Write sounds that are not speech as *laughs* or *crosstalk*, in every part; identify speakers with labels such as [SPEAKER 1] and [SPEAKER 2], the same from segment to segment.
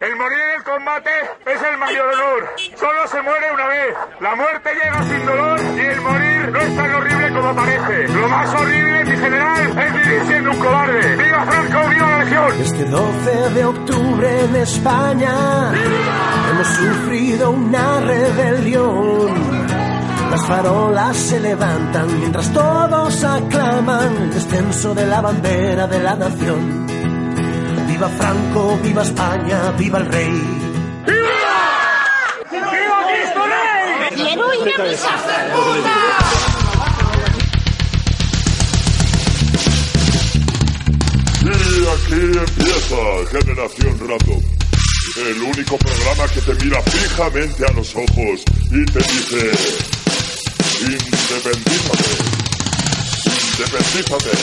[SPEAKER 1] El morir en el combate es el mayor honor. Solo se muere una vez. La muerte llega sin dolor y el morir no es tan horrible como parece. Lo más horrible, mi general, es vivir siendo un cobarde. ¡Viva Franco, viva la legión!
[SPEAKER 2] Este 12 de octubre en España hemos sufrido una rebelión. Las farolas se levantan mientras todos aclaman el descenso de la bandera de la nación. Viva Franco, viva España, viva el rey.
[SPEAKER 1] ¡Viva Cristo Rey!
[SPEAKER 3] ¡Quiero ir a misa!
[SPEAKER 4] Y aquí empieza Generación Random. El único programa que te mira fijamente a los ojos y te dice... Independízate. Independízate.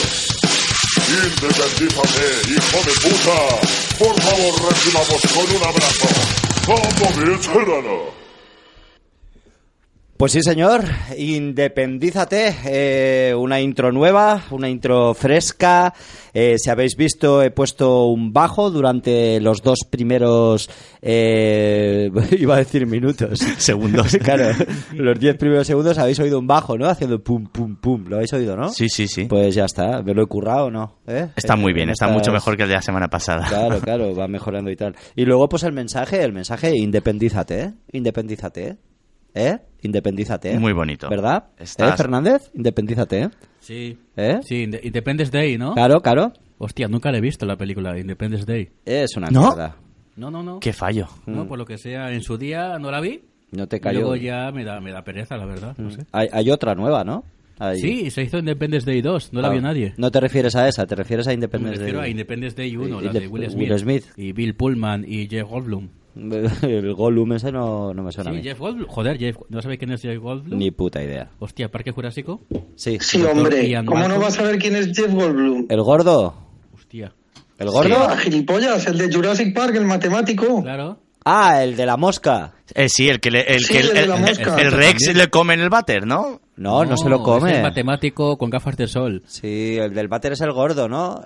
[SPEAKER 4] Independízate, hijo de puta. Por favor, recibamos con un abrazo. ¡Como bien serano!
[SPEAKER 5] Pues sí, señor, independízate, eh, una intro nueva, una intro fresca. Eh, si habéis visto, he puesto un bajo durante los dos primeros, eh, *laughs* iba a decir minutos.
[SPEAKER 6] Segundos.
[SPEAKER 5] *laughs* claro, los diez primeros segundos habéis oído un bajo, ¿no? Haciendo pum, pum, pum, lo habéis oído, ¿no?
[SPEAKER 6] Sí, sí, sí.
[SPEAKER 5] Pues ya está, me lo he currado, ¿no? ¿Eh?
[SPEAKER 6] Está
[SPEAKER 5] Eh,
[SPEAKER 6] muy bien, está
[SPEAKER 5] estas-
[SPEAKER 6] mucho mejor que el de la semana pasada.
[SPEAKER 5] Claro, claro, va mejorando y tal. Y luego, pues el mensaje, el mensaje, independízate, ¿eh? independízate, ¿eh? Independízate. ¿eh?
[SPEAKER 6] Muy bonito.
[SPEAKER 5] ¿Verdad?
[SPEAKER 6] Estás-
[SPEAKER 5] ¿Eh, Fernández? Independízate, ¿eh?
[SPEAKER 7] Sí.
[SPEAKER 5] ¿Eh?
[SPEAKER 7] Sí, Inde- Independence Day, ¿no?
[SPEAKER 5] Claro, claro.
[SPEAKER 7] Hostia, nunca le he visto la película de Independence Day.
[SPEAKER 5] Es una
[SPEAKER 6] ¿No?
[SPEAKER 5] mierda.
[SPEAKER 7] No, no, no.
[SPEAKER 6] *laughs* Qué fallo.
[SPEAKER 7] No, por lo que sea, en su día no la vi.
[SPEAKER 5] No te
[SPEAKER 7] Y
[SPEAKER 5] Mm. cayó. Mm.
[SPEAKER 7] Luego ya me da, me da pereza, la verdad. No sé.
[SPEAKER 5] Hay, hay otra nueva, ¿no? Hay-
[SPEAKER 7] Sí, se hizo Independence Day 2, no
[SPEAKER 5] Ah,
[SPEAKER 7] la vio nadie.
[SPEAKER 5] No te refieres a esa, te refieres a
[SPEAKER 7] Me
[SPEAKER 5] Independence
[SPEAKER 7] refiero a
[SPEAKER 5] Day.
[SPEAKER 7] Independence Day 1,
[SPEAKER 5] Y-
[SPEAKER 7] la
[SPEAKER 5] y-
[SPEAKER 7] de Will Smith,
[SPEAKER 5] Will Smith.
[SPEAKER 7] Y Bill Pullman y Jeff Goldblum.
[SPEAKER 5] *laughs* El Gollum ese no, no me suena a
[SPEAKER 7] Sí,
[SPEAKER 5] mí.
[SPEAKER 7] Jeff Goldblum. Joder, Jeff, ¿no sabéis quién es Jeff Goldblum?
[SPEAKER 5] Ni puta idea.
[SPEAKER 7] Hostia, Parque Jurásico.
[SPEAKER 5] Sí.
[SPEAKER 8] Sí,
[SPEAKER 7] Doctor
[SPEAKER 8] hombre.
[SPEAKER 7] Ian
[SPEAKER 8] ¿Cómo no
[SPEAKER 7] Malcolm.
[SPEAKER 8] vas a ver quién es Jeff Goldblum?
[SPEAKER 5] ¿El gordo?
[SPEAKER 7] Hostia.
[SPEAKER 5] ¿El gordo?
[SPEAKER 8] Ah, gilipollas, el de Jurassic Park, el matemático.
[SPEAKER 7] Claro.
[SPEAKER 5] Ah, el de la mosca.
[SPEAKER 6] Eh, sí, el que, le- el,
[SPEAKER 8] Sí,
[SPEAKER 6] que
[SPEAKER 8] el de la mosca.
[SPEAKER 6] el Rex le come en el váter, ¿no?
[SPEAKER 5] No, no, se lo come.
[SPEAKER 7] Es el matemático con gafas de sol.
[SPEAKER 5] Sí, el del váter es el gordo, ¿no?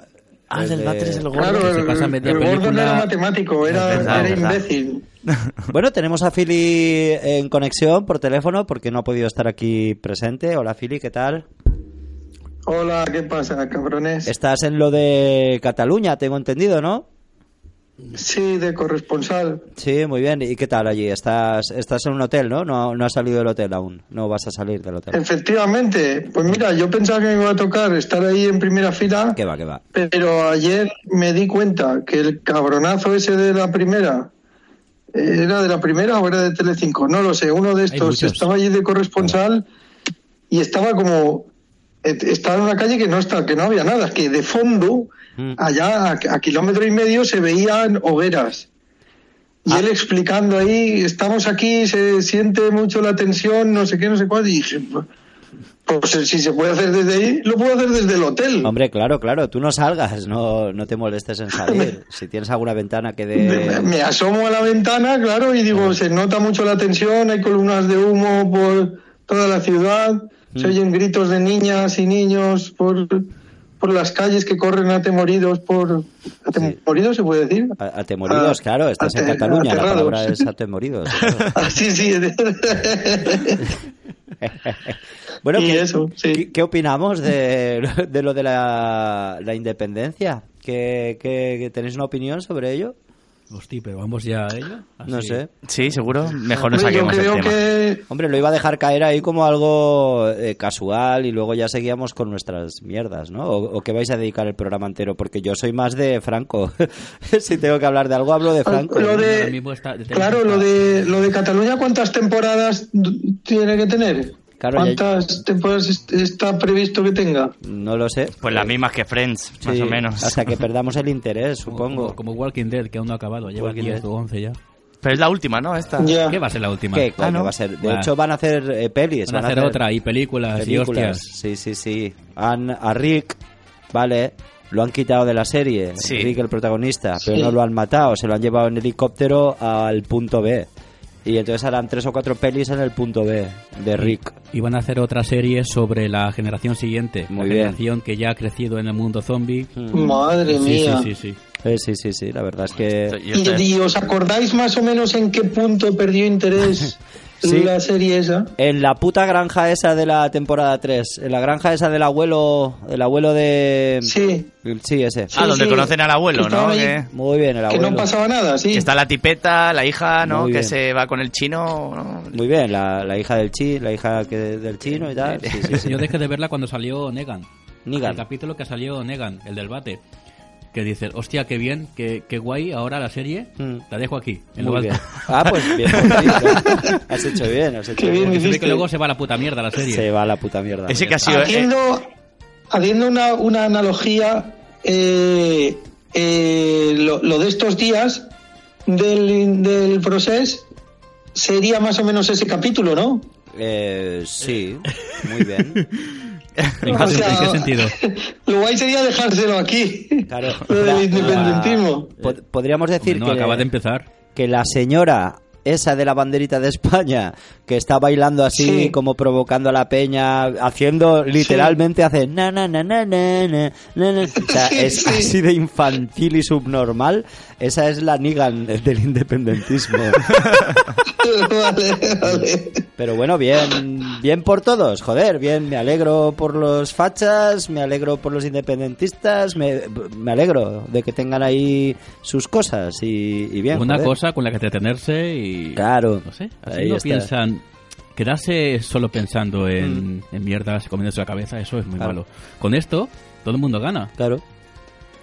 [SPEAKER 6] Ah, el del
[SPEAKER 5] de-
[SPEAKER 6] váter es el gordo.
[SPEAKER 8] Eh, Claro,
[SPEAKER 7] que se
[SPEAKER 8] el,
[SPEAKER 7] pasa media
[SPEAKER 8] el gordo no
[SPEAKER 7] película-
[SPEAKER 8] era matemático, era,
[SPEAKER 6] Es verdad,
[SPEAKER 8] era
[SPEAKER 6] es verdad.
[SPEAKER 8] imbécil.
[SPEAKER 5] Bueno, tenemos a Fili en conexión por teléfono porque no ha podido estar aquí presente. Hola, Fili, ¿qué tal?
[SPEAKER 8] Hola, ¿qué pasa, cabrones?
[SPEAKER 5] Estás en lo de Cataluña, tengo entendido, ¿no?
[SPEAKER 8] Sí, de corresponsal.
[SPEAKER 5] Sí, muy bien. ¿Y qué tal allí? Estás, estás en un hotel, ¿no? ¿no? No has salido del hotel aún. No vas a salir del hotel.
[SPEAKER 8] Efectivamente. Pues mira, yo pensaba que me iba a tocar estar ahí en primera fila,
[SPEAKER 5] ¿Qué va, qué va?
[SPEAKER 8] pero ayer me di cuenta que el cabronazo ese de la primera eh, era de la primera o era de Telecinco, no lo sé, uno de estos
[SPEAKER 7] muchos.
[SPEAKER 8] estaba allí de corresponsal y estaba como eh, estaba en una calle que no está, que no había nada, que de fondo
[SPEAKER 5] Mm.
[SPEAKER 8] allá a, a kilómetro y medio se veían hogueras. Y él explicando ahí, estamos aquí, se siente mucho la tensión, no sé qué, no sé cuál. Y dije, pues eh, si se puede hacer desde ahí, lo puedo hacer desde el hotel.
[SPEAKER 5] Hombre, claro, claro. Tú no salgas, no, no te molestes en salir. Si tienes alguna ventana que
[SPEAKER 8] Me-
[SPEAKER 5] dé...
[SPEAKER 8] Me asomo a la ventana, claro, y digo, se nota mucho la tensión, hay columnas de humo por toda la ciudad, se
[SPEAKER 5] Mm.
[SPEAKER 8] oyen gritos de niñas y niños por, por las calles que corren atemoridos por... ¿Atemoridos se puede decir?
[SPEAKER 5] A- Atemoridos,
[SPEAKER 8] Ah,
[SPEAKER 5] claro. Estás en
[SPEAKER 8] ate-
[SPEAKER 5] Cataluña, la
[SPEAKER 8] aterrados.
[SPEAKER 5] palabra es atemoridos. claro.
[SPEAKER 8] *laughs* Ah, sí, sí.
[SPEAKER 5] *laughs* Bueno,
[SPEAKER 8] Y
[SPEAKER 5] ¿qué,
[SPEAKER 8] eso, sí.
[SPEAKER 5] ¿qué, qué opinamos de, *laughs* de lo de la, la independencia? ¿Qué, qué, qué- tenéis una opinión sobre ello?
[SPEAKER 7] Hostia, pero vamos ya a ello.
[SPEAKER 5] No
[SPEAKER 7] Así.
[SPEAKER 5] sé.
[SPEAKER 6] Sí, seguro. Mejor no
[SPEAKER 8] Hombre, yo
[SPEAKER 6] saquemos el
[SPEAKER 8] creo
[SPEAKER 6] tema.
[SPEAKER 8] que...
[SPEAKER 5] Hombre, lo iba a dejar caer ahí como algo eh, casual y luego ya seguíamos con nuestras mierdas, ¿no? ¿O, o qué vais a dedicar el programa entero? Porque yo soy más de Franco. *laughs* si tengo que hablar de algo, hablo de Franco.
[SPEAKER 8] Ah, Lo
[SPEAKER 7] Ahora
[SPEAKER 8] de,
[SPEAKER 7] mismo está- está-
[SPEAKER 8] claro, lo de, lo de Cataluña, ¿cuántas temporadas d- tiene que tener?
[SPEAKER 5] Claro, ya-
[SPEAKER 8] ¿Cuántas temporadas est- está previsto que tenga?
[SPEAKER 5] No lo sé.
[SPEAKER 6] Pues las mismas que Friends, más
[SPEAKER 5] Sí,
[SPEAKER 6] o menos.
[SPEAKER 5] Hasta que perdamos el interés, supongo.
[SPEAKER 7] *laughs* Como, como Walking Dead, que aún no ha acabado. Lleva
[SPEAKER 5] Walking
[SPEAKER 7] 10
[SPEAKER 5] Dead.
[SPEAKER 7] o 11 ya.
[SPEAKER 6] Pero es la última, ¿no? Esta.
[SPEAKER 8] Ya.
[SPEAKER 7] ¿Qué va a ser la última?
[SPEAKER 5] ¿Qué? Claro,
[SPEAKER 7] Ah, ¿no?
[SPEAKER 5] va a ser. De
[SPEAKER 7] Ya.
[SPEAKER 5] hecho, van a hacer eh, pelis.
[SPEAKER 7] Van a hacer otra y películas y
[SPEAKER 5] películas.
[SPEAKER 7] hostias.
[SPEAKER 5] Sí, sí, sí. Han, a Rick, vale, lo han quitado de la serie.
[SPEAKER 6] Sí.
[SPEAKER 5] Rick, el protagonista, pero
[SPEAKER 8] Sí.
[SPEAKER 5] no lo han matado. Se lo han llevado en helicóptero al punto B. Y entonces harán tres o cuatro pelis en el punto B de Rick.
[SPEAKER 7] Y van a hacer otra serie sobre la generación siguiente.
[SPEAKER 5] Muy
[SPEAKER 7] la
[SPEAKER 5] bien.
[SPEAKER 7] generación que ya ha crecido en el mundo zombie.
[SPEAKER 8] Madre
[SPEAKER 7] Sí,
[SPEAKER 8] mía.
[SPEAKER 7] sí, sí, sí.
[SPEAKER 5] Eh, sí, sí, sí, la verdad es que...
[SPEAKER 6] Y este-
[SPEAKER 8] ¿Y, y os acordáis más o menos en qué punto perdió interés
[SPEAKER 5] Sí.
[SPEAKER 8] la serie esa?
[SPEAKER 5] En la puta granja esa de la temporada 3, en la granja esa del abuelo, el abuelo de...
[SPEAKER 8] Sí.
[SPEAKER 5] Sí, ese.
[SPEAKER 8] Sí,
[SPEAKER 6] Ah, donde
[SPEAKER 8] sí.
[SPEAKER 6] conocen al abuelo,
[SPEAKER 8] Que
[SPEAKER 6] ¿no?
[SPEAKER 8] estaban ahí,
[SPEAKER 6] Que,
[SPEAKER 5] Muy bien, el
[SPEAKER 8] que
[SPEAKER 5] abuelo.
[SPEAKER 8] no pasaba nada, sí.
[SPEAKER 6] que está la tipeta, la hija, ¿no?
[SPEAKER 5] Muy
[SPEAKER 6] Que
[SPEAKER 5] bien.
[SPEAKER 6] se va con el chino, ¿no?
[SPEAKER 5] Muy bien, la, la hija del chi, la hija que, del chino y tal. Sí, sí, sí.
[SPEAKER 7] Yo dejé de verla cuando salió Negan.
[SPEAKER 5] Negan.
[SPEAKER 7] El capítulo que salió Negan, el del bate. Que dice, hostia, qué bien, qué, qué guay, ahora la serie
[SPEAKER 5] Mm.
[SPEAKER 7] la dejo aquí. En lo
[SPEAKER 5] Muy
[SPEAKER 7] alto".
[SPEAKER 5] bien. Ah, pues
[SPEAKER 7] *laughs*
[SPEAKER 5] bien. por ti, ¿no? Has hecho bien, has hecho
[SPEAKER 8] Qué
[SPEAKER 5] bien.
[SPEAKER 8] bien
[SPEAKER 7] Porque se ve
[SPEAKER 8] hiciste.
[SPEAKER 7] que luego se va a la puta mierda la serie.
[SPEAKER 5] Se va a la puta mierda.
[SPEAKER 6] Ese que ha
[SPEAKER 8] Ah,
[SPEAKER 6] sido... eh,
[SPEAKER 8] Haciendo, haciendo una, una analogía, eh, eh, lo, lo de estos días del, del proceso sería más o menos ese capítulo, ¿no?
[SPEAKER 5] Eh,
[SPEAKER 7] *laughs*
[SPEAKER 5] sí, muy bien.
[SPEAKER 7] ¿En, qué,
[SPEAKER 8] O sea,
[SPEAKER 7] en qué sentido?
[SPEAKER 8] Lo guay sería dejárselo aquí.
[SPEAKER 5] Claro.
[SPEAKER 8] Lo del
[SPEAKER 5] La-
[SPEAKER 8] independentismo.
[SPEAKER 5] la- pod- podríamos decir
[SPEAKER 7] no,
[SPEAKER 5] que,
[SPEAKER 7] acaba de empezar.
[SPEAKER 5] que la señora esa de la banderita de España que está bailando así
[SPEAKER 8] Sí.
[SPEAKER 5] como provocando a la peña haciendo literalmente hace na na na na na na na, na. O sea,
[SPEAKER 8] Sí,
[SPEAKER 5] es
[SPEAKER 8] sí.
[SPEAKER 5] así de infantil y subnormal esa es la Nigan del
[SPEAKER 8] *laughs*
[SPEAKER 5] independentismo
[SPEAKER 8] vale, vale.
[SPEAKER 5] Pero bueno, bien, bien por todos, joder, bien, me alegro por los fachas, me alegro por los independentistas, me, me alegro de que tengan ahí sus cosas y, y bien.
[SPEAKER 7] Una
[SPEAKER 5] joder.
[SPEAKER 7] cosa con la que entretenerse y...
[SPEAKER 5] Claro.
[SPEAKER 7] No sé, así
[SPEAKER 5] Ahí
[SPEAKER 7] no
[SPEAKER 5] está. Mm.
[SPEAKER 7] piensan... Quedarse solo pensando en, en mierdas comiéndose la cabeza, eso es muy
[SPEAKER 5] Claro.
[SPEAKER 7] malo. Con esto, todo el mundo gana.
[SPEAKER 5] Claro.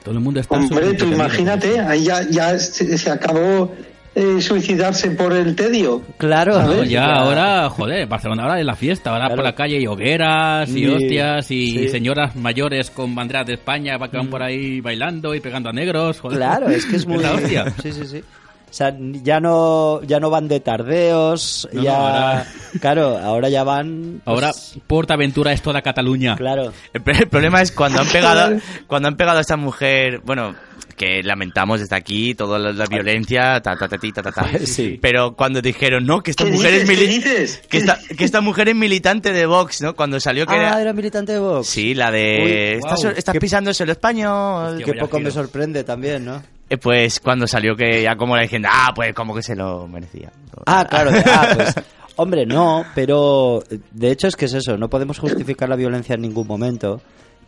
[SPEAKER 7] Todo el mundo está...
[SPEAKER 8] Hombre, tú
[SPEAKER 7] superentretenido.
[SPEAKER 8] imagínate, ahí ya, ya se, se acabó eh, suicidarse por el tedio.
[SPEAKER 5] Claro.
[SPEAKER 7] No, ya ahora, joder, Barcelona ahora es la fiesta, ahora
[SPEAKER 5] Claro.
[SPEAKER 7] por la calle hay hogueras y
[SPEAKER 5] Sí,
[SPEAKER 7] hostias y
[SPEAKER 5] sí. Mm.
[SPEAKER 7] señoras mayores con banderas de España que van por ahí bailando y pegando a negros, joder.
[SPEAKER 5] Claro, es que
[SPEAKER 7] *laughs*
[SPEAKER 5] es muy...
[SPEAKER 7] la hostia.
[SPEAKER 5] Sí, sí, sí. O sea, ya no, ya no van de tardeos,
[SPEAKER 7] No,
[SPEAKER 5] ya...
[SPEAKER 7] no, ahora-
[SPEAKER 5] Claro, ahora ya van... pues,
[SPEAKER 7] Ahora Portaventura es toda Cataluña.
[SPEAKER 5] Claro.
[SPEAKER 6] El, pe- el problema es cuando han
[SPEAKER 5] *laughs*
[SPEAKER 6] pegado cuando han pegado a esta mujer, bueno, que lamentamos desde aquí toda la, la violencia, ta ta ta ti, ta ta ta.
[SPEAKER 5] Sí.
[SPEAKER 6] Pero cuando dijeron, "No, que esta
[SPEAKER 8] ¿Qué
[SPEAKER 6] mujer es
[SPEAKER 8] dices?
[SPEAKER 6] mili-
[SPEAKER 8] ¿Qué dices?
[SPEAKER 6] que esta que esta mujer es militante de Vox", ¿no? Cuando salió que
[SPEAKER 5] Ah,
[SPEAKER 6] era
[SPEAKER 5] era militante de Vox.
[SPEAKER 6] Sí, la de
[SPEAKER 5] Uy,
[SPEAKER 6] estás,
[SPEAKER 5] guau.
[SPEAKER 6] estás
[SPEAKER 5] Qué-
[SPEAKER 6] pisándose el español.
[SPEAKER 5] Qué
[SPEAKER 7] vaya
[SPEAKER 5] poco me
[SPEAKER 7] giro.
[SPEAKER 5] sorprende también, ¿no?
[SPEAKER 6] Eh, Pues cuando salió que ya como la diciendo, "Ah, pues como que se lo merecía."
[SPEAKER 5] Ah, claro. de-
[SPEAKER 6] *laughs*
[SPEAKER 5] ah, pues, hombre, no, pero eh, de hecho es que es eso. No podemos justificar la violencia en ningún momento.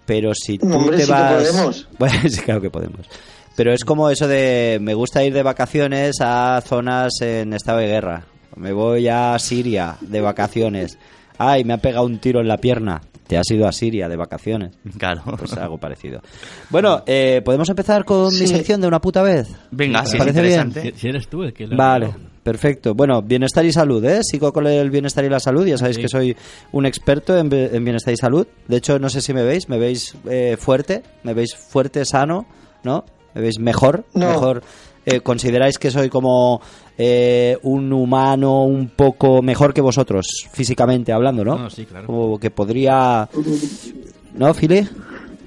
[SPEAKER 5] Pero si tú
[SPEAKER 8] Hombre,
[SPEAKER 5] te
[SPEAKER 8] sí que
[SPEAKER 5] vas.
[SPEAKER 8] podemos.
[SPEAKER 5] *laughs* Bueno, sí, claro que podemos. Pero es como eso de. Me gusta ir de vacaciones a zonas en estado de guerra. Me voy a Siria de vacaciones. Ay, me ha pegado un tiro en la pierna. Te has ido a Siria de vacaciones.
[SPEAKER 6] Claro. *laughs*
[SPEAKER 5] Pues algo parecido. Bueno, eh, ¿podemos empezar con mi
[SPEAKER 8] Sí.
[SPEAKER 5] sección de una puta vez?
[SPEAKER 6] Venga,
[SPEAKER 5] ¿Os
[SPEAKER 6] sí, es
[SPEAKER 5] parece bien?
[SPEAKER 6] interesante.
[SPEAKER 7] Si- Si eres tú el que la-
[SPEAKER 5] Vale, perfecto. Bueno, bienestar y salud, ¿eh? Sigo con el bienestar y la salud. Ya sabéis
[SPEAKER 7] Sí.
[SPEAKER 5] que soy un experto en, be- en bienestar y salud. De hecho, no sé si me veis. Me veis eh, fuerte, me veis fuerte, sano, ¿no? Me veis mejor,
[SPEAKER 8] No.
[SPEAKER 5] mejor. Eh, ¿Consideráis que soy como eh, un humano un poco mejor que vosotros, físicamente hablando, no?
[SPEAKER 7] No, sí, claro.
[SPEAKER 5] Como que podría... ¿No, Fili?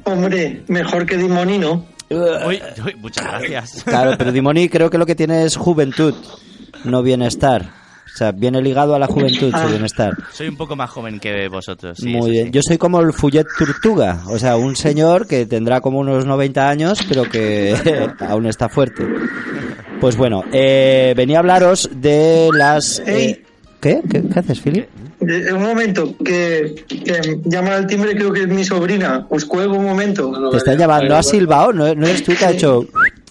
[SPEAKER 8] Hombre, mejor que Dimonino.
[SPEAKER 6] Uy, uy, muchas gracias.
[SPEAKER 5] Claro, pero Dimoni creo que lo que tiene es juventud, no bienestar. O sea, viene ligado a la juventud su bienestar.
[SPEAKER 6] Soy un poco más joven que vosotros. sí, eso
[SPEAKER 5] Muy bien.
[SPEAKER 6] sí.
[SPEAKER 5] Yo soy como el Fullet Tortuga, o sea, un señor que tendrá como unos 90 años, pero que *laughs* aún está fuerte. Pues bueno, eh, venía a hablaros de las... eh, ¿qué? ¿Qué? ¿Qué haces, Fili?
[SPEAKER 8] Eh, Un momento, que, que llama al timbre, creo que es mi sobrina. Os cuelgo un momento.
[SPEAKER 5] Te están llamando a Silbao, ¿no, no eres tú que ha hecho...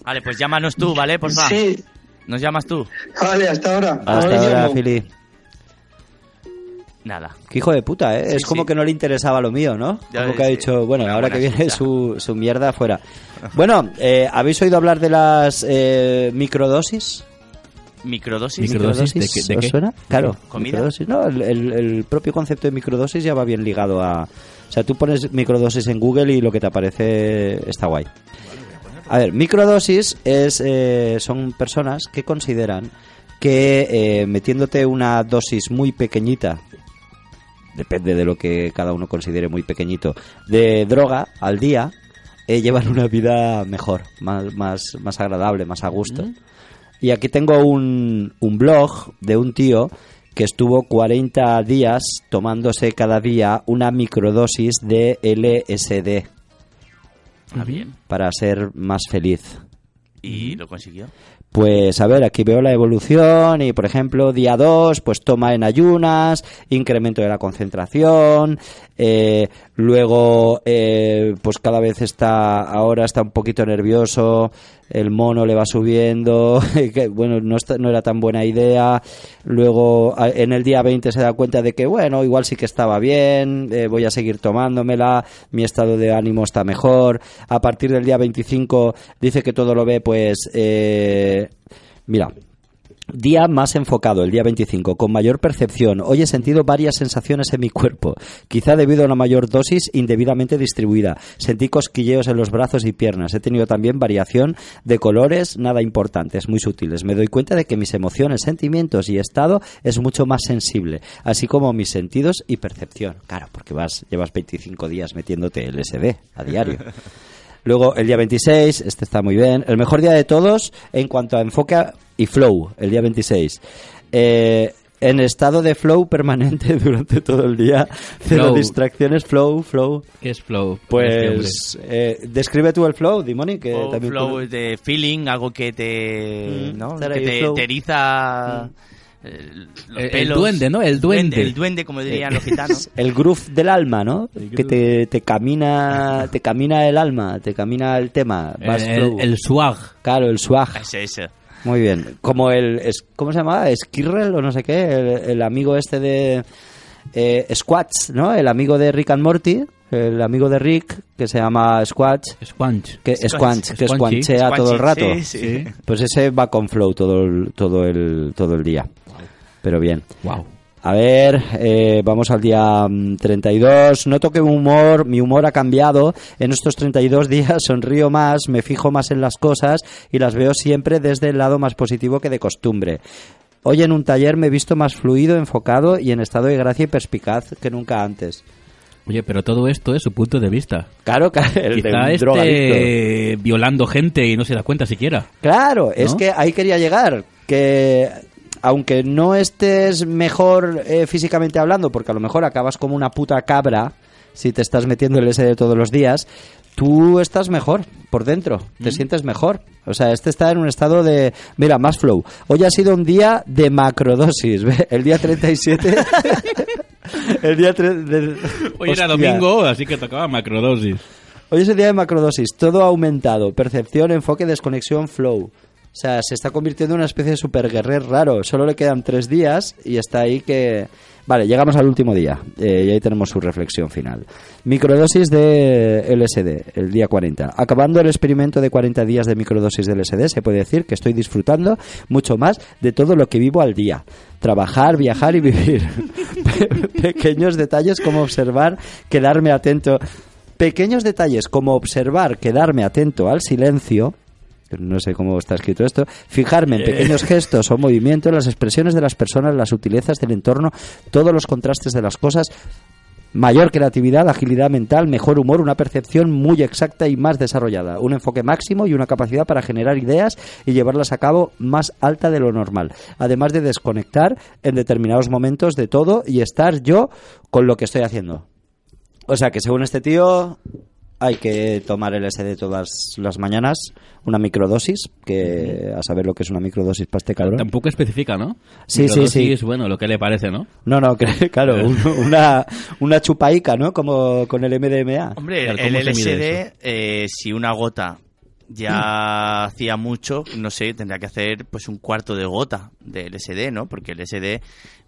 [SPEAKER 6] Vale, pues llámanos tú, ¿vale? Porfa.
[SPEAKER 8] Sí,
[SPEAKER 6] Nos llamas tú.
[SPEAKER 8] vale, hasta ahora.
[SPEAKER 5] Ah. Hasta ahora,
[SPEAKER 8] llamo.
[SPEAKER 5] Fili.
[SPEAKER 6] Nada.
[SPEAKER 5] Qué hijo de puta, ¿eh?
[SPEAKER 6] Sí,
[SPEAKER 5] es como
[SPEAKER 6] sí.
[SPEAKER 5] que no le interesaba lo mío, ¿no?
[SPEAKER 6] Ya
[SPEAKER 5] como
[SPEAKER 6] ves,
[SPEAKER 5] que ha
[SPEAKER 6] sí.
[SPEAKER 5] dicho, bueno,
[SPEAKER 6] Una
[SPEAKER 5] ahora
[SPEAKER 6] buena
[SPEAKER 5] que viene
[SPEAKER 6] chicha.
[SPEAKER 5] su, su mierda afuera. Bueno, eh, ¿habéis oído hablar de las eh, microdosis?
[SPEAKER 6] Microdosis.
[SPEAKER 7] Micro- ¿Microdosis? ¿De qué- de
[SPEAKER 5] ¿Os
[SPEAKER 7] qué?
[SPEAKER 5] suena? Claro.
[SPEAKER 6] ¿Comida?
[SPEAKER 5] microdosis. No, el, el- el propio concepto de microdosis ya va bien ligado a... O sea, tú pones microdosis en Google y lo que te aparece está guay. A ver, microdosis es, eh, son personas que consideran que eh, metiéndote una dosis muy pequeñita, depende de lo que cada uno considere muy pequeñito, de droga al día,
[SPEAKER 7] Mm.
[SPEAKER 5] eh, llevan una vida mejor, más, más, más agradable, más a gusto. Y aquí tengo un, un blog de un tío que estuvo 40 días tomándose cada día una microdosis de LSD
[SPEAKER 6] Ah, bien.
[SPEAKER 5] para ser más feliz.
[SPEAKER 6] ¿Y lo consiguió?
[SPEAKER 5] Pues a ver, aquí veo la evolución y por ejemplo día 2 pues toma en ayunas, incremento de la concentración, eh, luego eh, pues cada vez está, ahora está un poquito nervioso, el mono le va subiendo, *laughs* que, bueno, no, está- no era tan buena idea, luego a- en el día 20 se da cuenta de que bueno, igual sí que estaba bien, eh, voy a seguir tomándomela, mi estado de ánimo está mejor, a partir del día 25 dice que todo lo ve pues eh, mira Día más enfocado, el día 25, con mayor percepción. Hoy he sentido varias sensaciones en mi cuerpo, quizá debido a una mayor dosis indebidamente distribuida. Sentí cosquilleos en los brazos y piernas. He tenido también variación de colores, nada importantes, muy sutiles. Me doy cuenta de que mis emociones, sentimientos y estado es mucho más sensible, así como mis sentidos y percepción. Claro, porque vas llevas 25 días metiéndote LSD a diario. Luego el día 26, este está muy bien. El mejor día de todos en cuanto a enfoque y flow, el día 26. Eh, en estado de flow permanente *laughs* durante todo el día. Cero
[SPEAKER 7] Flow.
[SPEAKER 5] distracciones, flow, flow.
[SPEAKER 7] ¿Qué es flow? este
[SPEAKER 5] Pues eh, describe tú el flow, Dimoni, que
[SPEAKER 7] Oh,
[SPEAKER 6] O
[SPEAKER 5] Eh, también...
[SPEAKER 6] flow
[SPEAKER 5] tú-
[SPEAKER 6] de feeling, algo que te,
[SPEAKER 5] Mm,
[SPEAKER 6] ¿no?
[SPEAKER 5] estar
[SPEAKER 6] que
[SPEAKER 5] ahí,
[SPEAKER 6] te,
[SPEAKER 5] flow.
[SPEAKER 6] te eriza eh, los
[SPEAKER 7] El- el
[SPEAKER 6] pelos.
[SPEAKER 7] duende, ¿no? El duende.
[SPEAKER 6] El duende, como dirían
[SPEAKER 5] Eh. *laughs*
[SPEAKER 6] los gitanos.
[SPEAKER 5] El groove del alma, ¿no? Que te, te camina te camina el alma, te camina el tema.
[SPEAKER 7] El,
[SPEAKER 5] Vas
[SPEAKER 7] el,
[SPEAKER 5] flow.
[SPEAKER 7] Eh, el swag.
[SPEAKER 5] Claro, el swag.
[SPEAKER 6] Ese, ese.
[SPEAKER 5] Muy bien. Como el. es- ¿Cómo se llamaba? Skirrel o no sé qué. El, el amigo este de. eh, Squatch, ¿no? El amigo de Rick and Morty. El amigo de Rick, que se llama Squatch.
[SPEAKER 7] Squanch.
[SPEAKER 5] Que, Squanch, que
[SPEAKER 7] Squanchy.
[SPEAKER 5] squanchea todo el rato.
[SPEAKER 6] Sí, sí.
[SPEAKER 5] Pues ese va con flow todo el, todo el, todo el día. Pero bien.
[SPEAKER 7] Wow.
[SPEAKER 5] A ver, eh, vamos al día mm, 32. Noto que mi humor, mi humor ha cambiado. En estos 32 *laughs* días sonrío más, me fijo más en las cosas y las veo siempre desde el lado más positivo que de costumbre. Hoy en un taller me he visto más fluido, enfocado y en estado de gracia y perspicaz que nunca antes.
[SPEAKER 7] Oye, pero todo esto es su punto de vista.
[SPEAKER 5] Claro, *laughs* claro, el de un
[SPEAKER 7] Quizá este
[SPEAKER 5] drogadicto.
[SPEAKER 7] esté violando gente y no se da cuenta siquiera.
[SPEAKER 5] Claro, es
[SPEAKER 7] ¿No?
[SPEAKER 5] que ahí quería llegar, que aunque no estés mejor eh, físicamente hablando, porque a lo mejor acabas como una puta cabra si te estás metiendo el SD todos los días, tú estás mejor por dentro, te
[SPEAKER 7] Mm.
[SPEAKER 5] sientes mejor. O sea, este está en un estado de, mira, más flow. Hoy ha sido un día de macrodosis, *laughs* ¿ve? el día
[SPEAKER 7] *laughs*
[SPEAKER 5] 37. el día tre- de-
[SPEAKER 7] Hoy
[SPEAKER 5] Hostia.
[SPEAKER 7] era domingo, así que tocaba macrodosis.
[SPEAKER 5] Hoy es el día de macrodosis, todo ha aumentado, percepción, enfoque, desconexión, flow. O sea, se está convirtiendo en una especie de superguerrer raro. Solo le quedan tres días y está ahí que... Vale, llegamos al último día eh, y ahí tenemos su reflexión final. Microdosis de LSD, el día 40. Acabando el experimento de 40 días de microdosis de LSD, se puede decir que estoy disfrutando mucho más de todo lo que vivo al día. Trabajar, viajar y vivir. *laughs* Pe- Pequeños detalles como observar, quedarme atento. Pequeños detalles como observar, quedarme atento al silencio, no sé cómo está escrito esto, fijarme en pequeños gestos o movimientos, las expresiones de las personas, las sutilezas del entorno, todos los contrastes de las cosas, mayor creatividad, agilidad mental, mejor humor, una percepción muy exacta y más desarrollada, un enfoque máximo y una capacidad para generar ideas y llevarlas a cabo más alta de lo normal, además de desconectar en determinados momentos de todo y estar yo con lo que estoy haciendo. O sea que según este tío hay que tomar LSD todas las mañanas, una microdosis, que a saber lo que es una microdosis para este cabrón.
[SPEAKER 7] Tampoco especifica, ¿no?
[SPEAKER 5] Sí, sí, sí.
[SPEAKER 7] Microdosis, bueno, lo que le parece, ¿no?
[SPEAKER 5] No, no, *laughs* que- claro, un- una, una chupaica, ¿no? Como con el MDMA.
[SPEAKER 6] Hombre,
[SPEAKER 7] Claro,
[SPEAKER 6] el
[SPEAKER 7] ¿cómo se mide
[SPEAKER 6] LSD, eh, si una gota ya hacía mucho, no sé, tendría que hacer pues un cuarto de gota de LSD, ¿no? Porque el LSD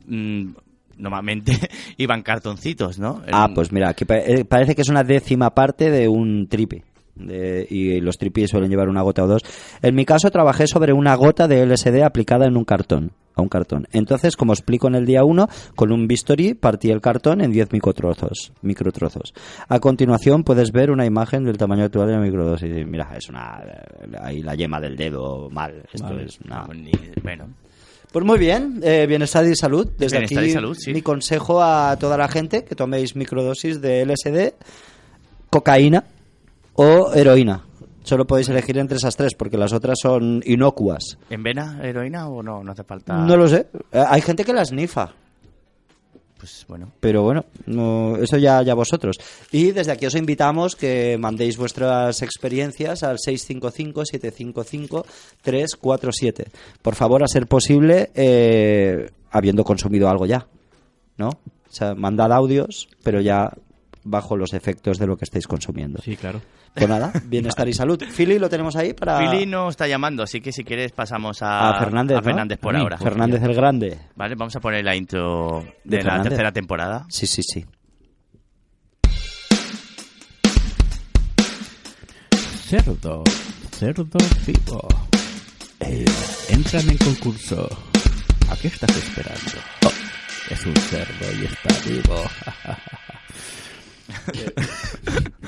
[SPEAKER 6] mm, normalmente *laughs* iban cartoncitos, ¿no?
[SPEAKER 5] Ah,
[SPEAKER 6] En-
[SPEAKER 5] pues mira, aquí pa- eh, parece que es una décima parte de un tripi. De- y los tripis suelen llevar una gota o dos. En mi caso trabajé sobre una gota de LSD aplicada en un cartón, a un cartón. Entonces, como explico en el día 1, con un bisturí partí el cartón en 10 microtrozos, microtrozos. A continuación puedes ver una imagen del tamaño actual de la microdosis. Y mira, es una eh, ahí la yema del dedo mal. Esto es una
[SPEAKER 6] Ah, ni- bueno,
[SPEAKER 5] pues muy bien, eh, bienestar y salud. Desde
[SPEAKER 6] Bienestar
[SPEAKER 5] aquí
[SPEAKER 6] y salud, sí.
[SPEAKER 5] mi consejo a toda la gente que toméis microdosis de LSD, cocaína o heroína. Solo podéis elegir entre esas tres, porque las otras son inocuas.
[SPEAKER 6] ¿En vena heroína o no? No hace falta.
[SPEAKER 5] No lo sé. Eh, Hay gente que las nifa.
[SPEAKER 6] Pues bueno.
[SPEAKER 5] Pero bueno, no- eso ya, ya vosotros. Y desde aquí os invitamos que mandéis vuestras experiencias al 655-755-347. Por favor, a ser posible, eh, habiendo consumido algo ya. ¿No? O sea, mandad audios, pero ya bajo los efectos de lo que estáis consumiendo.
[SPEAKER 7] Sí, claro.
[SPEAKER 5] Pues nada,
[SPEAKER 6] *laughs*
[SPEAKER 5] bienestar y salud. Fili, lo tenemos ahí para.
[SPEAKER 6] Fili no está llamando, así que si quieres pasamos a,
[SPEAKER 5] Ah. a Fernández.
[SPEAKER 6] a
[SPEAKER 5] ¿no?
[SPEAKER 6] Fernández por
[SPEAKER 5] A mí,
[SPEAKER 6] ahora.
[SPEAKER 5] Fernández el Grande.
[SPEAKER 6] Vale, vamos a poner la intro
[SPEAKER 5] De
[SPEAKER 6] de, la
[SPEAKER 5] Fernández.
[SPEAKER 6] tercera temporada.
[SPEAKER 5] Sí, sí, sí.
[SPEAKER 7] Cerdo, cerdo vivo. Eh, entran en concurso. ¿A qué estás esperando? Oh, es un cerdo y está vivo. *laughs*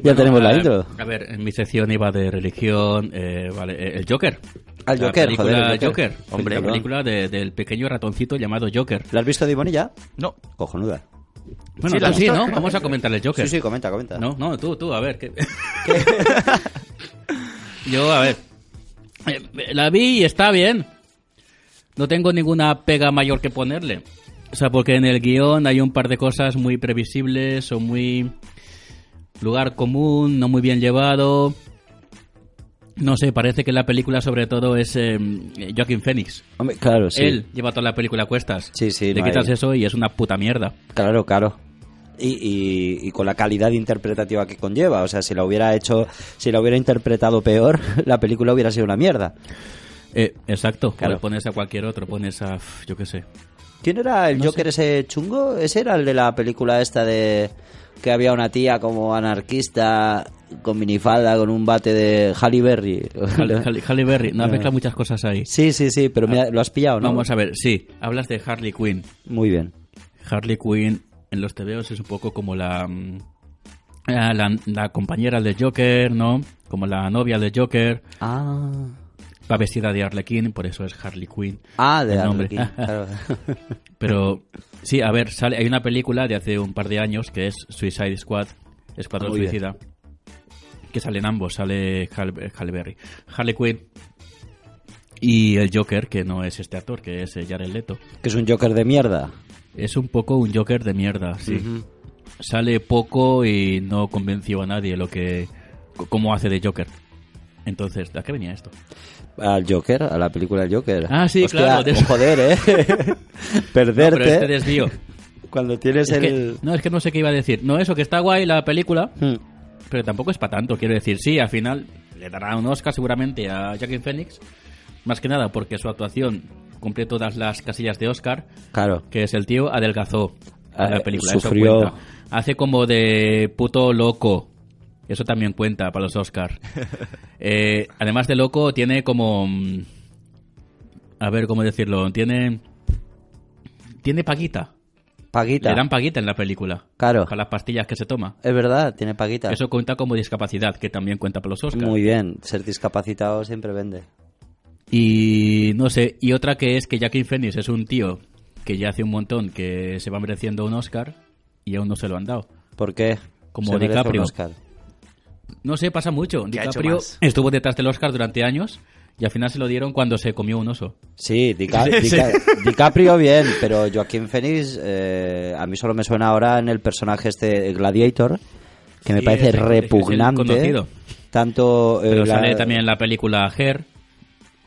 [SPEAKER 5] Ya tenemos la
[SPEAKER 7] Eh,
[SPEAKER 5] intro.
[SPEAKER 7] A ver, en mi sección iba de religión, eh, vale, eh, el Joker.
[SPEAKER 5] Al
[SPEAKER 7] La
[SPEAKER 5] Joker,
[SPEAKER 7] película
[SPEAKER 5] joder, el Joker.
[SPEAKER 7] Joker.
[SPEAKER 5] Hombre,
[SPEAKER 7] la
[SPEAKER 5] perdón.
[SPEAKER 7] película de- del pequeño ratoncito llamado Joker.
[SPEAKER 5] ¿La has visto, Diboni, ya?
[SPEAKER 6] No,
[SPEAKER 5] Cojonuda.
[SPEAKER 7] Bueno,
[SPEAKER 6] Sí,
[SPEAKER 7] tú
[SPEAKER 6] la
[SPEAKER 7] sí,
[SPEAKER 6] visto.
[SPEAKER 7] ¿no? Vamos a comentar el Joker.
[SPEAKER 5] Sí, sí, comenta, comenta.
[SPEAKER 7] No, no, tú, tú, a
[SPEAKER 5] *laughs*
[SPEAKER 7] ver. ¿qué? Yo, a ver. eh, La vi y está bien. No tengo ninguna pega mayor que ponerle. O sea, porque en el guión hay un par de cosas muy previsibles o muy... Lugar común, no muy bien llevado. No sé, parece que la película sobre todo es eh, Joaquin Phoenix.
[SPEAKER 5] Hombre, claro, sí.
[SPEAKER 7] Él lleva toda la película a cuestas.
[SPEAKER 5] Sí, sí,
[SPEAKER 7] Le
[SPEAKER 5] no
[SPEAKER 7] quitas
[SPEAKER 5] hay-
[SPEAKER 7] eso y es una puta mierda.
[SPEAKER 5] Claro, claro. Y, y- y con la calidad interpretativa que conlleva. O sea, si la hubiera hecho, si la hubiera interpretado peor, *laughs* la película hubiera sido una mierda.
[SPEAKER 7] Eh, exacto.
[SPEAKER 5] Claro.
[SPEAKER 7] O Pones a cualquier otro, pones a... pf, Yo qué sé.
[SPEAKER 5] ¿Quién era el
[SPEAKER 7] No
[SPEAKER 5] Joker ese chungo? Ese era el de la película esta de que había una tía como anarquista con minifalda con un bate de Halle Berry. *laughs*
[SPEAKER 7] Halle, Halle- Halle Berry,
[SPEAKER 5] Eh.
[SPEAKER 7] no, has mezclado muchas cosas ahí.
[SPEAKER 5] Sí, sí, sí, pero me ha- lo has pillado, ¿no?
[SPEAKER 7] Vamos a ver, sí, hablas de Harley Quinn.
[SPEAKER 5] Muy bien.
[SPEAKER 7] Harley Quinn en los TVOs es un poco como la, mm, la, la- la compañera de Joker, ¿no? Como la novia de Joker.
[SPEAKER 5] Ah,
[SPEAKER 7] Va vestida de Harlequín, por eso es Harley Quinn.
[SPEAKER 5] ah de
[SPEAKER 7] El nombre.
[SPEAKER 5] Harley Quinn,
[SPEAKER 7] *laughs*
[SPEAKER 5] claro.
[SPEAKER 7] Pero sí, a ver, sale, hay una película de hace un par de años que es Suicide Squad, Escuadrón
[SPEAKER 5] Ah, Muy bien.
[SPEAKER 7] Suicida, que salen ambos, sale Hal- eh, Halle Berry, Harley Quinn y el Joker, que no es este actor, que es eh, Jared Leto.
[SPEAKER 5] que es un Joker de mierda.
[SPEAKER 7] Es un poco un Joker de mierda, sí. Sale poco y no convenció a nadie lo que c- cómo hace de Joker. Entonces, ¿a qué venía esto?
[SPEAKER 5] Al Joker, a la película del Joker.
[SPEAKER 7] Ah, sí, claro, de eso.
[SPEAKER 5] Joder,
[SPEAKER 7] *laughs*
[SPEAKER 5] ¿eh? *laughs* Perderte
[SPEAKER 7] Pero
[SPEAKER 5] *laughs*
[SPEAKER 7] este desvío.
[SPEAKER 5] cuando tienes
[SPEAKER 7] Es que-
[SPEAKER 5] el...
[SPEAKER 7] no, es que no sé qué iba a decir. No, eso que está guay la película,
[SPEAKER 5] Hmm.
[SPEAKER 7] pero tampoco es para tanto. Quiero decir, sí, al final le dará un Oscar seguramente a Joaquin Phoenix. Más que nada porque su actuación cumple todas las casillas de Oscar,
[SPEAKER 5] Claro.
[SPEAKER 7] que es el tío adelgazó
[SPEAKER 5] Ah,
[SPEAKER 7] en la película. Eso
[SPEAKER 5] sufrió.
[SPEAKER 7] cuenta. Hace como de puto loco. Eso también cuenta para los
[SPEAKER 5] *laughs*
[SPEAKER 7] Oscars. Eh, además de loco, tiene como... mm, A ver, ¿cómo decirlo? Tiene... Tiene paguita.
[SPEAKER 5] Paguita.
[SPEAKER 7] Le dan paguita en la película.
[SPEAKER 5] Claro.
[SPEAKER 7] Para las pastillas que se toma.
[SPEAKER 5] Es verdad, tiene paguita.
[SPEAKER 7] Eso cuenta como discapacidad, que también cuenta para los Oscars.
[SPEAKER 5] Muy bien, ser discapacitado siempre vende.
[SPEAKER 7] Y no sé, y otra que es que Joaquin Phoenix es un tío que ya hace un montón que se va mereciendo un Oscar y aún no se lo han dado.
[SPEAKER 5] ¿Por qué?
[SPEAKER 7] Como
[SPEAKER 5] Se merece un
[SPEAKER 7] DiCaprio.
[SPEAKER 5] Oscar.
[SPEAKER 7] No sé, pasa mucho.
[SPEAKER 6] ¿Qué ha hecho
[SPEAKER 7] DiCaprio
[SPEAKER 6] más?
[SPEAKER 7] estuvo detrás del Oscar durante años y al final se lo dieron cuando se comió un oso.
[SPEAKER 5] Sí,
[SPEAKER 7] *laughs*
[SPEAKER 5] Dica- Dica- DiCaprio bien, pero Joaquín Phoenix eh, a mí solo me suena ahora en el personaje este el Gladiator, que me
[SPEAKER 7] Sí,
[SPEAKER 5] parece
[SPEAKER 7] es el- es el
[SPEAKER 5] repugnante.
[SPEAKER 7] conocido.
[SPEAKER 5] tanto eh,
[SPEAKER 7] Pero
[SPEAKER 5] la-
[SPEAKER 7] sale también en la película Her,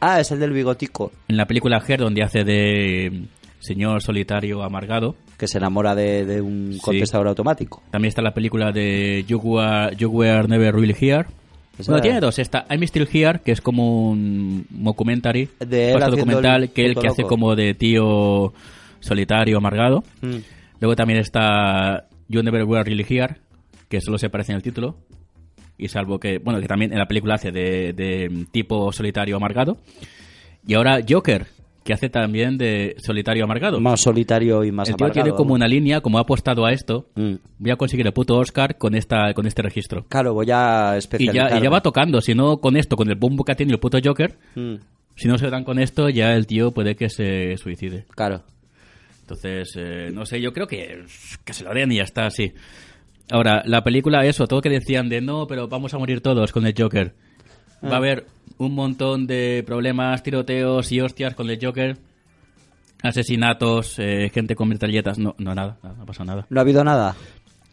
[SPEAKER 5] Ah, es el del bigotico.
[SPEAKER 7] en la película Her donde hace de eh, señor solitario amargado.
[SPEAKER 5] que se enamora de, de un
[SPEAKER 7] Sí.
[SPEAKER 5] contestador automático.
[SPEAKER 7] También está la película de You Were, You Were Never Really Here.
[SPEAKER 5] Esa-
[SPEAKER 7] Bueno, tiene dos. Está I'm Still Here, que es como un documentary,
[SPEAKER 5] De él haciendo
[SPEAKER 7] documental,
[SPEAKER 5] el
[SPEAKER 7] que él
[SPEAKER 5] puto
[SPEAKER 7] que hace
[SPEAKER 5] loco.
[SPEAKER 7] como de tío solitario, amargado.
[SPEAKER 5] Mm.
[SPEAKER 7] Luego también está You Never Were Really Here, que solo se parece en el título. Y salvo que, bueno, que también en la película hace de, de tipo solitario amargado. Y ahora Joker, que hace también de solitario amargado.
[SPEAKER 5] Más solitario y más
[SPEAKER 7] el tío
[SPEAKER 5] amargado,
[SPEAKER 7] tiene como
[SPEAKER 5] vamos.
[SPEAKER 7] una línea, como ha apostado a esto,
[SPEAKER 5] Mm.
[SPEAKER 7] voy a conseguir el puto Oscar con, esta, con este registro.
[SPEAKER 5] Claro, voy a
[SPEAKER 7] Y
[SPEAKER 5] especializar.
[SPEAKER 7] ya, y ya va tocando, si no con esto, con el boom que tiene el puto Joker,
[SPEAKER 5] Mm,
[SPEAKER 7] si no se dan con esto, ya el tío puede que se suicide.
[SPEAKER 5] claro.
[SPEAKER 7] Entonces, eh, no sé, yo creo que, que se lo den y ya está, sí. Ahora, la película, eso, todo que decían de no, pero vamos a morir todos con el Joker. Va a haber un montón de problemas, tiroteos y hostias con el Joker. Asesinatos, eh, gente con metralletas. No, no, nada, nada, no pasó nada.
[SPEAKER 5] No ha habido nada.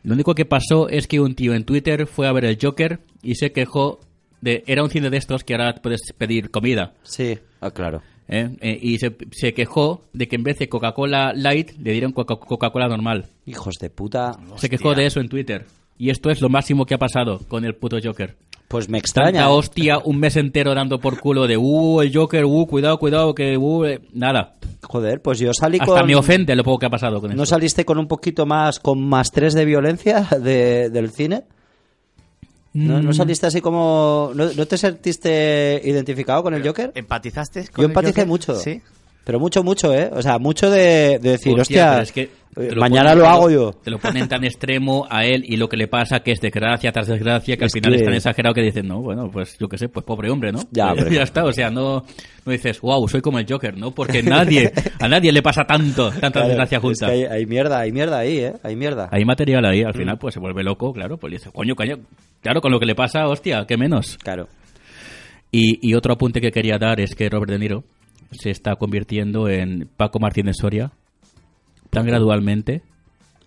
[SPEAKER 7] Lo único que pasó es que un tío en Twitter fue a ver el Joker y se quejó de... Era un cine de estos que ahora puedes pedir comida.
[SPEAKER 5] Sí. Ah, claro.
[SPEAKER 7] ¿eh? Eh, y se, se quejó de que en vez de Coca-Cola Light le dieron Coca- Coca-Cola normal.
[SPEAKER 5] Hijos de puta.
[SPEAKER 7] Se quejó de eso en Twitter. Y esto es lo máximo que ha pasado con el puto Joker.
[SPEAKER 5] Pues me extraña.
[SPEAKER 7] Tanta hostia, un mes entero dando por culo de, uh, el Joker, uh, cuidado, cuidado, que, uh, eh, nada.
[SPEAKER 5] Joder, pues yo salí
[SPEAKER 7] Hasta
[SPEAKER 5] con...
[SPEAKER 7] me ofende lo poco que ha pasado con
[SPEAKER 5] ¿No
[SPEAKER 7] esto.
[SPEAKER 5] saliste con un poquito más, con más tres de violencia de- del cine? ¿No,
[SPEAKER 7] Mm.
[SPEAKER 5] no saliste así como... ¿no, no te sentiste identificado con el Joker?
[SPEAKER 7] eh,
[SPEAKER 6] ¿Empatizaste
[SPEAKER 5] Yo
[SPEAKER 6] con el
[SPEAKER 5] empaticé
[SPEAKER 6] Joker?
[SPEAKER 5] mucho.
[SPEAKER 6] Sí.
[SPEAKER 5] Pero mucho, mucho, ¿eh? O sea, mucho de, de decir, hostia,
[SPEAKER 7] pero es que te
[SPEAKER 5] eh,
[SPEAKER 7] lo
[SPEAKER 5] mañana
[SPEAKER 7] ponen-
[SPEAKER 5] lo
[SPEAKER 7] te
[SPEAKER 5] hago yo.
[SPEAKER 7] Te lo ponen tan extremo a él y lo que le pasa, que es desgracia tras desgracia, que
[SPEAKER 5] Es
[SPEAKER 7] al final
[SPEAKER 5] que-
[SPEAKER 7] es tan exagerado que dicen, no, bueno, pues yo qué sé, pues pobre hombre, ¿no?
[SPEAKER 5] Ya, hombre.
[SPEAKER 7] *laughs* ya está, o sea, no, no dices, wow, soy como el Joker, ¿no? Porque nadie, a nadie le pasa tanto, tanta
[SPEAKER 5] Claro,
[SPEAKER 7] desgracia
[SPEAKER 5] es
[SPEAKER 7] junta.
[SPEAKER 5] que hay, hay mierda, hay mierda ahí, ¿eh? Hay mierda.
[SPEAKER 7] Hay material ahí,
[SPEAKER 5] Mm.
[SPEAKER 7] al final pues se vuelve loco, claro, pues le dice, coño, coño, claro, con lo que le pasa, hostia, qué menos.
[SPEAKER 5] Claro.
[SPEAKER 7] Y, y otro apunte que quería dar es que Robert De Niro se está convirtiendo en Paco Martínez Soria tan gradualmente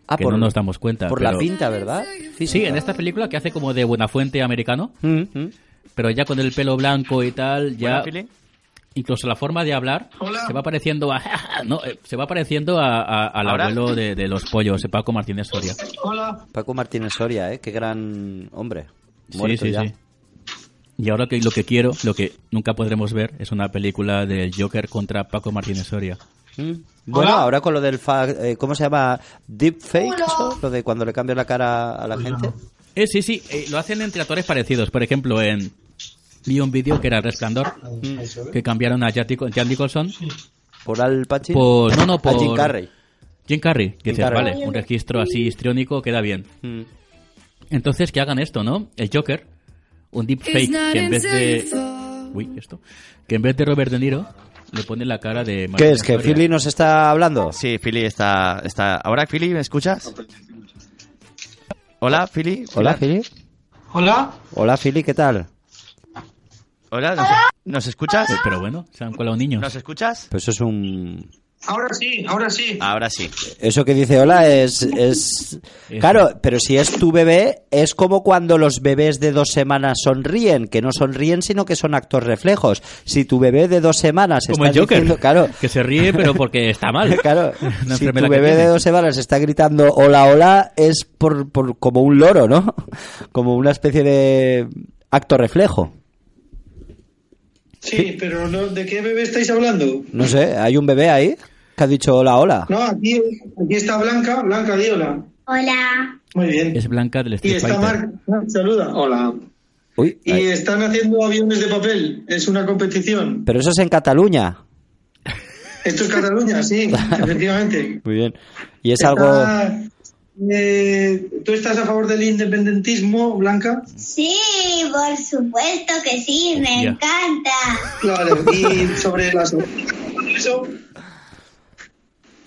[SPEAKER 5] Ah,
[SPEAKER 7] que no nos damos cuenta.
[SPEAKER 5] Por la
[SPEAKER 7] pero-
[SPEAKER 5] pinta, ¿verdad?
[SPEAKER 7] Sí, en esta película que hace como de Buenafuente americano,
[SPEAKER 5] Mm, mm.
[SPEAKER 7] pero ya con el pelo blanco y tal, ya
[SPEAKER 6] Buena feeling.
[SPEAKER 7] incluso la forma de hablar
[SPEAKER 8] Hola.
[SPEAKER 7] se va pareciendo a *laughs* no, eh, se va pareciendo a, a- al
[SPEAKER 6] Ahora.
[SPEAKER 7] abuelo de, de los pollos, de Paco Martínez Soria.
[SPEAKER 8] Hola.
[SPEAKER 5] Paco Martínez Soria, ¿eh? Qué gran hombre.
[SPEAKER 7] Sí,
[SPEAKER 5] Muerto
[SPEAKER 7] sí,
[SPEAKER 5] ya.
[SPEAKER 7] sí. Y ahora que lo que quiero, lo que nunca podremos ver, es una película del Joker contra Paco Martínez Soria.
[SPEAKER 5] Mm. Bueno,
[SPEAKER 8] Hola.
[SPEAKER 5] ahora con lo del... fa- eh, ¿Cómo se llama? ¿Deepfake? eso? Lo de cuando le cambian la cara a la gente.
[SPEAKER 7] Eh, sí, sí, eh, lo hacen entre actores parecidos. Por ejemplo, en vi un vídeo que era El Resplandor,
[SPEAKER 5] Mm.
[SPEAKER 7] que cambiaron a Jack Nichol- Jack Nicholson
[SPEAKER 5] ¿Por Al Pacino?
[SPEAKER 7] por... No, no,
[SPEAKER 5] A
[SPEAKER 7] por...
[SPEAKER 5] Jim Carrey.
[SPEAKER 7] Jim Carrey. Que
[SPEAKER 5] Jim
[SPEAKER 7] dices,
[SPEAKER 5] Carrey.
[SPEAKER 7] vale, un registro así histriónico queda bien.
[SPEAKER 5] Mm.
[SPEAKER 7] Entonces, que hagan esto, ¿no? El Joker, un deepfake, que en vez de... Uy, esto. Que en vez de Robert De Niro, le ponen la cara de...
[SPEAKER 5] ¿Qué
[SPEAKER 7] Martin
[SPEAKER 5] es? ¿Que
[SPEAKER 7] Soria.
[SPEAKER 5] Philly nos está hablando?
[SPEAKER 6] Sí, Philly está, está. Ahora, Philly, ¿me escuchas? Hola, Philly.
[SPEAKER 5] Hola, Philly.
[SPEAKER 8] Hola.
[SPEAKER 5] Hola, Philly, ¿qué tal?
[SPEAKER 6] Hola, ¿nos, ¿nos escuchas?
[SPEAKER 7] Pero- Pero bueno, se han colado niños.
[SPEAKER 6] ¿Nos escuchas?
[SPEAKER 5] Pues eso es un...
[SPEAKER 8] Ahora sí, ahora sí.
[SPEAKER 5] Ah.
[SPEAKER 6] Ahora sí.
[SPEAKER 5] Eso que dice hola es, es... Claro, pero si es tu bebé, es como cuando los bebés de dos semanas sonríen, que no sonríen, sino que son actos reflejos. Si tu bebé de dos semanas
[SPEAKER 7] Como
[SPEAKER 5] está
[SPEAKER 7] el Joker,
[SPEAKER 5] diciendo-
[SPEAKER 7] *laughs*
[SPEAKER 5] Claro,
[SPEAKER 7] que se ríe, pero porque está mal.
[SPEAKER 5] *laughs* claro.
[SPEAKER 7] Una
[SPEAKER 5] si
[SPEAKER 7] enfermedad
[SPEAKER 5] tu
[SPEAKER 7] que
[SPEAKER 5] bebé de
[SPEAKER 7] tiene.
[SPEAKER 5] dos semanas está gritando hola, hola, es por, por como un loro, ¿no? *laughs* Como una especie de acto reflejo.
[SPEAKER 8] Sí, pero no, ¿de qué bebé estáis hablando?
[SPEAKER 5] No sé, hay un bebé ahí que ha dicho hola, hola.
[SPEAKER 8] No, aquí, aquí está Blanca, Blanca, di hola.
[SPEAKER 3] Hola.
[SPEAKER 8] Muy bien.
[SPEAKER 7] Es Blanca del
[SPEAKER 8] y
[SPEAKER 7] Street
[SPEAKER 8] está
[SPEAKER 7] Fighter.
[SPEAKER 8] Marc, Marc, saluda. Hola.
[SPEAKER 5] Uy,
[SPEAKER 8] Y
[SPEAKER 5] ay.
[SPEAKER 8] están haciendo aviones de papel, es una competición.
[SPEAKER 5] pero eso es en Cataluña.
[SPEAKER 8] Esto es Cataluña,
[SPEAKER 7] *laughs*
[SPEAKER 8] sí, efectivamente.
[SPEAKER 5] Muy bien. Y es
[SPEAKER 8] Está-
[SPEAKER 5] algo...
[SPEAKER 8] eh, ¿Tú estás a favor del independentismo, Blanca?
[SPEAKER 3] Sí, por supuesto que sí, me
[SPEAKER 7] Hostia.
[SPEAKER 3] encanta.
[SPEAKER 8] Claro, y sobre las. *laughs* Eso,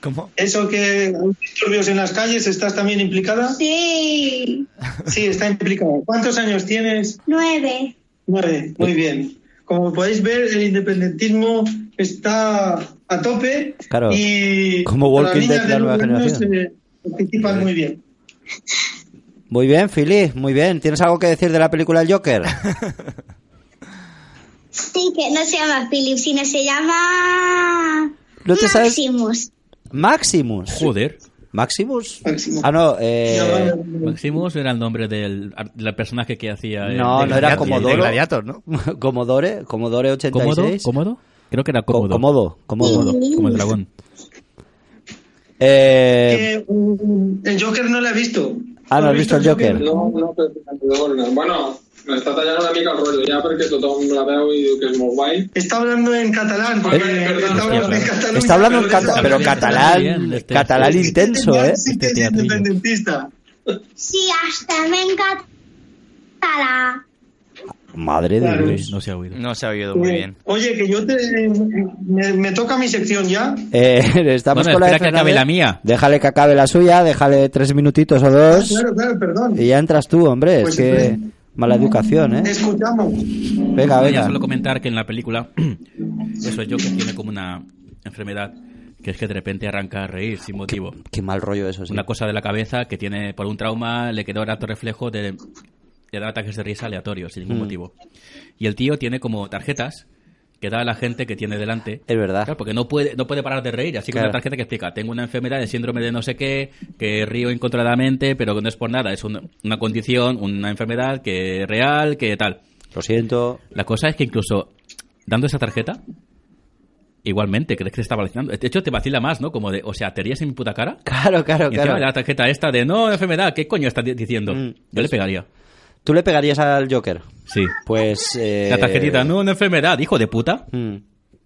[SPEAKER 6] ¿Cómo?
[SPEAKER 8] eso que hay disturbios en las calles, ¿estás también implicada?
[SPEAKER 3] Sí,
[SPEAKER 8] Sí, está implicada. ¿Cuántos años tienes?
[SPEAKER 3] nueve.
[SPEAKER 8] Nueve, muy bien. Como podéis ver, el independentismo está a tope
[SPEAKER 5] Claro.
[SPEAKER 8] y
[SPEAKER 5] Como Walking
[SPEAKER 8] las
[SPEAKER 5] Dead,
[SPEAKER 8] niñas
[SPEAKER 5] la
[SPEAKER 8] de
[SPEAKER 5] nueva
[SPEAKER 8] nueve años,
[SPEAKER 5] generación.
[SPEAKER 8] eh, participan muy bien.
[SPEAKER 5] Muy bien, Fili, muy bien. ¿Tienes algo que decir de la película El Joker?
[SPEAKER 7] *laughs*
[SPEAKER 3] Sí, que no se llama Philip, sino se llama...
[SPEAKER 5] ¿No te sabes?
[SPEAKER 3] Maximus.
[SPEAKER 5] Maximus.
[SPEAKER 7] Joder.
[SPEAKER 5] Maximus.
[SPEAKER 8] Máximo.
[SPEAKER 5] Ah, no, eh,
[SPEAKER 7] Maximus era el nombre del, ar- del personaje que hacía. el-
[SPEAKER 5] No,
[SPEAKER 7] el
[SPEAKER 5] no era
[SPEAKER 7] Gladiator.
[SPEAKER 5] Comodoro.
[SPEAKER 6] De Gladiator, ¿no?
[SPEAKER 5] *laughs* Comodore, Comodore
[SPEAKER 7] ¿Cómodo?
[SPEAKER 5] 86.
[SPEAKER 7] ¿Cómodo? Creo que era
[SPEAKER 5] Co-
[SPEAKER 7] cómodo.
[SPEAKER 5] Comodo, Comodo.
[SPEAKER 3] Sí.
[SPEAKER 7] Como el dragón.
[SPEAKER 5] Eh,
[SPEAKER 8] Que, um, el Joker no la he visto.
[SPEAKER 5] ah, no has
[SPEAKER 8] he
[SPEAKER 5] visto el Joker.
[SPEAKER 9] No, no, però perdona. Bueno, m'està tallant una mica el rotllo ja perquè tothom la veu i diu que és molt guai.
[SPEAKER 8] Está hablando en catalán. porque
[SPEAKER 9] Eh, perdón.
[SPEAKER 8] está hablando en
[SPEAKER 7] Hostia,
[SPEAKER 8] catalán.
[SPEAKER 5] Está hablando en
[SPEAKER 8] catalán.
[SPEAKER 5] cata- pero
[SPEAKER 7] bien, está bien,
[SPEAKER 5] catalán,
[SPEAKER 7] este-
[SPEAKER 5] catalán intenso, ¿eh?
[SPEAKER 8] Sí
[SPEAKER 7] Este
[SPEAKER 8] que es
[SPEAKER 7] teatrillo.
[SPEAKER 8] independentista.
[SPEAKER 3] Sí, hasta me encanta.
[SPEAKER 5] Madre de
[SPEAKER 8] Claro.
[SPEAKER 5] Dios.
[SPEAKER 7] No se ha oído.
[SPEAKER 6] No se ha oído muy bien.
[SPEAKER 8] Oye, que yo te. Me, me toca mi sección ya.
[SPEAKER 5] *laughs* Eh, estamos
[SPEAKER 7] Bueno,
[SPEAKER 5] con la de
[SPEAKER 7] espera que acabe
[SPEAKER 5] Fernández.
[SPEAKER 7] la mía.
[SPEAKER 5] Déjale que acabe la suya, déjale tres minutitos o dos.
[SPEAKER 8] Ah, Claro, claro, perdón.
[SPEAKER 5] Y ya entras tú, hombre.
[SPEAKER 8] Pues
[SPEAKER 5] es que
[SPEAKER 8] entonces-
[SPEAKER 5] mala educación, ¿eh?
[SPEAKER 8] Escuchamos.
[SPEAKER 5] Venga,
[SPEAKER 7] Voy a
[SPEAKER 5] venga.
[SPEAKER 7] solo comentar que en la película, *clears throat* eso es yo que tiene como una enfermedad, que es que de repente arranca a reír sin motivo.
[SPEAKER 5] Qué mal rollo eso, sí.
[SPEAKER 7] Una cosa de la cabeza que tiene por un trauma, le quedó el alto reflejo de, de dar ataques de risa aleatorios, sin
[SPEAKER 5] Mm.
[SPEAKER 7] ningún motivo. Y el tío tiene como tarjetas que da a la gente que tiene delante.
[SPEAKER 5] Es verdad.
[SPEAKER 7] Claro, porque no puede, no puede parar de reír. Así que
[SPEAKER 5] Claro.
[SPEAKER 7] una tarjeta que explica, tengo una enfermedad de síndrome de no sé qué, que río incontroladamente, pero que no es por nada, es una, una condición, una enfermedad que es real, que tal.
[SPEAKER 5] Lo siento.
[SPEAKER 7] La cosa es que incluso dando esa tarjeta, igualmente, crees que te está vacilando. De hecho, te vacila más, ¿no? Como de, o sea, ¿te ríes en mi puta cara?
[SPEAKER 5] Claro, claro,
[SPEAKER 7] Y encima
[SPEAKER 5] claro.
[SPEAKER 7] la tarjeta esta de, no, enfermedad, ¿qué coño estás di- diciendo?
[SPEAKER 5] Mm,
[SPEAKER 7] Yo le
[SPEAKER 5] eso.
[SPEAKER 7] pegaría.
[SPEAKER 5] ¿Tú le pegarías al Joker?
[SPEAKER 7] Sí.
[SPEAKER 5] Pues... eh,
[SPEAKER 7] La tarjetita, no, una enfermedad, hijo de puta.
[SPEAKER 5] mm,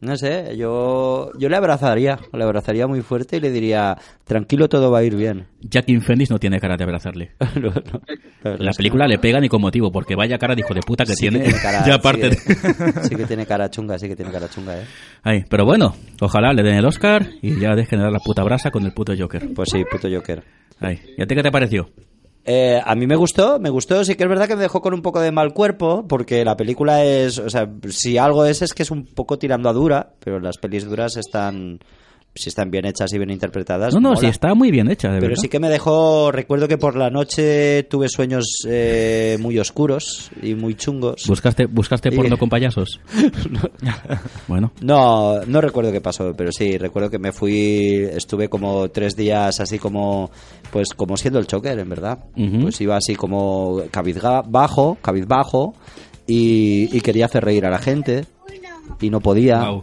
[SPEAKER 5] No sé, yo, yo le abrazaría, le abrazaría muy fuerte y le diría, tranquilo, todo va a ir bien.
[SPEAKER 7] Jackie Phoenix no tiene cara de abrazarle.
[SPEAKER 5] *laughs* No, no.
[SPEAKER 7] En la película le pega ni con motivo, porque vaya cara de hijo de puta que tiene. *laughs* ya aparte.
[SPEAKER 5] sí,
[SPEAKER 7] de-
[SPEAKER 5] que- sí que tiene cara chunga, sí que tiene cara chunga, ¿eh?
[SPEAKER 7] Ay, pero bueno, ojalá le den el Oscar y ya dejen de dar la puta brasa con el puto Joker.
[SPEAKER 5] Pues sí, puto Joker.
[SPEAKER 7] Ay, ¿y a ti qué te pareció?
[SPEAKER 5] Eh, a mí me gustó, me gustó. Sí que es verdad que me dejó con un poco de mal cuerpo, porque la película es, o sea, si algo es, es que es un poco tirando a dura, pero las pelis duras están, si están bien hechas y bien interpretadas.
[SPEAKER 7] No, no,
[SPEAKER 5] mola.
[SPEAKER 7] sí, está muy bien hecha, de
[SPEAKER 5] Pero
[SPEAKER 7] verdad.
[SPEAKER 5] sí que me dejó, recuerdo que por la noche tuve sueños eh, muy oscuros y muy chungos.
[SPEAKER 7] ¿Buscaste, buscaste
[SPEAKER 5] Sí.
[SPEAKER 7] porno
[SPEAKER 5] *laughs*
[SPEAKER 7] con payasos? Bueno.
[SPEAKER 5] No, no recuerdo qué pasó, pero sí, recuerdo que me fui, estuve como tres días así como, pues como siendo el choker, en verdad.
[SPEAKER 7] Ujú.
[SPEAKER 5] Pues iba así como cabizbajo, cabizbajo, y, y quería hacer reír a la gente, y no podía.
[SPEAKER 7] Au.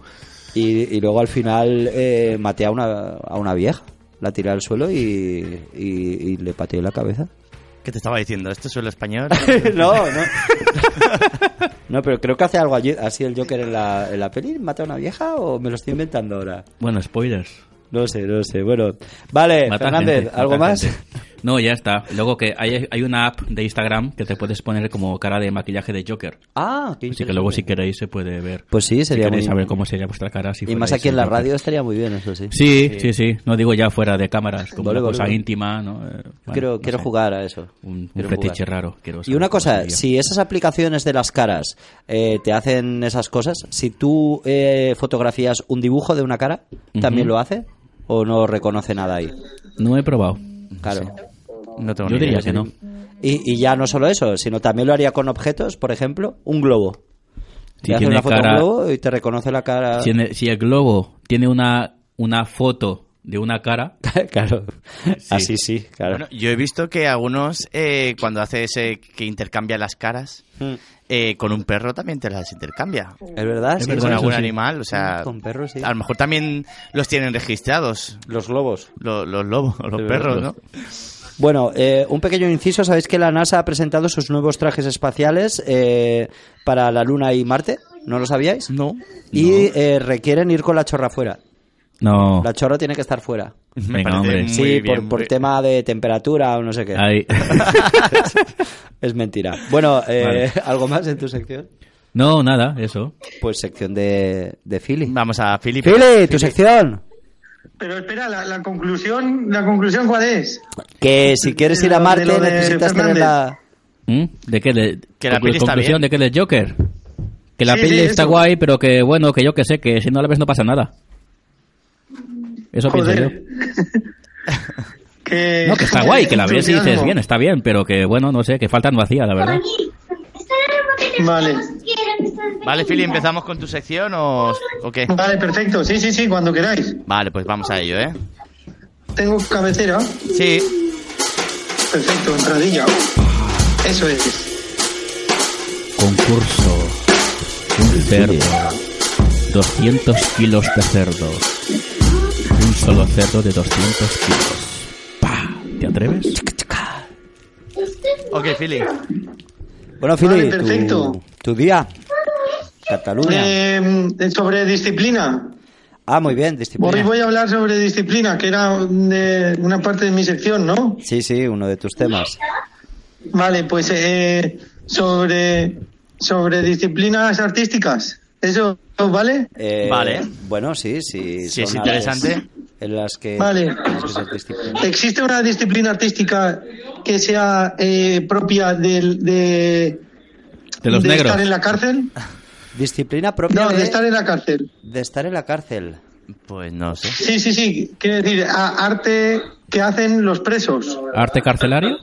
[SPEAKER 5] Y, y luego al final eh, maté a una, a una vieja, la tiré al suelo y, y, y le pateé la cabeza.
[SPEAKER 6] ¿Qué te estaba diciendo? ¿Esto es el español?
[SPEAKER 5] no, no. *laughs* No, pero creo que hace algo allí- así el Joker en la, en la peli. ¿Mata a una vieja o me lo estoy inventando ahora?
[SPEAKER 7] Bueno, spoilers.
[SPEAKER 5] No sé, no sé. Bueno, vale,
[SPEAKER 7] Matar
[SPEAKER 5] Eh, Fernández,
[SPEAKER 7] gente,
[SPEAKER 5] ¿algo
[SPEAKER 7] matar
[SPEAKER 5] más?
[SPEAKER 7] gente. No, ya está. Luego que hay, hay una app de Instagram que te puedes poner como cara de maquillaje de Joker.
[SPEAKER 5] Ah, qué
[SPEAKER 7] Así Pues que luego si
[SPEAKER 5] interesante.
[SPEAKER 7] queréis se puede ver.
[SPEAKER 5] Pues sí, sería
[SPEAKER 7] si queréis
[SPEAKER 5] muy-
[SPEAKER 7] saber cómo sería vuestra cara. Si
[SPEAKER 5] Y más
[SPEAKER 7] fuerais
[SPEAKER 5] aquí en
[SPEAKER 7] el
[SPEAKER 5] la
[SPEAKER 7] Joker.
[SPEAKER 5] radio estaría muy bien, eso sí.
[SPEAKER 7] Sí, sí, sí. No digo ya fuera de cámaras, como
[SPEAKER 5] Vale,
[SPEAKER 7] una
[SPEAKER 5] vale,
[SPEAKER 7] cosa
[SPEAKER 5] vale.
[SPEAKER 7] íntima, ¿no? Eh, bueno,
[SPEAKER 5] quiero
[SPEAKER 7] no
[SPEAKER 5] quiero
[SPEAKER 7] sé.
[SPEAKER 5] jugar a eso.
[SPEAKER 7] Un, un
[SPEAKER 5] Quiero
[SPEAKER 7] fetiche
[SPEAKER 5] jugar.
[SPEAKER 7] raro. Quiero
[SPEAKER 5] Y
[SPEAKER 7] saber
[SPEAKER 5] una
[SPEAKER 7] cómo
[SPEAKER 5] cosa,
[SPEAKER 7] sería.
[SPEAKER 5] si esas aplicaciones de las caras eh, te hacen esas cosas, si tú eh, fotografías un dibujo de una cara, ¿también
[SPEAKER 7] Ujú.
[SPEAKER 5] lo hace? ¿O no reconoce nada ahí?
[SPEAKER 7] No he probado.
[SPEAKER 5] Claro.
[SPEAKER 6] No tengo
[SPEAKER 7] Yo
[SPEAKER 6] ni idea.
[SPEAKER 7] diría que no.
[SPEAKER 5] Y, y ya no solo eso, sino también lo haría con objetos, por ejemplo, un globo.
[SPEAKER 7] Si
[SPEAKER 5] te hace
[SPEAKER 7] tiene
[SPEAKER 5] una foto a
[SPEAKER 7] cara-
[SPEAKER 5] un globo ah. y te reconoce la cara.
[SPEAKER 7] Si, en el- si el globo tiene una, una foto de una cara,
[SPEAKER 5] *laughs* claro. Así sí, claro.
[SPEAKER 6] Bueno, yo he visto que algunos, eh, cuando hace ese que intercambia las caras,
[SPEAKER 5] Mm.
[SPEAKER 6] eh, con un perro también te las intercambia.
[SPEAKER 5] Es verdad, sí,
[SPEAKER 6] con
[SPEAKER 5] sí,
[SPEAKER 6] algún
[SPEAKER 5] sí.
[SPEAKER 6] animal, o sea...
[SPEAKER 5] Mm, con perros, sí.
[SPEAKER 6] A lo mejor también los tienen registrados,
[SPEAKER 5] Los globos.
[SPEAKER 6] lo- los lobos, *laughs* los
[SPEAKER 5] verdad,
[SPEAKER 6] perros,
[SPEAKER 5] los-
[SPEAKER 6] ¿no?
[SPEAKER 5] Bueno, eh, un pequeño inciso. Sabéis que la NASA ha presentado sus nuevos trajes espaciales eh, para la Luna y Marte. ¿No lo sabíais?
[SPEAKER 6] No.
[SPEAKER 5] Y eh, requieren ir con la chorra fuera.
[SPEAKER 7] no.
[SPEAKER 5] La chorra tiene que estar fuera.
[SPEAKER 6] Me
[SPEAKER 7] Venga,
[SPEAKER 6] parece
[SPEAKER 7] hombre.
[SPEAKER 6] muy
[SPEAKER 5] sí,
[SPEAKER 6] bien,
[SPEAKER 5] por, por
[SPEAKER 6] muy-
[SPEAKER 5] tema de temperatura o no sé qué.
[SPEAKER 8] *laughs*
[SPEAKER 7] Ahí.
[SPEAKER 5] Es mentira. Bueno, eh,
[SPEAKER 7] Vale.
[SPEAKER 5] *laughs* ¿algo más en tu sección?
[SPEAKER 7] No, nada, eso.
[SPEAKER 5] Pues sección de, de Philly.
[SPEAKER 6] Vamos a Filipe.
[SPEAKER 5] Philly, tu sección.
[SPEAKER 8] Pero espera, la, la conclusión, ¿la conclusión cuál es?
[SPEAKER 5] Que si quieres ir a
[SPEAKER 8] De lo- de
[SPEAKER 5] Marte
[SPEAKER 8] lo de
[SPEAKER 5] necesitas tener
[SPEAKER 8] Fernández.
[SPEAKER 5] la...
[SPEAKER 7] ¿Mm? ¿De qué? le-
[SPEAKER 6] Que la
[SPEAKER 7] conclu-
[SPEAKER 6] peli está
[SPEAKER 7] conclusión
[SPEAKER 6] bien.
[SPEAKER 7] de que él es Joker. Que la
[SPEAKER 8] Sí,
[SPEAKER 7] peli
[SPEAKER 8] sí,
[SPEAKER 7] está
[SPEAKER 8] eso.
[SPEAKER 7] guay, pero que bueno, que yo que sé, que si no la ves no pasa nada. Eso pienso yo.
[SPEAKER 8] Joder. *laughs* que,
[SPEAKER 7] No, que está guay, que la ves y dices
[SPEAKER 8] entusiasmo.
[SPEAKER 7] bien, está bien, pero que bueno, no sé, que falta no hacía, la verdad.
[SPEAKER 8] Vale.
[SPEAKER 6] Vale, Fili, ¿empezamos con tu sección o, o qué?
[SPEAKER 8] Vale, perfecto. Sí, sí, sí, cuando queráis.
[SPEAKER 6] Vale, pues vamos a ello, ¿eh?
[SPEAKER 8] Tengo cabecera.
[SPEAKER 6] Sí.
[SPEAKER 8] Perfecto, entradilla. Eso es.
[SPEAKER 7] Concurso. Un cerdo. 200 kilos de cerdo. Un solo cerdo de 200 kilos. ¡Pah! ¿Te atreves?
[SPEAKER 6] Ok, Fili.
[SPEAKER 5] Bueno, Philly,
[SPEAKER 8] Vale, perfecto.
[SPEAKER 5] tu, tu día. Cataluña.
[SPEAKER 8] Eh, sobre disciplina.
[SPEAKER 5] Ah, muy bien, disciplina.
[SPEAKER 8] Hoy voy a hablar sobre disciplina, que era de una parte de mi sección, ¿no?
[SPEAKER 5] Sí, sí, uno de tus temas.
[SPEAKER 8] Vale, pues eh, sobre, sobre disciplinas artísticas. ¿Eso vale?
[SPEAKER 5] Eh,
[SPEAKER 6] Vale.
[SPEAKER 5] Bueno, sí, sí.
[SPEAKER 6] Si es
[SPEAKER 5] son a las-
[SPEAKER 6] interesante.
[SPEAKER 5] en las
[SPEAKER 7] Eh,
[SPEAKER 5] que.
[SPEAKER 8] Vale.
[SPEAKER 5] en las que
[SPEAKER 7] pues
[SPEAKER 5] se disciplina.
[SPEAKER 8] ¿Existe una disciplina artística que sea eh, propia del, de,
[SPEAKER 7] De los
[SPEAKER 8] de
[SPEAKER 7] negros.
[SPEAKER 8] estar en la cárcel?
[SPEAKER 5] Disciplina propia
[SPEAKER 8] No,
[SPEAKER 5] de,
[SPEAKER 8] de estar en la cárcel.
[SPEAKER 5] de estar en la cárcel.
[SPEAKER 6] Pues no sé.
[SPEAKER 8] Sí, sí, sí. Quiero decir, a- arte que hacen los presos.
[SPEAKER 7] ¿Arte carcelario?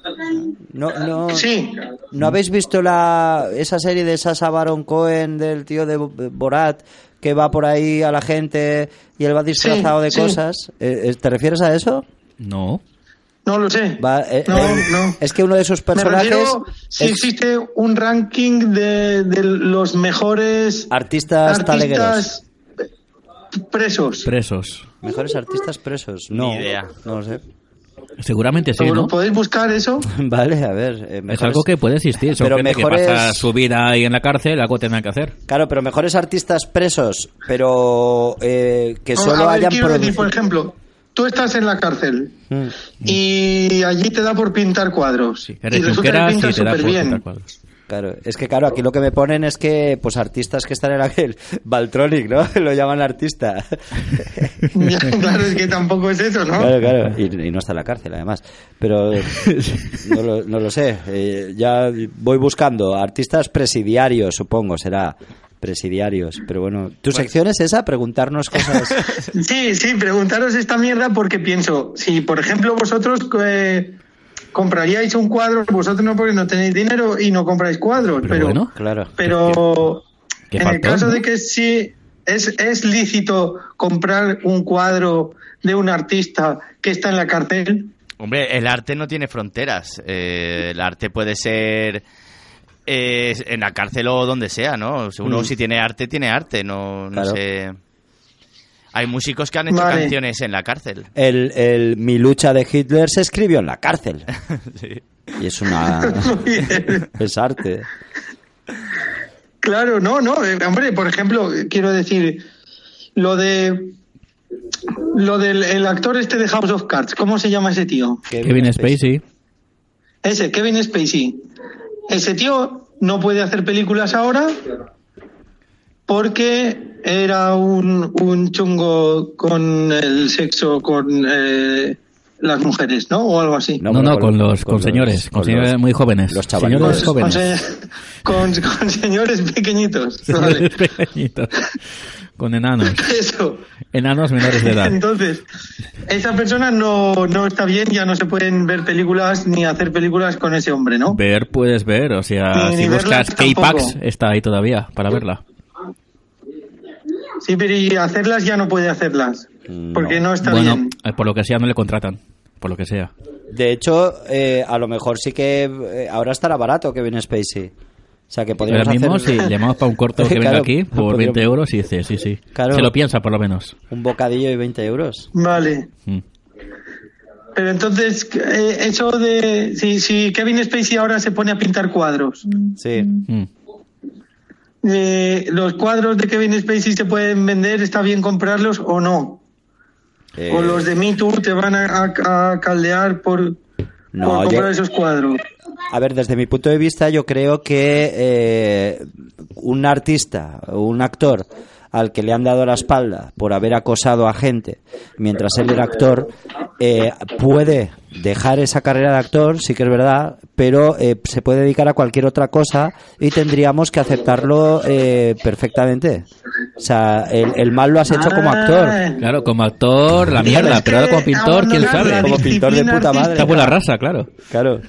[SPEAKER 5] No, no.
[SPEAKER 8] Sí.
[SPEAKER 5] ¿No habéis visto la, esa serie de Sasa Baron Cohen del tío de Bo- Borat que va por ahí a la gente y él va disfrazado de
[SPEAKER 8] sí.
[SPEAKER 5] cosas? Eh, eh, ¿Te refieres a eso?
[SPEAKER 7] No.
[SPEAKER 8] No lo sé.
[SPEAKER 5] Va, eh,
[SPEAKER 8] no,
[SPEAKER 5] eh,
[SPEAKER 8] no.
[SPEAKER 5] Es que uno de sus personajes
[SPEAKER 8] Me refiero si
[SPEAKER 5] es
[SPEAKER 8] existe un ranking de, de los mejores
[SPEAKER 5] artistas talegueros.
[SPEAKER 8] artistas presos.
[SPEAKER 7] Presos.
[SPEAKER 5] Mejores artistas presos. No,
[SPEAKER 6] Ni idea.
[SPEAKER 5] no lo sé. *laughs*
[SPEAKER 7] Seguramente sí,
[SPEAKER 8] ¿Lo
[SPEAKER 7] ¿no?
[SPEAKER 8] podéis buscar eso?
[SPEAKER 5] Vale, a ver. eh,
[SPEAKER 7] Es
[SPEAKER 5] mejores-
[SPEAKER 7] algo que puede existir. Son
[SPEAKER 5] Pero
[SPEAKER 7] gente
[SPEAKER 5] mejores-
[SPEAKER 7] que pasa su vida ahí en la cárcel, algo tendrán que hacer.
[SPEAKER 5] Claro, pero mejores artistas presos, pero eh, que
[SPEAKER 8] Oh, A
[SPEAKER 5] solo
[SPEAKER 8] ver,
[SPEAKER 5] hayan
[SPEAKER 8] quiero decir, pues- por
[SPEAKER 5] producido.
[SPEAKER 8] ejemplo, tú estás en la cárcel
[SPEAKER 5] Mm.
[SPEAKER 8] y allí te da por pintar cuadros.
[SPEAKER 7] Sí,
[SPEAKER 8] y
[SPEAKER 7] eres
[SPEAKER 8] resulta que
[SPEAKER 7] yunqueras y
[SPEAKER 8] pintas
[SPEAKER 7] te da
[SPEAKER 8] súper
[SPEAKER 7] por pintar
[SPEAKER 8] bien.
[SPEAKER 7] cuadros.
[SPEAKER 5] Claro, es que claro, aquí lo que me ponen es que pues artistas que están en aquel *laughs* Baltronic, ¿no? *laughs* Lo llaman artista.
[SPEAKER 8] *laughs* Ya, claro, es que tampoco es eso, ¿no?
[SPEAKER 5] Claro, claro, y, y no está en la cárcel además. Pero eh, no lo, no lo sé, Eh, ya voy buscando artistas presidiarios, supongo, será presidiarios, pero bueno, tu sección es esa, preguntarnos
[SPEAKER 8] *laughs*
[SPEAKER 5] cosas.
[SPEAKER 8] Sí, sí, preguntaros esta mierda porque pienso, si por ejemplo vosotros eh, compraríais un cuadro, vosotros no porque no tenéis dinero y no compráis cuadros,
[SPEAKER 7] Pero
[SPEAKER 8] pero, pero,
[SPEAKER 7] bueno.
[SPEAKER 5] Claro.
[SPEAKER 7] Qué
[SPEAKER 8] en el
[SPEAKER 7] faltón,
[SPEAKER 8] caso
[SPEAKER 7] ¿no?
[SPEAKER 8] de que sí es, es lícito comprar un cuadro de un artista que está en la cárcel,
[SPEAKER 6] Hombre, el arte no tiene fronteras. Eh, el arte puede ser eh, en la cárcel o donde sea, ¿no? Uno
[SPEAKER 5] Mm.
[SPEAKER 6] si tiene arte, tiene arte, no, no
[SPEAKER 5] Claro.
[SPEAKER 6] sé. Hay músicos que han hecho
[SPEAKER 8] Vale.
[SPEAKER 6] canciones en la cárcel.
[SPEAKER 5] El, el Mi lucha de Hitler se escribió en la cárcel. Y es
[SPEAKER 8] *laughs*
[SPEAKER 5] una... *laughs* es arte.
[SPEAKER 8] Claro, no, no, eh, hombre, por ejemplo, eh, quiero decir, lo de lo del el actor este de House of Cards, ¿cómo se llama ese tío?
[SPEAKER 7] Kevin Spacey.
[SPEAKER 8] Ese, Kevin Spacey. Ese tío no puede hacer películas ahora porque era un, un chungo con el sexo con eh, las mujeres, ¿no? O algo así.
[SPEAKER 7] No, no,
[SPEAKER 5] bueno,
[SPEAKER 7] con, los con señores, con, señores muy jóvenes.
[SPEAKER 5] los chavales.
[SPEAKER 8] con,
[SPEAKER 7] señores
[SPEAKER 8] con
[SPEAKER 7] jóvenes.
[SPEAKER 8] se- con- con señores pequeñitos.
[SPEAKER 7] *laughs*
[SPEAKER 8] Vale.
[SPEAKER 7] Señores pequeñitos. Con enanos.
[SPEAKER 8] Eso.
[SPEAKER 7] Enanos menores de edad.
[SPEAKER 8] Entonces, esa persona no, no está bien, ya no se pueden ver películas ni hacer películas con ese hombre, ¿no?
[SPEAKER 7] Ver puedes ver, o sea,
[SPEAKER 8] Ni-
[SPEAKER 7] si
[SPEAKER 8] ni verla
[SPEAKER 7] buscas K-Pax,
[SPEAKER 8] tampoco.
[SPEAKER 7] está ahí todavía para verla.
[SPEAKER 8] Sí, pero y hacerlas ya no puede hacerlas, porque no, está
[SPEAKER 7] bueno,
[SPEAKER 8] bien.
[SPEAKER 7] eh, por lo que sea, no le contratan. Por lo que sea.
[SPEAKER 5] De hecho, eh, a lo mejor sí que eh, ahora estará barato Kevin Spacey. O sea, que podríamos
[SPEAKER 7] Ahora mismo,
[SPEAKER 5] hacer *laughs*
[SPEAKER 7] si llamamos para un corto que venga
[SPEAKER 5] Claro,
[SPEAKER 7] aquí, por
[SPEAKER 5] podríamos-
[SPEAKER 7] 20 euros, y dice, sí, sí.
[SPEAKER 5] Claro.
[SPEAKER 7] Se lo piensa, por lo menos.
[SPEAKER 5] un bocadillo y 20 euros.
[SPEAKER 8] Vale.
[SPEAKER 7] Mm.
[SPEAKER 8] Pero entonces, eh, eso de. Si, si Kevin Spacey ahora se pone a pintar cuadros,
[SPEAKER 5] Sí.
[SPEAKER 7] Mm.
[SPEAKER 8] eh, ¿los cuadros de Kevin Spacey se pueden vender? ¿Está bien comprarlos o no?
[SPEAKER 5] Eh,
[SPEAKER 8] ¿O los de Me Too te van a, a- a caldear por,
[SPEAKER 5] No, yo-
[SPEAKER 8] por comprar esos cuadros?
[SPEAKER 5] A ver, desde mi punto de vista, yo creo que eh, un artista, un actor al que le han dado la espalda por haber acosado a gente mientras él era actor, eh, puede dejar esa carrera de actor, sí que es verdad, pero eh, se puede dedicar a cualquier otra cosa y tendríamos que aceptarlo eh, perfectamente. O sea, el, el mal lo has hecho como actor.
[SPEAKER 8] Ah,
[SPEAKER 7] Claro, como actor, la mierda,
[SPEAKER 8] Es
[SPEAKER 7] pero ahora
[SPEAKER 8] que
[SPEAKER 7] como pintor, quién
[SPEAKER 8] abandonar
[SPEAKER 7] sabe.
[SPEAKER 8] la
[SPEAKER 5] Como pintor de
[SPEAKER 8] disciplina
[SPEAKER 5] puta madre.
[SPEAKER 7] Está
[SPEAKER 8] artística-
[SPEAKER 5] Tienes
[SPEAKER 7] buena raza, claro.
[SPEAKER 5] Claro.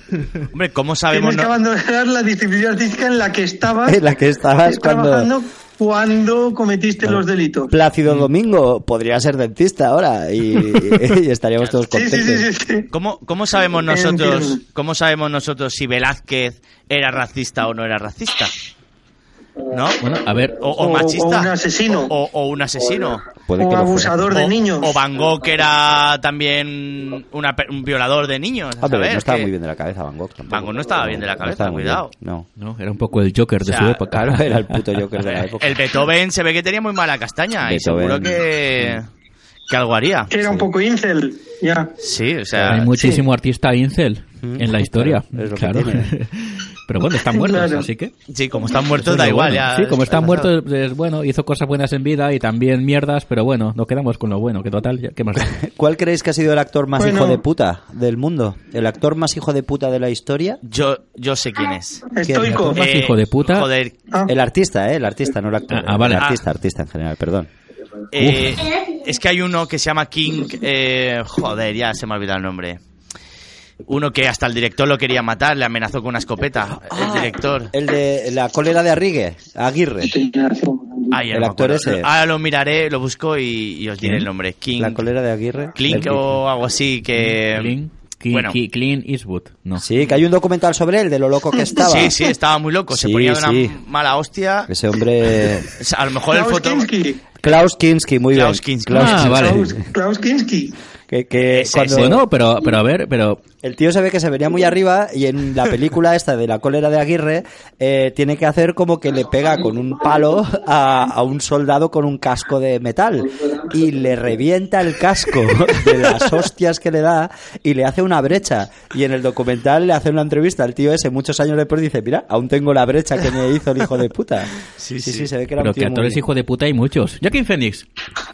[SPEAKER 6] Hombre, ¿cómo sabemos?
[SPEAKER 8] Tienes que
[SPEAKER 6] no-
[SPEAKER 8] abandonar la disciplina artística en la que
[SPEAKER 5] *laughs*
[SPEAKER 8] estabas,
[SPEAKER 5] En la que estabas cuando-
[SPEAKER 8] trabajando cuando cometiste los delitos.
[SPEAKER 7] Mm.
[SPEAKER 5] Plácido Domingo podría ser dentista ahora y, y estaríamos
[SPEAKER 6] *laughs*
[SPEAKER 5] todos
[SPEAKER 8] Sí,
[SPEAKER 5] contentos.
[SPEAKER 8] sí, sí, sí, sí.
[SPEAKER 6] ¿Cómo, cómo sabemos nosotros
[SPEAKER 8] Entiendo.
[SPEAKER 6] cómo sabemos nosotros si Velázquez era racista o no era racista? ¿No?
[SPEAKER 7] Bueno, a ver, oh.
[SPEAKER 6] o, o
[SPEAKER 8] O-
[SPEAKER 6] machista.
[SPEAKER 8] o un asesino.
[SPEAKER 6] O, o un asesino.
[SPEAKER 5] Puede
[SPEAKER 8] o
[SPEAKER 5] que lo fuera.
[SPEAKER 8] abusador de
[SPEAKER 6] O-
[SPEAKER 8] niños.
[SPEAKER 6] O Van Gogh que era también una pe- un violador de niños.
[SPEAKER 5] Ah, pero
[SPEAKER 6] ¿sabes?
[SPEAKER 5] no estaba
[SPEAKER 6] Que
[SPEAKER 5] muy bien de la cabeza Van Gogh tampoco.
[SPEAKER 6] Van Gogh no estaba bien de la
[SPEAKER 5] No
[SPEAKER 6] cabeza,
[SPEAKER 5] estaba muy bien,
[SPEAKER 6] cuidado.
[SPEAKER 5] No.
[SPEAKER 7] no, era un poco el Joker de
[SPEAKER 6] O sea,
[SPEAKER 7] su época.
[SPEAKER 5] Claro, era el
[SPEAKER 7] *laughs*
[SPEAKER 5] puto Joker de la época.
[SPEAKER 6] *laughs* El Beethoven se ve que tenía muy mala castaña y
[SPEAKER 5] Beethoven.
[SPEAKER 6] seguro que, que algo haría.
[SPEAKER 8] Que era un poco incel, ya.
[SPEAKER 6] Sí, o sea,
[SPEAKER 7] Hay muchísimo artista incel en la historia.
[SPEAKER 5] claro, Mm, es lo que
[SPEAKER 7] claro.
[SPEAKER 5] tiene.
[SPEAKER 7] *laughs* Pero bueno, están muertos,
[SPEAKER 8] Claro.
[SPEAKER 7] así que...
[SPEAKER 6] Sí, como están
[SPEAKER 7] eso
[SPEAKER 6] muertos,
[SPEAKER 7] es
[SPEAKER 6] da
[SPEAKER 7] lo
[SPEAKER 6] igual.
[SPEAKER 7] bueno.
[SPEAKER 6] ya
[SPEAKER 7] sí, como
[SPEAKER 6] es-
[SPEAKER 7] están
[SPEAKER 6] es-
[SPEAKER 7] muertos, es bueno, hizo cosas buenas en vida y también mierdas, pero bueno, nos quedamos con lo bueno, que total, ya- ¿qué más?
[SPEAKER 5] *laughs*
[SPEAKER 7] da?
[SPEAKER 5] ¿Cuál creéis que ha sido el actor más
[SPEAKER 8] Bueno.
[SPEAKER 5] hijo de puta del mundo? ¿El actor más hijo de puta de la historia?
[SPEAKER 6] Yo, yo sé quién es. Eh,
[SPEAKER 8] Estoico.
[SPEAKER 7] ¿Quién? Más hijo de puta.
[SPEAKER 6] Joder.
[SPEAKER 8] Ah,
[SPEAKER 5] El artista, ¿eh? El artista, no el actor.
[SPEAKER 7] Ah, ah, vale.
[SPEAKER 5] El artista, artista en general, perdón.
[SPEAKER 6] eh, es que hay uno que se llama King. eh, joder, ya se me ha olvidado el nombre. Uno que hasta el director lo quería matar, le amenazó con una escopeta. El director.
[SPEAKER 5] Ah. El de la cólera de Arrigue, Aguirre.
[SPEAKER 6] Ay, ya
[SPEAKER 5] el
[SPEAKER 6] no me
[SPEAKER 5] actor
[SPEAKER 6] acuerdo.
[SPEAKER 5] ese.
[SPEAKER 6] Ahora lo miraré, lo busco y, y os diré
[SPEAKER 7] ¿Quién?
[SPEAKER 6] el nombre. King.
[SPEAKER 5] La cólera de Aguirre.
[SPEAKER 6] Clink
[SPEAKER 5] El-
[SPEAKER 6] o algo así que.
[SPEAKER 7] Clean, Clean,
[SPEAKER 6] bueno.
[SPEAKER 7] Clean Eastwood, no.
[SPEAKER 5] Eh, Sí, que hay un documental sobre él, de lo
[SPEAKER 6] *laughs*
[SPEAKER 5] loco que estaba.
[SPEAKER 6] Sí, sí, estaba muy loco. Se
[SPEAKER 5] Sí,
[SPEAKER 6] ponía de una
[SPEAKER 5] sí.
[SPEAKER 6] mala hostia.
[SPEAKER 5] Ese hombre...
[SPEAKER 6] O sea, a lo mejor el
[SPEAKER 8] Klaus
[SPEAKER 6] foto.
[SPEAKER 8] Kinski.
[SPEAKER 5] Klaus Kinski, muy
[SPEAKER 6] Klaus
[SPEAKER 5] bien.
[SPEAKER 6] Kinski. Eh,
[SPEAKER 5] Klaus
[SPEAKER 7] Ah,
[SPEAKER 5] Kinski.
[SPEAKER 7] vale.
[SPEAKER 8] Klaus, Klaus Kinski.
[SPEAKER 5] Que, que
[SPEAKER 6] Ese,
[SPEAKER 5] cuando-
[SPEAKER 6] ese.
[SPEAKER 7] Bueno, pero, pero a ver, pero
[SPEAKER 5] El tío se ve que se venía muy arriba y en la película esta de la cólera de Aguirre eh, tiene que hacer como que le pega con un palo a, a un soldado con un casco de metal y le revienta el casco de las hostias que le da y le hace una brecha. Y en el documental le hace una entrevista al tío ese muchos años después dice, mira, aún tengo la brecha que me hizo el hijo de puta.
[SPEAKER 6] Sí, sí.
[SPEAKER 5] se ve que era
[SPEAKER 7] Pero
[SPEAKER 5] un tío
[SPEAKER 7] que actores
[SPEAKER 5] muy-
[SPEAKER 7] hijo de puta hay muchos. Joaquín Phoenix,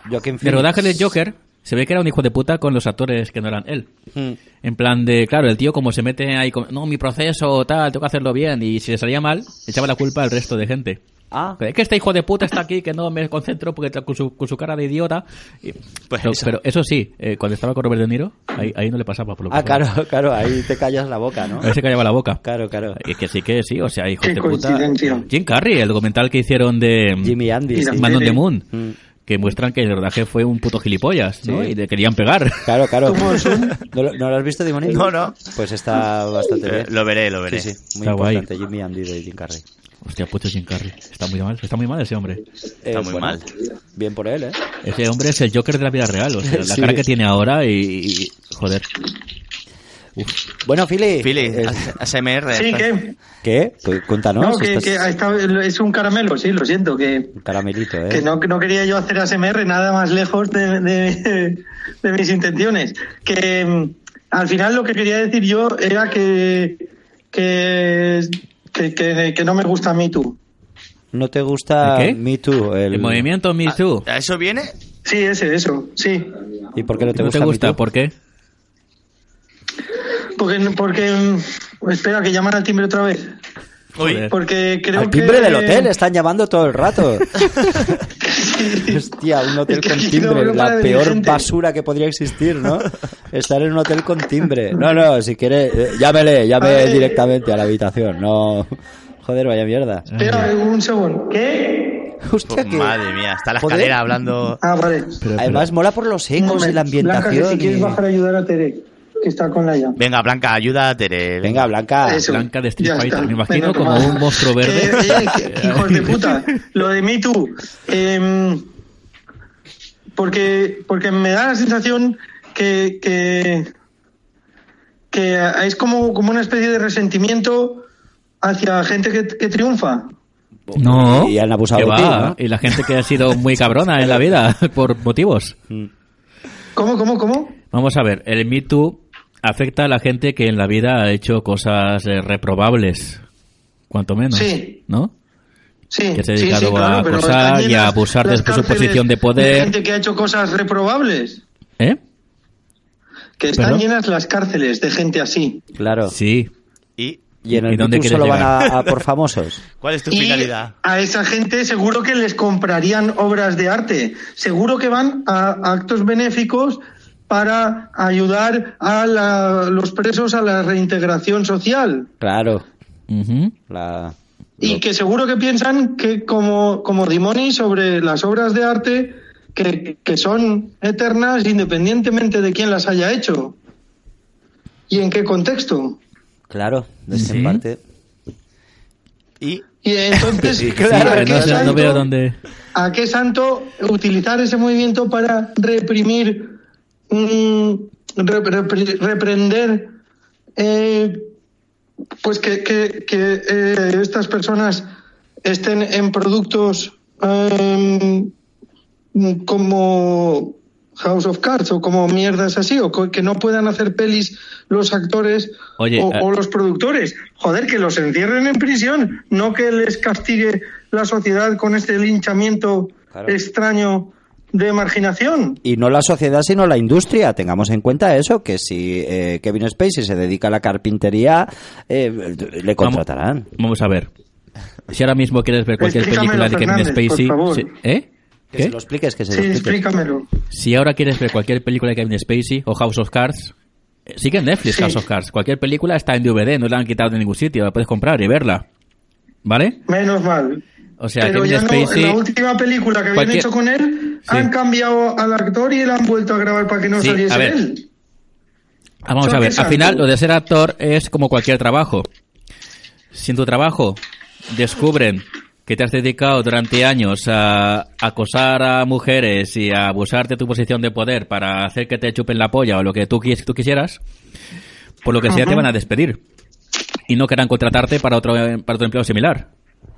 [SPEAKER 5] Joaquin
[SPEAKER 7] de
[SPEAKER 5] Phoenix.
[SPEAKER 7] rodaje del Joker, se ve que era un hijo de puta con los actores que no eran él.
[SPEAKER 5] Mm.
[SPEAKER 7] En plan de, claro, el tío como se mete ahí, con, no, mi proceso, tal, tengo que hacerlo bien, y si le salía mal, echaba la culpa al resto de gente.
[SPEAKER 5] Ah.
[SPEAKER 7] Es que este hijo de puta está aquí, que no me concentro porque está con su, con su cara de idiota. Y-
[SPEAKER 6] Pues
[SPEAKER 7] pero,
[SPEAKER 6] eso.
[SPEAKER 7] pero eso sí, eh, cuando estaba con Robert De Niro, ahí, ahí no le pasaba por lo
[SPEAKER 5] Ah,
[SPEAKER 7] que fuera.
[SPEAKER 5] claro, claro,
[SPEAKER 7] *laughs*
[SPEAKER 5] ahí te callas la boca, ¿no?
[SPEAKER 7] Ahí se callaba la boca.
[SPEAKER 5] Claro, claro.
[SPEAKER 7] Es que sí que sí, o sea, hijo
[SPEAKER 8] Qué
[SPEAKER 7] de puta.
[SPEAKER 8] coincidencia.
[SPEAKER 7] Jim Carrey, el documental que hicieron de
[SPEAKER 5] Jimmy Andy.
[SPEAKER 8] Mira.
[SPEAKER 5] sí.
[SPEAKER 7] Man on the Moon,
[SPEAKER 5] Mm.
[SPEAKER 7] que muestran que el rodaje fue un puto gilipollas, ¿no?
[SPEAKER 5] Sí.
[SPEAKER 7] Y le querían pegar. *laughs*
[SPEAKER 5] Claro, claro.
[SPEAKER 8] ¿Cómo es un-
[SPEAKER 5] *laughs* ¿No, lo- no lo has visto, Dimoni?
[SPEAKER 6] No, no.
[SPEAKER 5] Pues está bastante
[SPEAKER 6] Eh,
[SPEAKER 5] bien.
[SPEAKER 6] lo veré, lo veré.
[SPEAKER 5] Sí, sí, muy
[SPEAKER 7] Está guay.
[SPEAKER 5] importante. Jimmy Andy de Jim Carrey.
[SPEAKER 7] Hostia, puto Jim Carrey. Está muy mal, está muy mal ese hombre.
[SPEAKER 5] Eh,
[SPEAKER 6] muy
[SPEAKER 5] bueno,
[SPEAKER 6] mal.
[SPEAKER 5] Bien por él, ¿eh?
[SPEAKER 7] Ese hombre es el Joker de la vida real, o sea, la
[SPEAKER 5] *laughs* Sí.
[SPEAKER 7] cara que tiene ahora y, y- joder.
[SPEAKER 5] Bueno, Fili.
[SPEAKER 6] Fili,
[SPEAKER 5] eh,
[SPEAKER 6] ASMR.
[SPEAKER 8] Sí, que,
[SPEAKER 5] ¿Qué? Cu- Cuéntanos.
[SPEAKER 8] no, que,
[SPEAKER 5] estás-
[SPEAKER 8] que ha estado- es un caramelo, sí, lo siento, que,
[SPEAKER 5] un Caramelito, ¿eh?
[SPEAKER 8] que no, que no quería yo hacer ASMR nada más lejos de, de- *laughs* de mis intenciones. Que mm, al final lo que quería decir yo era que, que, que, que- que no me gusta Me Too.
[SPEAKER 5] ¿No te gusta
[SPEAKER 7] ¿El qué?
[SPEAKER 5] Me Too. El... Ah,
[SPEAKER 7] El, movimiento Me Too.
[SPEAKER 6] ¿A eso viene?
[SPEAKER 8] Sí, ese, eso, sí.
[SPEAKER 5] ¿Y por qué no te
[SPEAKER 7] ¿No
[SPEAKER 5] gusta?
[SPEAKER 7] te gusta?
[SPEAKER 5] Me Too?
[SPEAKER 7] ¿Por qué?
[SPEAKER 8] Porque, porque mm, espera, que llaman al timbre otra vez.
[SPEAKER 6] Uy, Pues
[SPEAKER 7] Joder.
[SPEAKER 8] Porque creo
[SPEAKER 5] Al
[SPEAKER 8] que.
[SPEAKER 5] timbre
[SPEAKER 8] *laughs*
[SPEAKER 5] del hotel están llamando todo el rato. Hostia, un hotel
[SPEAKER 8] Es que
[SPEAKER 5] con
[SPEAKER 8] aquí
[SPEAKER 5] timbre,
[SPEAKER 8] no para
[SPEAKER 5] la
[SPEAKER 8] de
[SPEAKER 5] peor
[SPEAKER 8] gente.
[SPEAKER 5] basura que podría existir,
[SPEAKER 8] *laughs*
[SPEAKER 5] ¿no? Estar en un hotel con timbre. No, no, si quiere, eh, llámele, llame
[SPEAKER 8] Ay.
[SPEAKER 5] directamente a la habitación. No, joder, vaya mierda.
[SPEAKER 8] Espera, un segundo. ¿Qué? Pues
[SPEAKER 5] Hostia, que-
[SPEAKER 6] madre mía, está la
[SPEAKER 5] Joder.
[SPEAKER 6] escalera hablando.
[SPEAKER 8] Ah, vale.
[SPEAKER 5] Además, mola por los
[SPEAKER 8] Un
[SPEAKER 5] ecos y
[SPEAKER 8] momento.
[SPEAKER 5] la
[SPEAKER 8] Blanca, que si
[SPEAKER 5] ambientación.
[SPEAKER 8] quieres
[SPEAKER 5] y-
[SPEAKER 8] bajar a ayudar a Tere, que está con la llave.
[SPEAKER 6] Venga, Blanca, ayuda a Tere.
[SPEAKER 5] Venga, Blanca.
[SPEAKER 8] Eso,
[SPEAKER 7] Ah, Blanca de Street
[SPEAKER 8] ya
[SPEAKER 7] Fighter,
[SPEAKER 8] está.
[SPEAKER 7] me imagino
[SPEAKER 8] Venga,
[SPEAKER 7] como
[SPEAKER 8] toma.
[SPEAKER 7] un monstruo verde.
[SPEAKER 8] Eh, eh,
[SPEAKER 7] *laughs*
[SPEAKER 8] que- que hijos de puta. Lo de Me Too. em, porque, porque me da la sensación que, que, que es como, como una especie de resentimiento hacia gente que, que triunfa.
[SPEAKER 7] No.
[SPEAKER 5] Y han abusado
[SPEAKER 7] Que
[SPEAKER 5] de ti,
[SPEAKER 7] va.
[SPEAKER 5] ¿no?
[SPEAKER 7] Y la gente que ha sido muy cabrona en la vida *laughs* por motivos.
[SPEAKER 8] ¿Cómo, cómo, cómo?
[SPEAKER 7] Vamos a ver, el Me Too afecta a la gente que en la vida ha hecho cosas eh, reprobables, cuanto menos,
[SPEAKER 8] Sí.
[SPEAKER 7] ¿no?
[SPEAKER 8] Sí,
[SPEAKER 7] que se ha
[SPEAKER 8] sí,
[SPEAKER 7] dedicado
[SPEAKER 8] sí,
[SPEAKER 7] a
[SPEAKER 8] claro, pero
[SPEAKER 7] acosar
[SPEAKER 8] están
[SPEAKER 7] y a
[SPEAKER 8] llenas
[SPEAKER 7] abusar de
[SPEAKER 8] las
[SPEAKER 7] su
[SPEAKER 8] cárceles
[SPEAKER 7] posición de poder.
[SPEAKER 8] gente que ha hecho cosas reprobables.
[SPEAKER 7] ¿Eh?
[SPEAKER 8] Que están
[SPEAKER 7] ¿Perdón?
[SPEAKER 8] llenas las cárceles de gente así.
[SPEAKER 5] Claro.
[SPEAKER 7] Sí.
[SPEAKER 6] ¿Y
[SPEAKER 5] Y en
[SPEAKER 7] ¿Y
[SPEAKER 5] el
[SPEAKER 7] dónde
[SPEAKER 5] Me Too
[SPEAKER 7] quieres
[SPEAKER 5] solo van
[SPEAKER 7] llegar?
[SPEAKER 5] a, a por
[SPEAKER 7] *laughs*
[SPEAKER 5] famosos.
[SPEAKER 6] cuál es tu
[SPEAKER 8] Y
[SPEAKER 6] finalidad?
[SPEAKER 8] a esa gente seguro que les comprarían obras de arte. Seguro que van a actos benéficos para ayudar a la- los presos a la reintegración social.
[SPEAKER 5] Claro.
[SPEAKER 7] Ujú.
[SPEAKER 5] La...
[SPEAKER 8] Y que seguro que piensan que como, como Dimoni sobre las obras de arte que, que son eternas independientemente de quién las haya hecho y en qué contexto.
[SPEAKER 5] Claro, de esta parte.
[SPEAKER 6] ¿Y?
[SPEAKER 7] *laughs*
[SPEAKER 8] Y entonces,
[SPEAKER 7] Sí,
[SPEAKER 8] ¿a, qué
[SPEAKER 7] no, sé, no
[SPEAKER 8] santo,
[SPEAKER 7] veo dónde...
[SPEAKER 8] a qué santo utilizar ese movimiento para reprimir, mm, re- repre- reprender, eh, pues que, que- que, eh, estas personas estén en productos em, como House of Cards o como mierdas así, o co- que no puedan hacer pelis los actores
[SPEAKER 7] Oye,
[SPEAKER 8] o,
[SPEAKER 7] eh.
[SPEAKER 8] o los productores. Joder, que los encierren en prisión, no que les castigue la sociedad con este linchamiento
[SPEAKER 5] Claro.
[SPEAKER 8] extraño de marginación.
[SPEAKER 5] Y no la sociedad, sino la industria. Tengamos en cuenta eso, que si eh, Kevin Spacey se dedica a la carpintería, eh, le contratarán.
[SPEAKER 7] Vamos a ver. Si ahora mismo quieres ver cualquier
[SPEAKER 8] Explícamelo,
[SPEAKER 7] película de Kevin
[SPEAKER 8] Fernández, por
[SPEAKER 7] Spacey.
[SPEAKER 8] favor.
[SPEAKER 7] si- ¿Eh?
[SPEAKER 5] Que se
[SPEAKER 7] ¿Qué?
[SPEAKER 5] lo expliques, que se
[SPEAKER 8] Sí,
[SPEAKER 5] lo expliques.
[SPEAKER 8] explícamelo.
[SPEAKER 7] Si ahora quieres ver cualquier película de Kevin Spacey o House of Cards. eh, Sigue en Netflix
[SPEAKER 8] Sí.
[SPEAKER 7] House of Cards. Cualquier película está en DVD, no la han quitado de ningún sitio, la puedes comprar y verla. ¿Vale?
[SPEAKER 8] Menos mal.
[SPEAKER 7] O sea,
[SPEAKER 8] Pero
[SPEAKER 7] Kevin
[SPEAKER 8] ya no,
[SPEAKER 7] Spacey.
[SPEAKER 8] en la última película que habían
[SPEAKER 7] Cualquier-
[SPEAKER 8] hecho con él,
[SPEAKER 7] Sí.
[SPEAKER 8] han cambiado al actor y le han vuelto a grabar para que no
[SPEAKER 7] Sí,
[SPEAKER 8] saliese
[SPEAKER 7] a ver.
[SPEAKER 8] él.
[SPEAKER 7] Ah, vamos
[SPEAKER 8] Son
[SPEAKER 7] a ver, al
[SPEAKER 8] exactos.
[SPEAKER 7] final lo de ser actor es como cualquier trabajo. Si en tu trabajo descubren que te has dedicado durante años a acosar a mujeres y a abusar de tu posición de poder para hacer que te chupen la polla o lo que tú, quis- tú quisieras, por lo que sea te van a despedir y no querrán contratarte para otro, para otro empleo similar.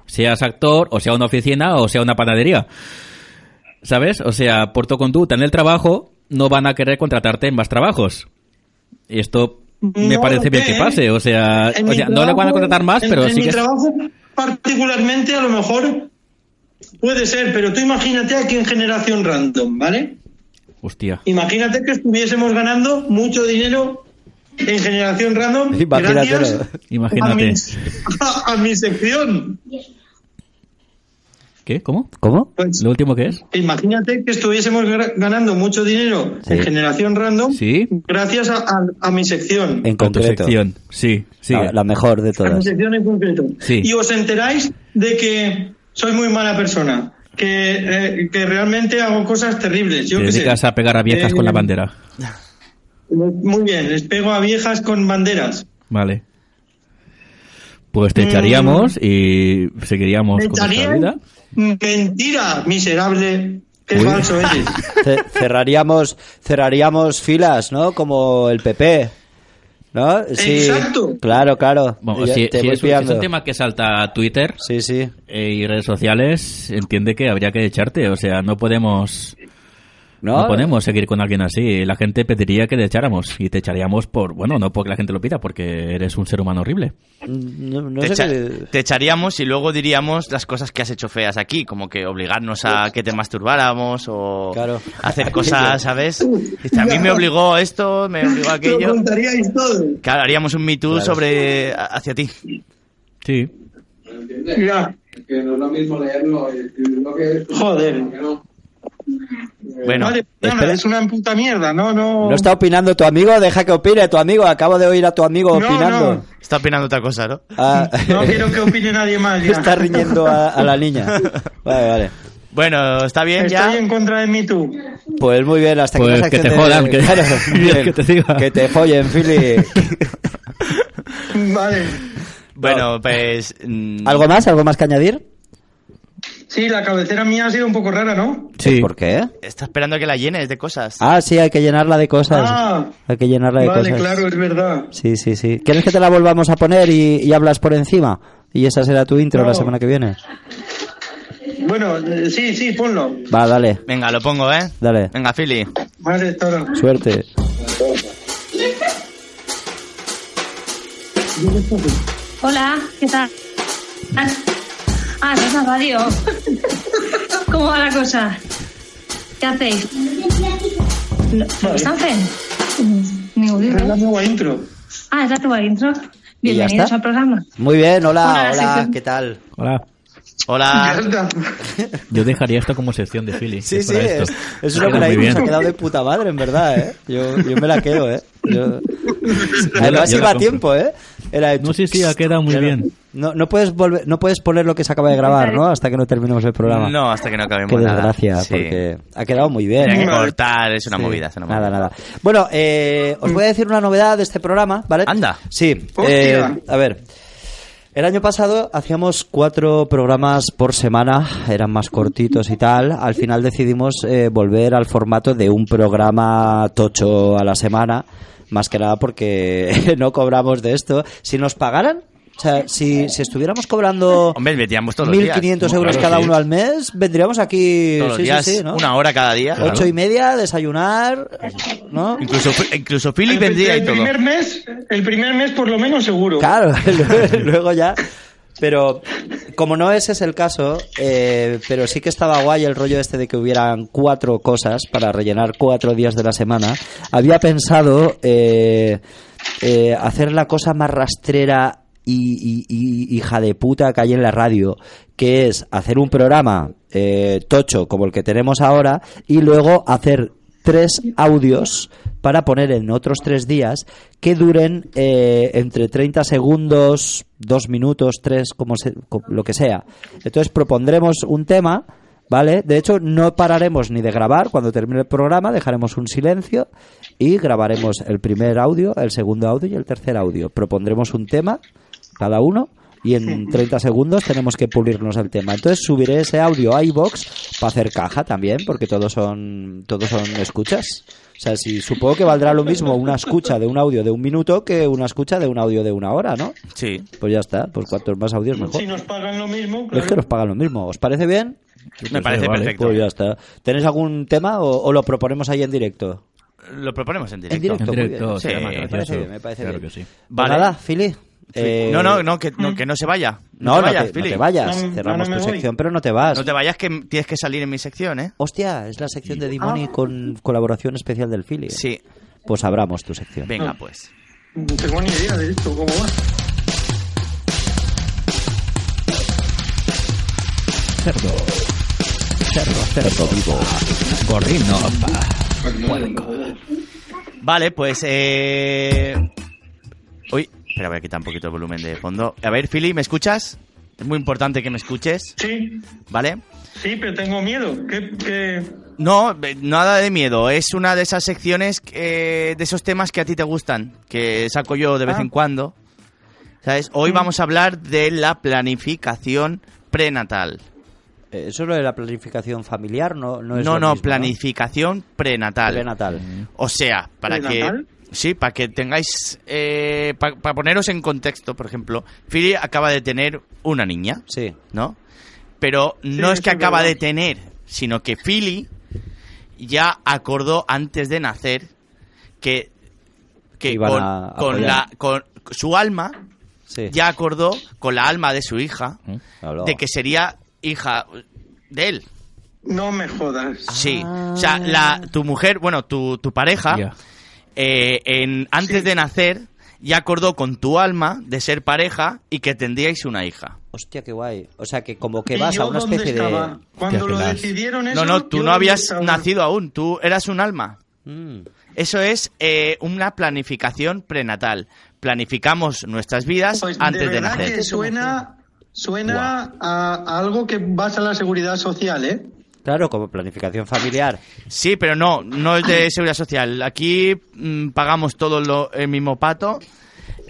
[SPEAKER 7] Seas actor, o sea una oficina, o sea una panadería. ¿Sabes? O sea, por tu conducta en el trabajo, no van a querer contratarte en más trabajos. Y esto me
[SPEAKER 8] No
[SPEAKER 7] parece
[SPEAKER 8] lo
[SPEAKER 7] bien
[SPEAKER 8] sé,
[SPEAKER 7] que
[SPEAKER 8] ¿eh?
[SPEAKER 7] pase. O sea,
[SPEAKER 8] En
[SPEAKER 7] o
[SPEAKER 8] mi
[SPEAKER 7] sea, no le van a
[SPEAKER 8] trabajo-
[SPEAKER 7] contratar más,
[SPEAKER 8] en-
[SPEAKER 7] pero
[SPEAKER 8] en
[SPEAKER 7] sí
[SPEAKER 8] mi
[SPEAKER 7] que... es-
[SPEAKER 8] trabajo particularmente a lo mejor puede ser, pero tú imagínate aquí en generación random, ¿vale?
[SPEAKER 7] Hostia.
[SPEAKER 8] Imagínate que estuviésemos ganando mucho dinero en generación
[SPEAKER 7] *laughs*
[SPEAKER 8] random
[SPEAKER 5] *laughs* Imagínatelo.
[SPEAKER 8] gracias a
[SPEAKER 7] Imagínate.
[SPEAKER 8] mi, a mi *laughs* sección.
[SPEAKER 7] ¿Qué? ¿Cómo?
[SPEAKER 5] ¿Cómo?
[SPEAKER 8] Pues,
[SPEAKER 7] ¿Lo último que es?
[SPEAKER 8] Imagínate que estuviésemos gra- ganando mucho dinero
[SPEAKER 5] Sí.
[SPEAKER 8] en generación random
[SPEAKER 7] Sí.
[SPEAKER 8] gracias a, a- a mi sección.
[SPEAKER 5] En
[SPEAKER 7] A tu
[SPEAKER 5] concreto.
[SPEAKER 7] sección. Sí, sí.
[SPEAKER 5] La, la mejor de
[SPEAKER 8] A mi *laughs*
[SPEAKER 5] todas.
[SPEAKER 8] sección en concreto.
[SPEAKER 7] Sí.
[SPEAKER 8] Y os enteráis de que soy muy mala persona, que, eh, que realmente hago cosas terribles. Yo
[SPEAKER 7] Te
[SPEAKER 8] qué sé.
[SPEAKER 7] dedicas a pegar a viejas
[SPEAKER 8] Eh,
[SPEAKER 7] con la bandera.
[SPEAKER 8] Muy bien, les pego a viejas con banderas.
[SPEAKER 7] Vale. Pues te echaríamos y seguiríamos
[SPEAKER 8] Mm. ¿Me
[SPEAKER 7] con nuestra
[SPEAKER 8] echarían?
[SPEAKER 7] vida.
[SPEAKER 8] Mentira, miserable. Qué
[SPEAKER 7] Uy.
[SPEAKER 8] falso eres.
[SPEAKER 5] Ce- cerraríamos, cerraríamos filas, ¿no? Como el PP. ¿No? Sí.
[SPEAKER 8] Exacto.
[SPEAKER 5] Claro, claro.
[SPEAKER 7] Vamos,
[SPEAKER 5] Ya
[SPEAKER 7] si,
[SPEAKER 5] te
[SPEAKER 7] si
[SPEAKER 5] voy
[SPEAKER 7] es, un- si es
[SPEAKER 5] pillando.
[SPEAKER 7] un tema que salta a Twitter
[SPEAKER 5] Sí, sí.
[SPEAKER 7] eh, y redes sociales, entiende que habría que echarte. O sea, no podemos no, podemos seguir con alguien así. La gente pediría que te echáramos y te echaríamos por, bueno, no porque la gente lo pida, porque eres un ser humano horrible.
[SPEAKER 5] Mm, No, no
[SPEAKER 6] te,
[SPEAKER 5] sé
[SPEAKER 6] echa-
[SPEAKER 5] qué-
[SPEAKER 6] te echaríamos y luego diríamos las cosas que has hecho feas aquí, como que obligarnos a que te masturbáramos o
[SPEAKER 5] Claro. *laughs*
[SPEAKER 6] hacer cosas, ¿sabes? Dice, a mí me obligó esto,
[SPEAKER 5] *laughs*
[SPEAKER 6] me obligó
[SPEAKER 8] Lo
[SPEAKER 6] aquello.
[SPEAKER 8] contaríais todo.
[SPEAKER 6] Claro, haríamos un Me Too
[SPEAKER 5] Claro.
[SPEAKER 6] sobre hacia ti.
[SPEAKER 7] Sí.
[SPEAKER 9] ¿Me entiendes?
[SPEAKER 8] Ya.
[SPEAKER 9] Que no es lo mismo leerlo y escribirlo que...
[SPEAKER 8] Joder.
[SPEAKER 9] que no.
[SPEAKER 6] Bueno,
[SPEAKER 8] Vale, nada,
[SPEAKER 5] espera.
[SPEAKER 8] es una puta mierda, no, no.
[SPEAKER 5] No está opinando tu amigo, deja que opine tu amigo. Acabo de oír a tu amigo
[SPEAKER 8] No,
[SPEAKER 5] opinando.
[SPEAKER 8] no.
[SPEAKER 6] está opinando otra cosa, ¿no?
[SPEAKER 5] Ah, *laughs*
[SPEAKER 8] No quiero que opine nadie más. Ya.
[SPEAKER 5] está
[SPEAKER 8] *laughs*
[SPEAKER 5] riñendo a, a la niña. Vale, vale.
[SPEAKER 6] Bueno, está bien
[SPEAKER 8] Estoy
[SPEAKER 6] ya.
[SPEAKER 8] en contra de Me Too.
[SPEAKER 5] Pues muy bien, hasta
[SPEAKER 7] Pues
[SPEAKER 5] que,
[SPEAKER 7] que te
[SPEAKER 5] acciones-
[SPEAKER 7] jodan, que- *laughs*
[SPEAKER 5] Claro, bien.
[SPEAKER 7] que te diga.
[SPEAKER 5] Que te follen, Philly.
[SPEAKER 8] Vale.
[SPEAKER 6] *laughs* Bueno, pues mm,
[SPEAKER 5] ¿Algo más? ¿Algo más que añadir?
[SPEAKER 8] Sí, la cabecera mía ha sido un poco rara, ¿no?
[SPEAKER 7] Sí.
[SPEAKER 5] ¿Por qué?
[SPEAKER 6] está esperando que la llenes de cosas.
[SPEAKER 5] Ah, sí, hay que llenarla de cosas.
[SPEAKER 8] Ah.
[SPEAKER 5] hay que llenarla de
[SPEAKER 8] Vale,
[SPEAKER 5] cosas.
[SPEAKER 8] claro, es verdad.
[SPEAKER 5] Sí, sí, sí. ¿Quieres que te la volvamos a poner y, y hablas por encima? Y esa será tu intro
[SPEAKER 8] No.
[SPEAKER 5] la semana que viene.
[SPEAKER 8] Bueno, eh, sí, sí, ponlo.
[SPEAKER 5] Va, dale,
[SPEAKER 6] Venga, lo pongo, ¿eh?
[SPEAKER 5] dale.
[SPEAKER 6] Venga, Philly.
[SPEAKER 8] Vale, toro.
[SPEAKER 5] Suerte.
[SPEAKER 10] Hola, ¿qué tal? Ah, es la radio. ¿Cómo va la cosa? ¿Qué hacéis? ¿No, ¿no están fe? Ni
[SPEAKER 8] Es la
[SPEAKER 10] oído.
[SPEAKER 8] nueva intro.
[SPEAKER 10] Ah, es la nueva intro.
[SPEAKER 5] ¿Y ya
[SPEAKER 10] Bienvenidos
[SPEAKER 5] está?
[SPEAKER 10] al programa.
[SPEAKER 5] Muy bien,
[SPEAKER 10] Hola,
[SPEAKER 5] hola,
[SPEAKER 10] la
[SPEAKER 5] hola,
[SPEAKER 10] sección.
[SPEAKER 5] ¿qué tal?
[SPEAKER 7] Hola.
[SPEAKER 8] Ya
[SPEAKER 6] Hola.
[SPEAKER 8] está.
[SPEAKER 7] Yo dejaría esto como sección de
[SPEAKER 5] *laughs*
[SPEAKER 7] Philly.
[SPEAKER 5] Sí,
[SPEAKER 7] es
[SPEAKER 5] sí,
[SPEAKER 7] para esto.
[SPEAKER 5] es, es
[SPEAKER 7] Queda
[SPEAKER 5] una buena
[SPEAKER 7] muy
[SPEAKER 5] intro,
[SPEAKER 7] bien.
[SPEAKER 5] se ha quedado de puta madre, en verdad, ¿eh? Yo, yo me la quedo, ¿eh? Yo...
[SPEAKER 7] *laughs* la-
[SPEAKER 5] Además
[SPEAKER 7] yo la
[SPEAKER 5] iba a
[SPEAKER 7] compro.
[SPEAKER 5] tiempo, ¿eh? Era hecho-
[SPEAKER 7] No, sí, sí, ha quedado muy
[SPEAKER 5] Claro.
[SPEAKER 7] bien.
[SPEAKER 5] No, no puedes volver, no puedes poner lo que se acaba de grabar, ¿no? Hasta que no terminemos el programa.
[SPEAKER 6] No, hasta que no acabemos
[SPEAKER 5] Qué
[SPEAKER 6] nada.
[SPEAKER 5] desgracia,
[SPEAKER 6] Sí.
[SPEAKER 5] porque ha quedado muy bien.
[SPEAKER 6] Tenía que
[SPEAKER 5] ¿eh?
[SPEAKER 6] cortar, es una
[SPEAKER 5] Sí.
[SPEAKER 6] movida, es una
[SPEAKER 5] Nada,
[SPEAKER 6] movida.
[SPEAKER 5] nada. Bueno, eh, os voy a decir una novedad de este programa, ¿vale?
[SPEAKER 6] Anda.
[SPEAKER 5] Sí.
[SPEAKER 8] Hostia.
[SPEAKER 5] eh, a ver. El año pasado hacíamos cuatro programas por semana, eran más cortitos y tal. Al final decidimos eh, volver al formato de un programa *laughs* tocho a la semana, más que nada porque no cobramos de esto. Si nos pagaran, O sea, si, si estuviéramos cobrando
[SPEAKER 6] Hombre, metíamos todos los días.
[SPEAKER 5] 1.500 euros
[SPEAKER 6] Claro,
[SPEAKER 5] cada
[SPEAKER 6] sí.
[SPEAKER 5] uno al mes, vendríamos aquí
[SPEAKER 6] Todos los
[SPEAKER 5] sí, sí,
[SPEAKER 6] días,
[SPEAKER 5] sí, ¿no?
[SPEAKER 6] una hora cada día.
[SPEAKER 5] Ocho y media, desayunar, ¿no?
[SPEAKER 6] Incluso, incluso Philip
[SPEAKER 8] El,
[SPEAKER 6] vendría y
[SPEAKER 8] el
[SPEAKER 6] todo.
[SPEAKER 8] primer mes, el primer mes por lo menos seguro.
[SPEAKER 5] Claro, *laughs* luego ya. Pero como no ese es el caso, eh, pero sí que estaba guay el rollo este de que hubieran cuatro cosas para rellenar cuatro días de la semana. Había pensado eh, eh, hacer la cosa más rastrera y, y- y- hija de puta que hay en la radio, que es hacer un programa eh, tocho como el que tenemos ahora y luego hacer tres audios para poner en otros tres días que duren eh, entre 30 segundos, dos minutos, tres, como se- co- lo que sea. Entonces propondremos un tema, ¿vale? De hecho, no pararemos ni de grabar. Cuando termine el programa dejaremos un silencio y grabaremos el primer audio, el segundo audio y el tercer audio. Propondremos un tema, cada uno. Y en 30 segundos tenemos que pulirnos el tema. Entonces subiré ese audio a iBox para hacer caja también, porque todos son todos son escuchas. O sea, si supongo que valdrá lo mismo una escucha de un audio de un minuto que una escucha de un audio de una hora, ¿no?
[SPEAKER 6] Sí.
[SPEAKER 5] Pues ya está, pues cuantos más audios mejor.
[SPEAKER 8] Si nos pagan lo mismo,
[SPEAKER 5] Es que
[SPEAKER 8] claro.
[SPEAKER 5] nos pagan lo mismo. ¿Os parece bien?
[SPEAKER 6] Me parece
[SPEAKER 5] Vale,
[SPEAKER 6] perfecto.
[SPEAKER 5] Pues ya está. ¿Tenéis algún tema o, o lo proponemos ahí en directo?
[SPEAKER 6] Lo proponemos en directo.
[SPEAKER 5] En directo,
[SPEAKER 7] En
[SPEAKER 5] muy
[SPEAKER 7] directo,
[SPEAKER 5] bien.
[SPEAKER 6] sí,
[SPEAKER 7] será más
[SPEAKER 6] me
[SPEAKER 7] gracioso.
[SPEAKER 5] parece bien, me parece
[SPEAKER 7] eh, claro
[SPEAKER 5] bien.
[SPEAKER 7] que sí.
[SPEAKER 5] Pues
[SPEAKER 6] Vale.
[SPEAKER 5] Nada, Fili. eh,
[SPEAKER 6] no, no, no que,
[SPEAKER 8] Mm.
[SPEAKER 6] no, que no se vaya.
[SPEAKER 5] No, no,
[SPEAKER 6] te vayas,
[SPEAKER 5] te, no
[SPEAKER 6] Fili.
[SPEAKER 5] te vayas.
[SPEAKER 8] No, no,
[SPEAKER 5] Cerramos
[SPEAKER 8] no me
[SPEAKER 5] tu
[SPEAKER 8] voy.
[SPEAKER 5] sección, pero no te vas.
[SPEAKER 6] No te vayas, que tienes que salir en mi sección, ¿eh?
[SPEAKER 5] Hostia, es la sección de Dimoni con colaboración especial del Fili.
[SPEAKER 6] Sí.
[SPEAKER 5] Pues abramos tu sección.
[SPEAKER 6] Venga, pues.
[SPEAKER 8] No tengo ni idea de esto, ¿cómo va?
[SPEAKER 7] Cerdo. Cerdo, cerdo vivo. Gorrino.
[SPEAKER 6] Vale, pues. Eh... Uy, espera, voy a quitar un poquito el volumen de fondo. A ver, Fili, ¿me escuchas? Es muy importante que me escuches,
[SPEAKER 8] Sí,
[SPEAKER 6] ¿vale?
[SPEAKER 8] sí, pero tengo miedo. ¿Qué, qué...
[SPEAKER 6] No, eh, nada de miedo. Es una de esas secciones, que- de esos temas que a ti te gustan, que saco yo de vez
[SPEAKER 5] Ah.
[SPEAKER 6] en cuando. ¿Sabes?
[SPEAKER 5] Mm.
[SPEAKER 6] Hoy vamos a hablar de la planificación prenatal.
[SPEAKER 5] Eh, Eso lo de la planificación familiar no, no Mm. es
[SPEAKER 6] No,
[SPEAKER 5] lo
[SPEAKER 6] no,
[SPEAKER 5] mismo,
[SPEAKER 6] planificación prenatal.
[SPEAKER 5] Prenatal.
[SPEAKER 6] O sea, para que
[SPEAKER 8] ¿Prenatal?
[SPEAKER 6] sí, para que tengáis eh, para poneros en contexto, por ejemplo, Philly acaba de tener una niña,
[SPEAKER 5] Sí.
[SPEAKER 6] ¿no? Pero no es
[SPEAKER 8] eso
[SPEAKER 6] que
[SPEAKER 8] es
[SPEAKER 6] acaba
[SPEAKER 8] verdad.
[SPEAKER 6] de tener, sino que Philly ya acordó antes de nacer que que
[SPEAKER 5] Iban
[SPEAKER 6] con,
[SPEAKER 5] a
[SPEAKER 6] con
[SPEAKER 5] apoyar.
[SPEAKER 6] la con su alma
[SPEAKER 5] Sí.
[SPEAKER 6] ya acordó con la alma de su hija
[SPEAKER 5] Hablaba.
[SPEAKER 6] de que sería hija de él.
[SPEAKER 8] No me jodas.
[SPEAKER 6] Sí, o sea, la, tu mujer, bueno, tu, tu pareja,
[SPEAKER 7] Ya.
[SPEAKER 6] eh, en, antes de nacer, ya acordó con tu alma de ser pareja y que tendríais una hija.
[SPEAKER 5] Hostia, qué guay. O sea, que como que
[SPEAKER 8] ¿Y
[SPEAKER 5] vas
[SPEAKER 8] yo
[SPEAKER 5] a una
[SPEAKER 8] dónde
[SPEAKER 5] especie
[SPEAKER 8] estaba?
[SPEAKER 5] de...
[SPEAKER 8] Cuando
[SPEAKER 7] Te
[SPEAKER 8] lo
[SPEAKER 7] apelas.
[SPEAKER 8] decidieron eso...
[SPEAKER 6] No, no, tú
[SPEAKER 8] yo
[SPEAKER 6] no habías
[SPEAKER 8] estaba.
[SPEAKER 6] nacido aún, tú eras un alma.
[SPEAKER 5] Mm.
[SPEAKER 6] Eso es eh, una planificación prenatal. Planificamos nuestras vidas
[SPEAKER 8] Pues,
[SPEAKER 6] antes de,
[SPEAKER 8] verdad
[SPEAKER 6] nacer.
[SPEAKER 8] que suena, suena a, a algo que vas a la seguridad social, ¿eh?
[SPEAKER 5] Claro, como planificación familiar.
[SPEAKER 6] Sí, pero no, no es de seguridad social. Aquí mm, pagamos todo lo- el mismo pato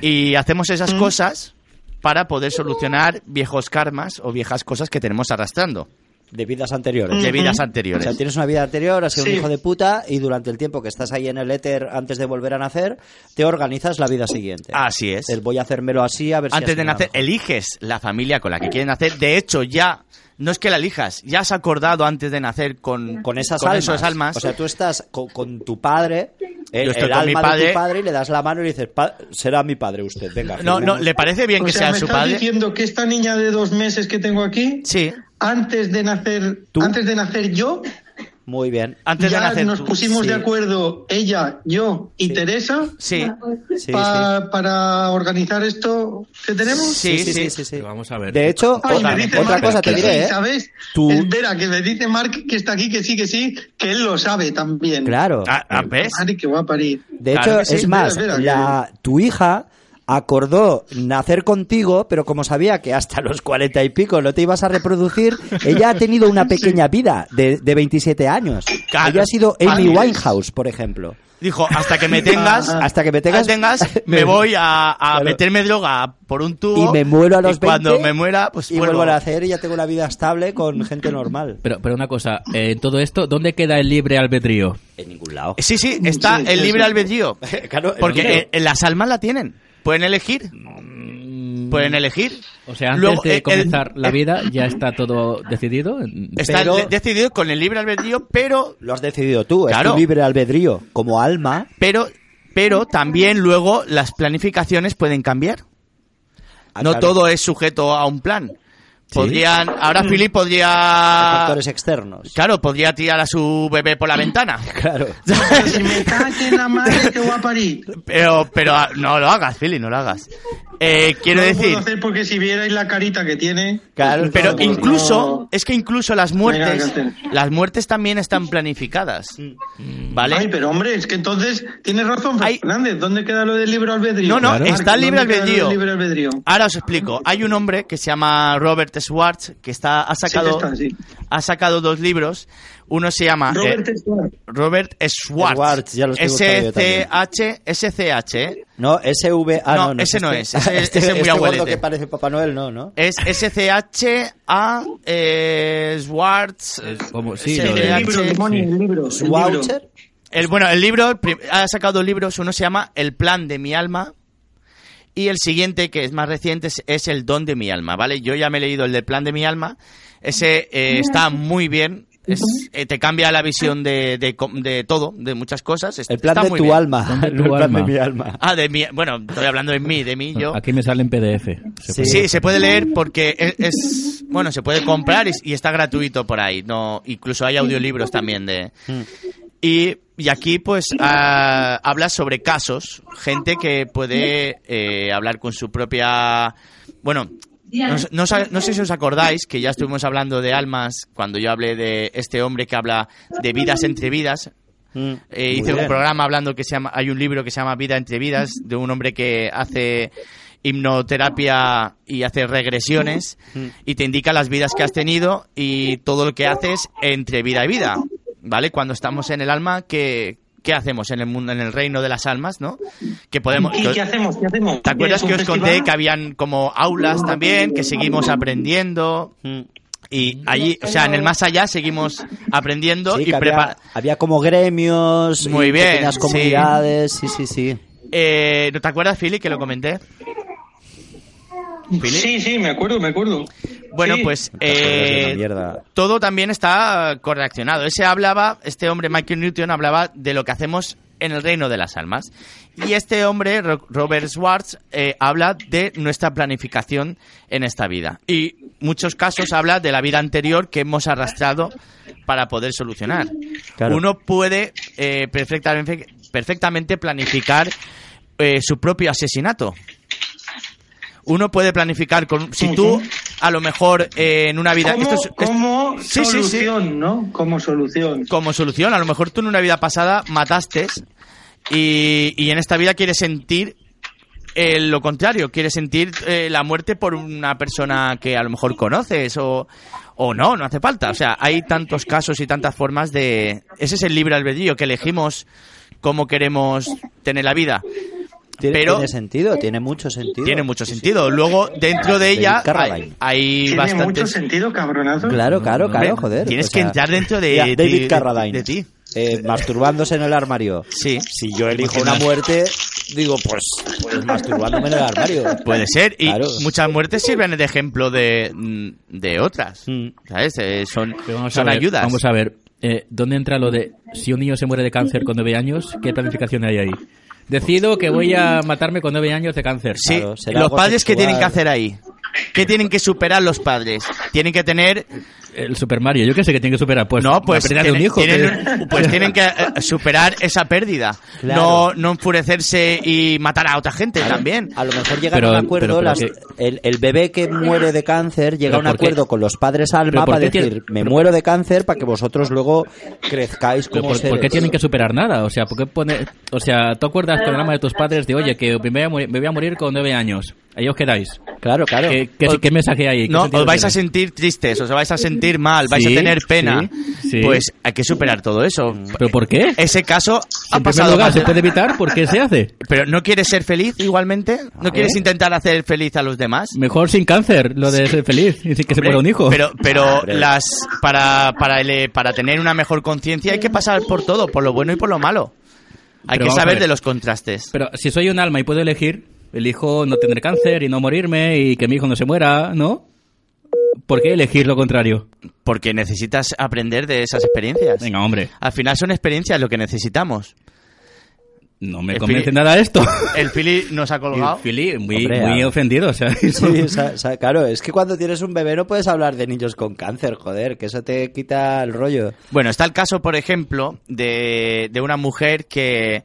[SPEAKER 6] y hacemos esas cosas para poder solucionar viejos karmas o viejas cosas que tenemos arrastrando
[SPEAKER 5] De vidas anteriores.
[SPEAKER 6] de vidas
[SPEAKER 5] O sea,
[SPEAKER 6] anteriores.
[SPEAKER 5] tienes una vida anterior, has sido un
[SPEAKER 8] Sí.
[SPEAKER 5] hijo de puta y durante el tiempo que estás ahí en el éter antes de volver a nacer, te organizas la vida siguiente.
[SPEAKER 6] Así es.
[SPEAKER 5] El voy a hacérmelo así a ver si
[SPEAKER 6] Antes
[SPEAKER 5] así
[SPEAKER 6] de
[SPEAKER 5] me va
[SPEAKER 6] nacer,
[SPEAKER 5] mejor.
[SPEAKER 6] eliges la familia con la que quieres nacer. De hecho, ya no es que la elijas, ya has acordado antes de nacer con,
[SPEAKER 5] Con esas
[SPEAKER 6] con
[SPEAKER 5] almas.
[SPEAKER 6] esos almas.
[SPEAKER 5] O sea, tú estás co- con, tu padre, el,
[SPEAKER 6] Yo estoy
[SPEAKER 5] el
[SPEAKER 6] con mi
[SPEAKER 5] alma de
[SPEAKER 6] padre.
[SPEAKER 5] tu padre, y le das la mano y le dices, "Pa- será mi padre usted, venga.
[SPEAKER 6] no, no,
[SPEAKER 5] firmemos".
[SPEAKER 6] ¿le parece bien
[SPEAKER 8] O
[SPEAKER 6] que
[SPEAKER 8] sea,
[SPEAKER 6] sea
[SPEAKER 8] me
[SPEAKER 6] su
[SPEAKER 8] estás
[SPEAKER 6] padre?
[SPEAKER 8] diciendo que esta niña de dos meses que tengo aquí,
[SPEAKER 6] Sí,
[SPEAKER 8] antes de nacer,
[SPEAKER 5] ¿Tú?
[SPEAKER 8] antes de nacer yo,
[SPEAKER 5] Muy bien.
[SPEAKER 6] antes
[SPEAKER 8] ya
[SPEAKER 6] de nacer.
[SPEAKER 8] nos
[SPEAKER 6] tú.
[SPEAKER 8] pusimos
[SPEAKER 5] sí.
[SPEAKER 8] de acuerdo ella, yo y
[SPEAKER 5] Sí.
[SPEAKER 8] Teresa
[SPEAKER 6] Sí,
[SPEAKER 5] Sí,
[SPEAKER 8] pa- para organizar esto que tenemos.
[SPEAKER 5] sí.
[SPEAKER 6] sí, sí.
[SPEAKER 7] Pero vamos a ver.
[SPEAKER 5] De hecho,
[SPEAKER 8] Ay,
[SPEAKER 5] otra,
[SPEAKER 8] me dice
[SPEAKER 5] otra
[SPEAKER 8] Marc
[SPEAKER 5] cosa te
[SPEAKER 8] que
[SPEAKER 5] diré,
[SPEAKER 8] sí,
[SPEAKER 5] ¿eh?
[SPEAKER 8] ¿sabes?
[SPEAKER 5] Tú-
[SPEAKER 8] Espera, que me dice Mark que está aquí, que sí, que sí, que él lo sabe también.
[SPEAKER 5] ¿eh? Claro.
[SPEAKER 6] Ah, ah, ¿Ves?
[SPEAKER 8] Madre, que va a
[SPEAKER 6] *laughs*
[SPEAKER 8] parir.
[SPEAKER 5] De
[SPEAKER 6] Claro
[SPEAKER 5] hecho,
[SPEAKER 6] que sí,
[SPEAKER 5] es
[SPEAKER 8] mira,
[SPEAKER 5] más,
[SPEAKER 8] mira,
[SPEAKER 5] la, tu hija acordó nacer contigo, pero como sabía que hasta los cuarenta y pico no te ibas a reproducir, ella ha tenido una pequeña vida de, de 27 años.
[SPEAKER 6] Claro.
[SPEAKER 5] Ella ha sido Amy
[SPEAKER 6] Así es.
[SPEAKER 5] Winehouse, por ejemplo.
[SPEAKER 6] Dijo, hasta que me tengas,
[SPEAKER 5] Ah, Hasta que *laughs* me tengas-
[SPEAKER 6] me voy a, a
[SPEAKER 5] Claro.
[SPEAKER 6] meterme droga por un tubo.
[SPEAKER 5] Y me muero a los
[SPEAKER 6] y cuando
[SPEAKER 5] 20,
[SPEAKER 6] me muera, pues
[SPEAKER 5] y
[SPEAKER 6] vuelvo.
[SPEAKER 5] vuelvo a nacer y ya tengo una vida estable con gente normal.
[SPEAKER 7] Pero, pero una cosa, eh, en todo esto, ¿dónde queda el libre albedrío?
[SPEAKER 5] En ningún lado.
[SPEAKER 6] Sí, sí, está
[SPEAKER 8] Sí, sí,
[SPEAKER 6] el libre
[SPEAKER 8] sí.
[SPEAKER 6] albedrío.
[SPEAKER 5] *laughs* Claro,
[SPEAKER 6] Porque
[SPEAKER 5] ¿dónde?
[SPEAKER 6] eh, eh, las almas la tienen. Pueden elegir. pueden elegir.
[SPEAKER 7] Mm. O sea, antes
[SPEAKER 6] Luego, eh,
[SPEAKER 7] de
[SPEAKER 6] el-
[SPEAKER 7] comenzar
[SPEAKER 6] el-
[SPEAKER 7] la vida ya está todo decidido.
[SPEAKER 6] Está
[SPEAKER 5] Pero-
[SPEAKER 6] de- decidido con el libre albedrío, pero
[SPEAKER 5] Lo has decidido tú, es
[SPEAKER 6] Claro.
[SPEAKER 5] tu libre albedrío. Como alma,
[SPEAKER 6] pero pero también luego las planificaciones pueden cambiar.
[SPEAKER 5] Ah,
[SPEAKER 6] no
[SPEAKER 5] claro.
[SPEAKER 6] todo es sujeto a un plan.
[SPEAKER 5] Sí.
[SPEAKER 6] Podrían
[SPEAKER 8] Mm.
[SPEAKER 6] ahora Philip podría
[SPEAKER 5] factores externos.
[SPEAKER 6] claro, podría tirar a su bebé por la ventana.
[SPEAKER 5] *laughs* Claro.
[SPEAKER 8] Pero si me cae en la madre que voy a parir.
[SPEAKER 6] Pero pero ah, no lo hagas, Philip, no lo hagas. Eh, quiero
[SPEAKER 8] no lo
[SPEAKER 6] decir,
[SPEAKER 8] puedo hacer porque si vierais la carita que tiene.
[SPEAKER 5] Claro,
[SPEAKER 6] pero
[SPEAKER 8] Vamos,
[SPEAKER 6] incluso
[SPEAKER 8] no.
[SPEAKER 6] es que incluso las
[SPEAKER 8] Venga,
[SPEAKER 6] muertes
[SPEAKER 8] Castell.
[SPEAKER 6] las muertes también están planificadas. ¿Vale?
[SPEAKER 8] Mm. Ay, pero hombre, es que entonces tienes razón,
[SPEAKER 6] Ay.
[SPEAKER 8] Fernández. ¿Dónde queda lo del libro albedrío?
[SPEAKER 6] No, no, Claro. está el
[SPEAKER 8] ¿dónde
[SPEAKER 6] libre
[SPEAKER 8] queda lo del
[SPEAKER 6] albedrío.
[SPEAKER 8] libre albedrío?
[SPEAKER 6] Ahora os explico. Hay un hombre que se llama Robert Schwartz que está ha sacado
[SPEAKER 8] está, sí.
[SPEAKER 6] ha sacado dos libros. Uno se llama eh,
[SPEAKER 8] Robert Stuart.
[SPEAKER 6] Robert Schwartz.
[SPEAKER 5] Schwartz, ya lo estoy buscando yo también.
[SPEAKER 6] S-C-H, S-C-H, ¿eh?
[SPEAKER 5] No, SVA
[SPEAKER 6] No,
[SPEAKER 5] no, no
[SPEAKER 6] ese no
[SPEAKER 5] este.
[SPEAKER 6] es,
[SPEAKER 5] *laughs*
[SPEAKER 6] ese-
[SPEAKER 5] este,
[SPEAKER 6] ese es muy
[SPEAKER 5] este gordo
[SPEAKER 6] abuelete.
[SPEAKER 5] que parece Papá Noel, no, ¿no?
[SPEAKER 6] Es S-C-H-A eh, Schwartz. eh,
[SPEAKER 7] Es como- sí,
[SPEAKER 6] S-C-H.
[SPEAKER 7] lo
[SPEAKER 8] El
[SPEAKER 7] de-
[SPEAKER 8] libro, demonio, el libro. el libro.
[SPEAKER 5] Schwarzer.
[SPEAKER 6] El, bueno, el libro, prim- ha sacado libros, uno se llama El plan de mi alma y el siguiente, que es más reciente, es, es El don de mi alma, ¿vale? Yo ya me he leído el del plan de mi alma, ese eh, está muy bien, es- eh, te cambia la visión de, de co- de todo, de muchas cosas. es-
[SPEAKER 5] El plan
[SPEAKER 6] está
[SPEAKER 5] de
[SPEAKER 6] muy
[SPEAKER 5] tu
[SPEAKER 6] bien.
[SPEAKER 5] alma,
[SPEAKER 7] Plan de tu
[SPEAKER 5] no *laughs* el plan de
[SPEAKER 7] alma.
[SPEAKER 5] mi alma.
[SPEAKER 6] Ah, de mi, bueno, estoy hablando de mí, de mí, yo.
[SPEAKER 7] Aquí me sale en PDF. Se
[SPEAKER 5] Sí.
[SPEAKER 7] puede-
[SPEAKER 6] Sí, se puede leer porque es, es- bueno, se puede comprar y, y está gratuito por ahí. No, incluso hay audiolibros también de.
[SPEAKER 7] Mm.
[SPEAKER 6] Y, y aquí pues ah, habla sobre casos, gente que puede eh, hablar con su propia, bueno. No, sé- no sa- no sé si os acordáis que ya estuvimos hablando de almas cuando yo hablé de este hombre que habla de vidas entre vidas,
[SPEAKER 5] Mm,
[SPEAKER 6] eh,
[SPEAKER 5] muy
[SPEAKER 6] hice un
[SPEAKER 5] bien.
[SPEAKER 6] programa hablando que se llama, hay un libro que se llama Vida entre vidas de un hombre que hace hipnoterapia y hace regresiones
[SPEAKER 5] Mm.
[SPEAKER 6] y te indica las vidas que has tenido y todo lo que haces entre vida y vida, ¿vale? Cuando estamos en el alma, ¿qué, qué hacemos en el mundo, en el reino de las almas, no? Que podemos...
[SPEAKER 8] ¿Y
[SPEAKER 6] que-
[SPEAKER 8] qué hacemos? ¿Qué hacemos?
[SPEAKER 6] ¿Te acuerdas
[SPEAKER 8] ¿Es un
[SPEAKER 6] que os conté
[SPEAKER 8] festival?
[SPEAKER 6] que habían como aulas también, que seguimos aprendiendo?
[SPEAKER 5] Mm.
[SPEAKER 6] Y allí, o sea, en el más allá seguimos aprendiendo
[SPEAKER 5] Sí,
[SPEAKER 6] y
[SPEAKER 5] que había,
[SPEAKER 6] preparando.
[SPEAKER 5] había como gremios,
[SPEAKER 6] Muy
[SPEAKER 5] y
[SPEAKER 6] bien,
[SPEAKER 5] pequeñas
[SPEAKER 6] sí.
[SPEAKER 5] comunidades, sí, sí, sí.
[SPEAKER 6] Eh, ¿No te acuerdas, Fili, que lo comenté? Fili.
[SPEAKER 8] Sí, sí, me acuerdo, me acuerdo.
[SPEAKER 6] Bueno,
[SPEAKER 8] Sí.
[SPEAKER 6] pues
[SPEAKER 5] Es una
[SPEAKER 6] eh,
[SPEAKER 5] mierda.
[SPEAKER 6] todo también está correlacionado. Ese hablaba, este hombre Michael Newton hablaba de lo que hacemos en el reino de las almas. Y este hombre, Ro- Robert Schwartz, eh, habla de nuestra planificación en esta vida. Y muchos casos habla de la vida anterior que hemos arrastrado para poder solucionar.
[SPEAKER 5] Claro.
[SPEAKER 6] Uno puede eh, perfectamente, perfectamente planificar eh, su propio asesinato uno puede planificar con si tú a lo mejor eh, en una vida
[SPEAKER 8] Como,
[SPEAKER 6] esto es- es-
[SPEAKER 8] como
[SPEAKER 6] sí, sí, sí.
[SPEAKER 8] solución, ¿no? Como solución.
[SPEAKER 6] como solución a lo mejor tú en una vida pasada mataste y, y en esta vida quieres sentir eh, lo contrario quieres sentir eh, la muerte por una persona que a lo mejor conoces o o no no hace falta o sea hay tantos casos y tantas formas de ese es el libre albedrío que elegimos cómo queremos tener la vida
[SPEAKER 5] Tiene,
[SPEAKER 6] Pero-
[SPEAKER 5] tiene sentido, tiene mucho sentido.
[SPEAKER 6] tiene mucho sentido luego dentro de
[SPEAKER 5] David
[SPEAKER 6] ella hay,
[SPEAKER 5] Carradine.
[SPEAKER 6] hay
[SPEAKER 8] Tiene mucho
[SPEAKER 6] bastantes
[SPEAKER 8] sentido, cabronazo.
[SPEAKER 5] Claro, claro, claro,
[SPEAKER 6] Hombre,
[SPEAKER 5] joder.
[SPEAKER 6] tienes
[SPEAKER 5] o sea,
[SPEAKER 6] que entrar dentro de-
[SPEAKER 5] mira,
[SPEAKER 6] de-
[SPEAKER 5] David
[SPEAKER 6] de-
[SPEAKER 5] Carradine.
[SPEAKER 6] de ti.
[SPEAKER 5] Eh, masturbándose en el armario.
[SPEAKER 6] Sí.
[SPEAKER 5] Si yo elijo una
[SPEAKER 6] *laughs*
[SPEAKER 5] muerte, digo, pues, pues masturbándome en el armario.
[SPEAKER 6] Puede ser, y
[SPEAKER 5] Claro.
[SPEAKER 6] muchas muertes sirven de ejemplo de, mm, de otras.
[SPEAKER 5] Mm.
[SPEAKER 6] ¿Sabes? Eh, son
[SPEAKER 7] Pero vamos
[SPEAKER 6] son
[SPEAKER 7] a ver,
[SPEAKER 6] ayudas.
[SPEAKER 7] Vamos a ver, eh, ¿dónde entra lo de si un niño se muere de cáncer con nueve años, qué planificación hay ahí? Decido que voy a matarme con nueve años de cáncer.
[SPEAKER 6] Sí,
[SPEAKER 5] Claro, será
[SPEAKER 6] los
[SPEAKER 5] algo
[SPEAKER 6] padres, que
[SPEAKER 5] sexual.
[SPEAKER 6] tienen que hacer ahí? ¿Qué tienen que superar los padres? Tienen que tener.
[SPEAKER 7] El Super Mario, yo que sé que tiene que superar, pues.
[SPEAKER 6] no, pues.
[SPEAKER 7] la pérdida de un
[SPEAKER 6] tienen-
[SPEAKER 7] hijo.
[SPEAKER 6] tienen-
[SPEAKER 7] que-
[SPEAKER 6] Pues tienen que eh, superar esa pérdida.
[SPEAKER 5] Claro.
[SPEAKER 6] No, no enfurecerse y matar a otra gente también.
[SPEAKER 7] Ah,
[SPEAKER 5] A lo mejor llegan
[SPEAKER 7] Pero-
[SPEAKER 5] a un acuerdo,
[SPEAKER 7] pero- pero
[SPEAKER 5] las-
[SPEAKER 7] que-
[SPEAKER 5] el, el bebé que muere de cáncer llega a
[SPEAKER 7] ¿Pero
[SPEAKER 5] un
[SPEAKER 7] por qué?
[SPEAKER 5] acuerdo con los padres
[SPEAKER 7] ¿Pero
[SPEAKER 5] alma
[SPEAKER 7] por
[SPEAKER 5] para
[SPEAKER 7] qué
[SPEAKER 5] decir,
[SPEAKER 7] tiene-
[SPEAKER 5] me
[SPEAKER 7] pero-
[SPEAKER 5] muero de cáncer para que vosotros luego crezcáis
[SPEAKER 7] Pero
[SPEAKER 5] como
[SPEAKER 7] ¿Por, por qué
[SPEAKER 5] seres".
[SPEAKER 7] tienen que superar nada? O sea, ¿por qué pone, o sea, ¿tú acuerdas el programa de tus padres de, oye, que me voy a morir, me voy a morir con nueve años? Ahí os quedáis.
[SPEAKER 5] Claro, claro.
[SPEAKER 7] ¿Qué, qué-
[SPEAKER 6] Os-
[SPEAKER 7] qué mensaje hay ahí? ¿Qué
[SPEAKER 6] No,
[SPEAKER 7] sentido
[SPEAKER 6] os vais a
[SPEAKER 7] tiene?
[SPEAKER 6] sentir tristes, os vais a sentir mal, vais
[SPEAKER 7] Sí,
[SPEAKER 6] a tener pena.
[SPEAKER 7] sí, sí. Mm.
[SPEAKER 6] Pues hay que superar todo eso.
[SPEAKER 7] ¿Pero por qué?
[SPEAKER 6] Ese caso Eh, ha
[SPEAKER 7] en primer
[SPEAKER 6] pasado.
[SPEAKER 7] lugar,
[SPEAKER 6] más
[SPEAKER 7] ¿se
[SPEAKER 6] de-
[SPEAKER 7] puede evitar? ¿Por qué se hace?
[SPEAKER 6] ¿Pero no quieres ser feliz igualmente? ¿No
[SPEAKER 7] Ah,
[SPEAKER 6] quieres
[SPEAKER 7] ¿eh?
[SPEAKER 6] intentar hacer feliz a los demás?
[SPEAKER 7] Mejor sin cáncer, lo de ser feliz y sin que se muera un hijo. Ah,
[SPEAKER 6] Pero, pero las para para el- para tener una mejor conciencia hay que pasar por todo, por lo bueno y por lo malo. Hay que
[SPEAKER 7] Pero vamos a
[SPEAKER 6] saber
[SPEAKER 7] ver.
[SPEAKER 6] de los contrastes.
[SPEAKER 7] Pero si soy un alma y puedo elegir, Elijo no tener cáncer y no morirme y que mi hijo no se muera, ¿no? ¿Por qué elegir lo contrario?
[SPEAKER 6] Porque necesitas aprender de esas experiencias.
[SPEAKER 7] Venga, hombre,
[SPEAKER 6] Al final son experiencias lo que necesitamos.
[SPEAKER 7] no me
[SPEAKER 6] El
[SPEAKER 7] convence
[SPEAKER 6] Fili-
[SPEAKER 7] nada
[SPEAKER 6] *laughs*
[SPEAKER 7] esto.
[SPEAKER 6] El Philly nos ha colgado.
[SPEAKER 7] Y Fili, muy,
[SPEAKER 5] Hombre,
[SPEAKER 7] muy
[SPEAKER 5] ah.
[SPEAKER 7] ofendido, o sea,
[SPEAKER 5] *laughs*
[SPEAKER 7] *laughs*
[SPEAKER 5] Sí, o sea, o sea, claro, es que cuando tienes un bebé no puedes hablar de niños con cáncer, joder, que eso te quita el rollo.
[SPEAKER 6] Bueno, está el caso, por ejemplo, de, de una mujer que,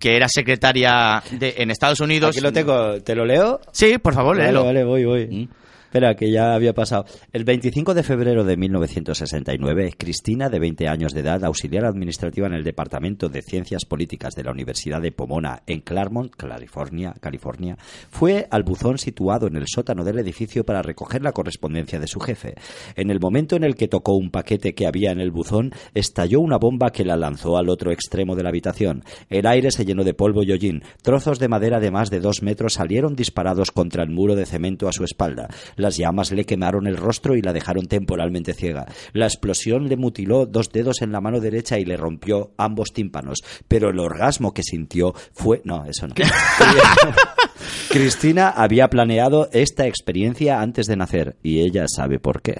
[SPEAKER 6] que era secretaria de- en Estados Unidos.
[SPEAKER 5] Aquí lo tengo, ¿te lo leo?
[SPEAKER 6] Sí, por favor, léelo.
[SPEAKER 5] Vale, vale, voy, voy. Espera, que ya había pasado. El 25 de febrero de 1969, Cristina, de 20 años de edad, auxiliar administrativa en el Departamento de Ciencias Políticas de la Universidad de Pomona, en Claremont, California, California, fue al buzón situado en el sótano del edificio para recoger la correspondencia de su jefe. En el momento en el que tocó un paquete que había en el buzón, estalló una bomba que la lanzó al otro extremo de la habitación. El aire se llenó de polvo y hollín. Trozos de madera de más de dos metros salieron disparados contra el muro de cemento a su espalda. Las llamas le quemaron el rostro y la dejaron temporalmente ciega. La explosión le mutiló dos dedos en la mano derecha y le rompió ambos tímpanos. Pero el orgasmo que sintió fue... No, eso no. Cristina había planeado esta experiencia antes de nacer y ella sabe por qué.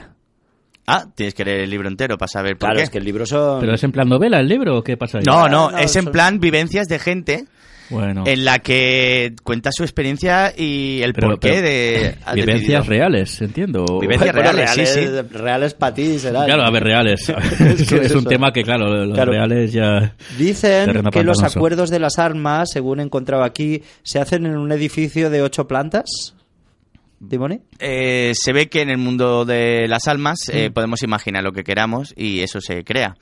[SPEAKER 6] Ah, tienes que leer el libro entero para saber por
[SPEAKER 5] Claro,
[SPEAKER 6] qué.
[SPEAKER 5] es que el libro son...
[SPEAKER 7] ¿Pero es en plan novela el libro o qué pasa ahí?
[SPEAKER 6] No, no,
[SPEAKER 5] No,
[SPEAKER 6] es en
[SPEAKER 5] son-
[SPEAKER 6] plan vivencias de gente
[SPEAKER 7] Bueno,
[SPEAKER 6] en la que cuenta su experiencia y el
[SPEAKER 7] Pero-
[SPEAKER 6] porqué
[SPEAKER 7] pero-
[SPEAKER 5] *laughs*
[SPEAKER 6] de... ha
[SPEAKER 7] vivencias
[SPEAKER 6] decidido.
[SPEAKER 7] reales, entiendo.
[SPEAKER 6] Vivencias- reales, sí,
[SPEAKER 5] reales para ti será.
[SPEAKER 7] eh, Claro, a
[SPEAKER 5] *laughs*
[SPEAKER 7] ver, reales. es, que
[SPEAKER 5] que
[SPEAKER 7] es
[SPEAKER 5] es
[SPEAKER 7] un
[SPEAKER 5] eso.
[SPEAKER 7] tema que, claro, los
[SPEAKER 5] Claro.
[SPEAKER 7] reales ya...
[SPEAKER 5] Dicen
[SPEAKER 7] Terreno
[SPEAKER 5] que los
[SPEAKER 7] pantanoso.
[SPEAKER 5] acuerdos de las armas, según he encontrado aquí, se hacen en un edificio de ocho plantas. ¿Dimoni?
[SPEAKER 6] Eh, se ve que en el mundo de las almas eh,
[SPEAKER 5] Mm.
[SPEAKER 6] podemos imaginar lo que queramos y eso se crea.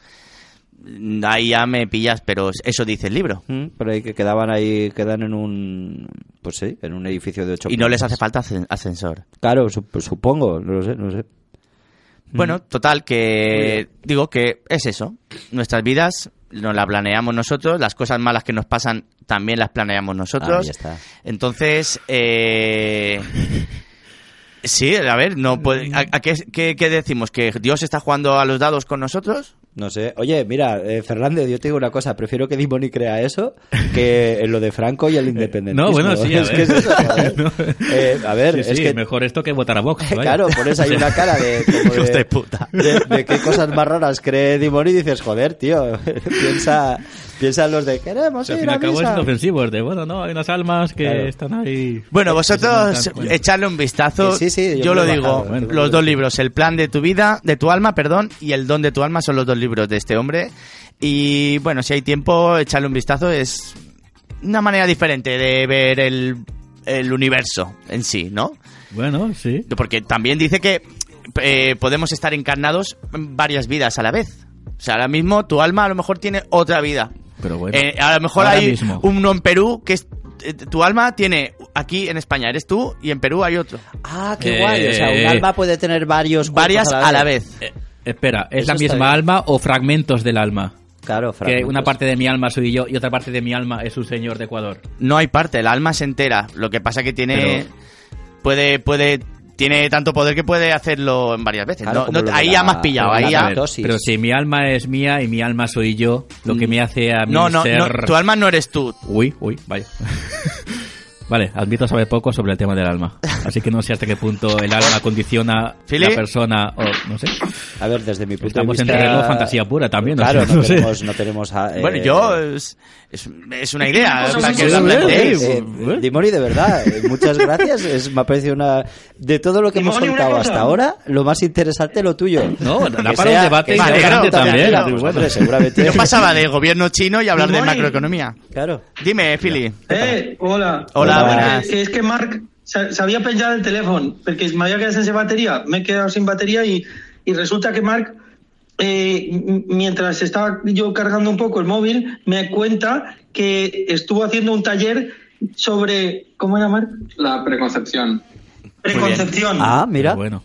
[SPEAKER 6] Ahí ya me pillas, pero eso dice el libro.
[SPEAKER 5] Mm, Por ahí que quedaban ahí, quedan en un. Pues sí, en un edificio de ocho
[SPEAKER 6] Y no les hace
[SPEAKER 5] plantas.
[SPEAKER 6] falta ascen- ascensor.
[SPEAKER 5] Claro, sup- supongo, no lo sé, no lo sé.
[SPEAKER 6] Bueno, total, que digo que es eso. Nuestras vidas nos las planeamos nosotros, las cosas malas que nos pasan también las planeamos nosotros.
[SPEAKER 5] Ahí está.
[SPEAKER 6] Entonces, eh, sí, a ver, no puede- ¿a, a qué, qué- qué decimos? ¿Que Dios está jugando a los dados con nosotros?
[SPEAKER 5] No sé. Oye, mira, eh, Fernández, yo te digo una cosa. Prefiero que Dimoni crea eso que en lo de Franco y
[SPEAKER 7] *laughs*
[SPEAKER 5] el independentismo.
[SPEAKER 7] Eh, No, bueno, sí,
[SPEAKER 5] *laughs*
[SPEAKER 7] a
[SPEAKER 5] es
[SPEAKER 7] ver.
[SPEAKER 5] que es eso, joder.
[SPEAKER 7] *laughs* No.
[SPEAKER 5] Eh, a ver,
[SPEAKER 7] Sí,
[SPEAKER 5] es
[SPEAKER 7] sí,
[SPEAKER 5] que
[SPEAKER 7] mejor esto que votar a Vox.
[SPEAKER 5] *laughs*
[SPEAKER 7] vaya.
[SPEAKER 5] Claro,
[SPEAKER 7] *laughs*
[SPEAKER 5] pones ahí una cara de, como
[SPEAKER 6] Hijos
[SPEAKER 5] de,
[SPEAKER 6] de puta.
[SPEAKER 5] de- de qué cosas más raras cree Dimoni y dices, joder, tío, *laughs* piensa, piensa en los de
[SPEAKER 7] O
[SPEAKER 5] queremos
[SPEAKER 7] sea, al
[SPEAKER 5] ir
[SPEAKER 7] fin y
[SPEAKER 5] a
[SPEAKER 7] al cabo es
[SPEAKER 5] misa.
[SPEAKER 7] inofensivo, es de, bueno, no, hay unas almas que
[SPEAKER 5] Claro.
[SPEAKER 7] están ahí...
[SPEAKER 6] Bueno,
[SPEAKER 5] Pues,
[SPEAKER 6] vosotros
[SPEAKER 7] Están cuenta.
[SPEAKER 6] echarle un vistazo.
[SPEAKER 5] Sí, sí, yo me
[SPEAKER 6] yo, lo
[SPEAKER 5] lo he
[SPEAKER 6] digo.
[SPEAKER 5] bajado, ¿eh? bueno.
[SPEAKER 6] los dos libros, El plan de tu vida, de tu alma, perdón, y El don de tu alma son los dos libros de este hombre. Y bueno, si hay tiempo, echarle un vistazo es una manera diferente de ver el, el universo en sí, ¿no?
[SPEAKER 7] Bueno, sí.
[SPEAKER 6] Porque también dice que eh, podemos estar encarnados en varias vidas a la vez. O sea, ahora mismo tu alma a lo mejor tiene otra vida.
[SPEAKER 7] Pero bueno,
[SPEAKER 6] Eh, a lo mejor
[SPEAKER 7] ahora
[SPEAKER 6] hay
[SPEAKER 7] mismo.
[SPEAKER 6] uno en Perú que es, eh, tu alma tiene aquí en España eres tú y en Perú hay otro.
[SPEAKER 5] Ah, qué guay. O sea, un
[SPEAKER 7] Eh,
[SPEAKER 5] alma puede tener varios cuerpos
[SPEAKER 6] Varias a la vez.
[SPEAKER 7] Espera, ¿es
[SPEAKER 5] Eso
[SPEAKER 7] la
[SPEAKER 5] está
[SPEAKER 7] misma
[SPEAKER 5] bien.
[SPEAKER 7] alma o fragmentos del alma?
[SPEAKER 5] Claro,
[SPEAKER 7] Que
[SPEAKER 5] Franco.
[SPEAKER 7] una parte de mi alma soy yo y otra parte de mi alma es un señor de Ecuador.
[SPEAKER 6] No hay parte, el alma se entera. Lo que pasa que tiene puede puede tiene tanto poder que puede hacerlo en varias veces.
[SPEAKER 5] Claro,
[SPEAKER 6] No-
[SPEAKER 5] como
[SPEAKER 6] no-
[SPEAKER 5] lo de
[SPEAKER 6] ahí
[SPEAKER 5] la-
[SPEAKER 6] ya me has pillado,
[SPEAKER 5] como la
[SPEAKER 6] ahí ya.
[SPEAKER 5] cabeza. Dosis.
[SPEAKER 7] Pero si mi alma es mía y mi alma soy yo, lo que me hace a mí
[SPEAKER 6] Mm. No, no,
[SPEAKER 7] ser...
[SPEAKER 6] no, tu alma no eres tú.
[SPEAKER 7] Uy, uy, vaya. *laughs* vale, admito saber poco sobre el tema del alma. Así que no sé hasta qué punto el alma condiciona
[SPEAKER 6] Fili.
[SPEAKER 7] la persona o no sé.
[SPEAKER 5] A ver, desde mi punto
[SPEAKER 7] Estamos
[SPEAKER 5] de
[SPEAKER 7] en
[SPEAKER 5] vista...
[SPEAKER 7] terreno fantasía pura también, o
[SPEAKER 5] Claro,
[SPEAKER 7] sea,
[SPEAKER 5] no,
[SPEAKER 7] no sé.
[SPEAKER 5] tenemos... No tenemos ah, eh,
[SPEAKER 6] Bueno, yo es, es- es una idea para que
[SPEAKER 7] sí,
[SPEAKER 6] la
[SPEAKER 7] sí,
[SPEAKER 6] planteéis.
[SPEAKER 7] sí.
[SPEAKER 5] Eh,
[SPEAKER 7] ¿eh?
[SPEAKER 5] Dimori, de verdad, eh, muchas gracias. Es- me ha parecido una. De todo lo que hemos contado hasta ahora, lo más interesante lo tuyo.
[SPEAKER 7] No, da
[SPEAKER 5] Que
[SPEAKER 7] para un
[SPEAKER 5] sea-
[SPEAKER 7] debate
[SPEAKER 5] que sea
[SPEAKER 6] interesante
[SPEAKER 5] una puta
[SPEAKER 6] también,
[SPEAKER 5] mierda,
[SPEAKER 6] muy
[SPEAKER 5] pues,
[SPEAKER 6] bueno.
[SPEAKER 5] hombre, seguramente.
[SPEAKER 6] Yo pasaba de gobierno chino y hablar de macroeconomía.
[SPEAKER 5] Claro.
[SPEAKER 6] Dime, Fili.
[SPEAKER 8] Eh, hola.
[SPEAKER 6] Hola, buenas.
[SPEAKER 8] Que, que es que Marc se, se había penjado el teléfono, porque me había quedado sin batería. Me he quedado sin batería y, y resulta que Marc, eh, m- mientras estaba yo cargando un poco el móvil, me cuenta que estuvo haciendo un taller sobre... ¿Cómo era, Marc?
[SPEAKER 9] La preconcepción.
[SPEAKER 8] Preconcepción.
[SPEAKER 5] Ah, mira.
[SPEAKER 7] Bueno,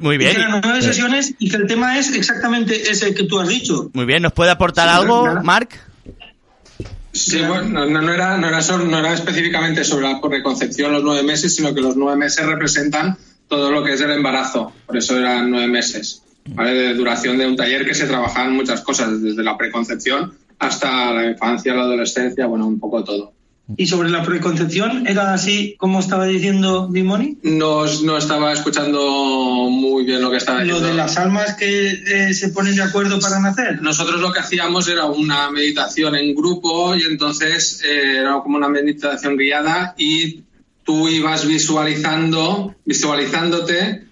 [SPEAKER 6] Muy bien.
[SPEAKER 8] Hicieron nueve sesiones y que el tema es exactamente ese que tú has dicho.
[SPEAKER 6] Muy bien, ¿nos puede aportar
[SPEAKER 8] Sí,
[SPEAKER 6] algo,
[SPEAKER 8] nada.
[SPEAKER 6] Mark?
[SPEAKER 9] Sí, bueno, no, no era, no, era sobre- no era específicamente sobre la preconcepción los nueve meses, sino que los nueve meses representan todo lo que es el embarazo. Por eso eran nueve meses. ¿vale? De duración de un taller que se trabajaban muchas cosas, desde la preconcepción hasta la infancia, la adolescencia, bueno, un poco todo.
[SPEAKER 11] Y sobre la preconcepción, ¿era así como estaba diciendo Dimoni?
[SPEAKER 8] No, no estaba escuchando muy bien lo que estaba
[SPEAKER 11] Lo
[SPEAKER 8] diciendo.
[SPEAKER 11] de las almas que eh, se ponen de acuerdo para nacer.
[SPEAKER 8] Nosotros lo que hacíamos era una meditación en grupo y entonces eh, era como una meditación guiada y tú ibas visualizando, visualizándote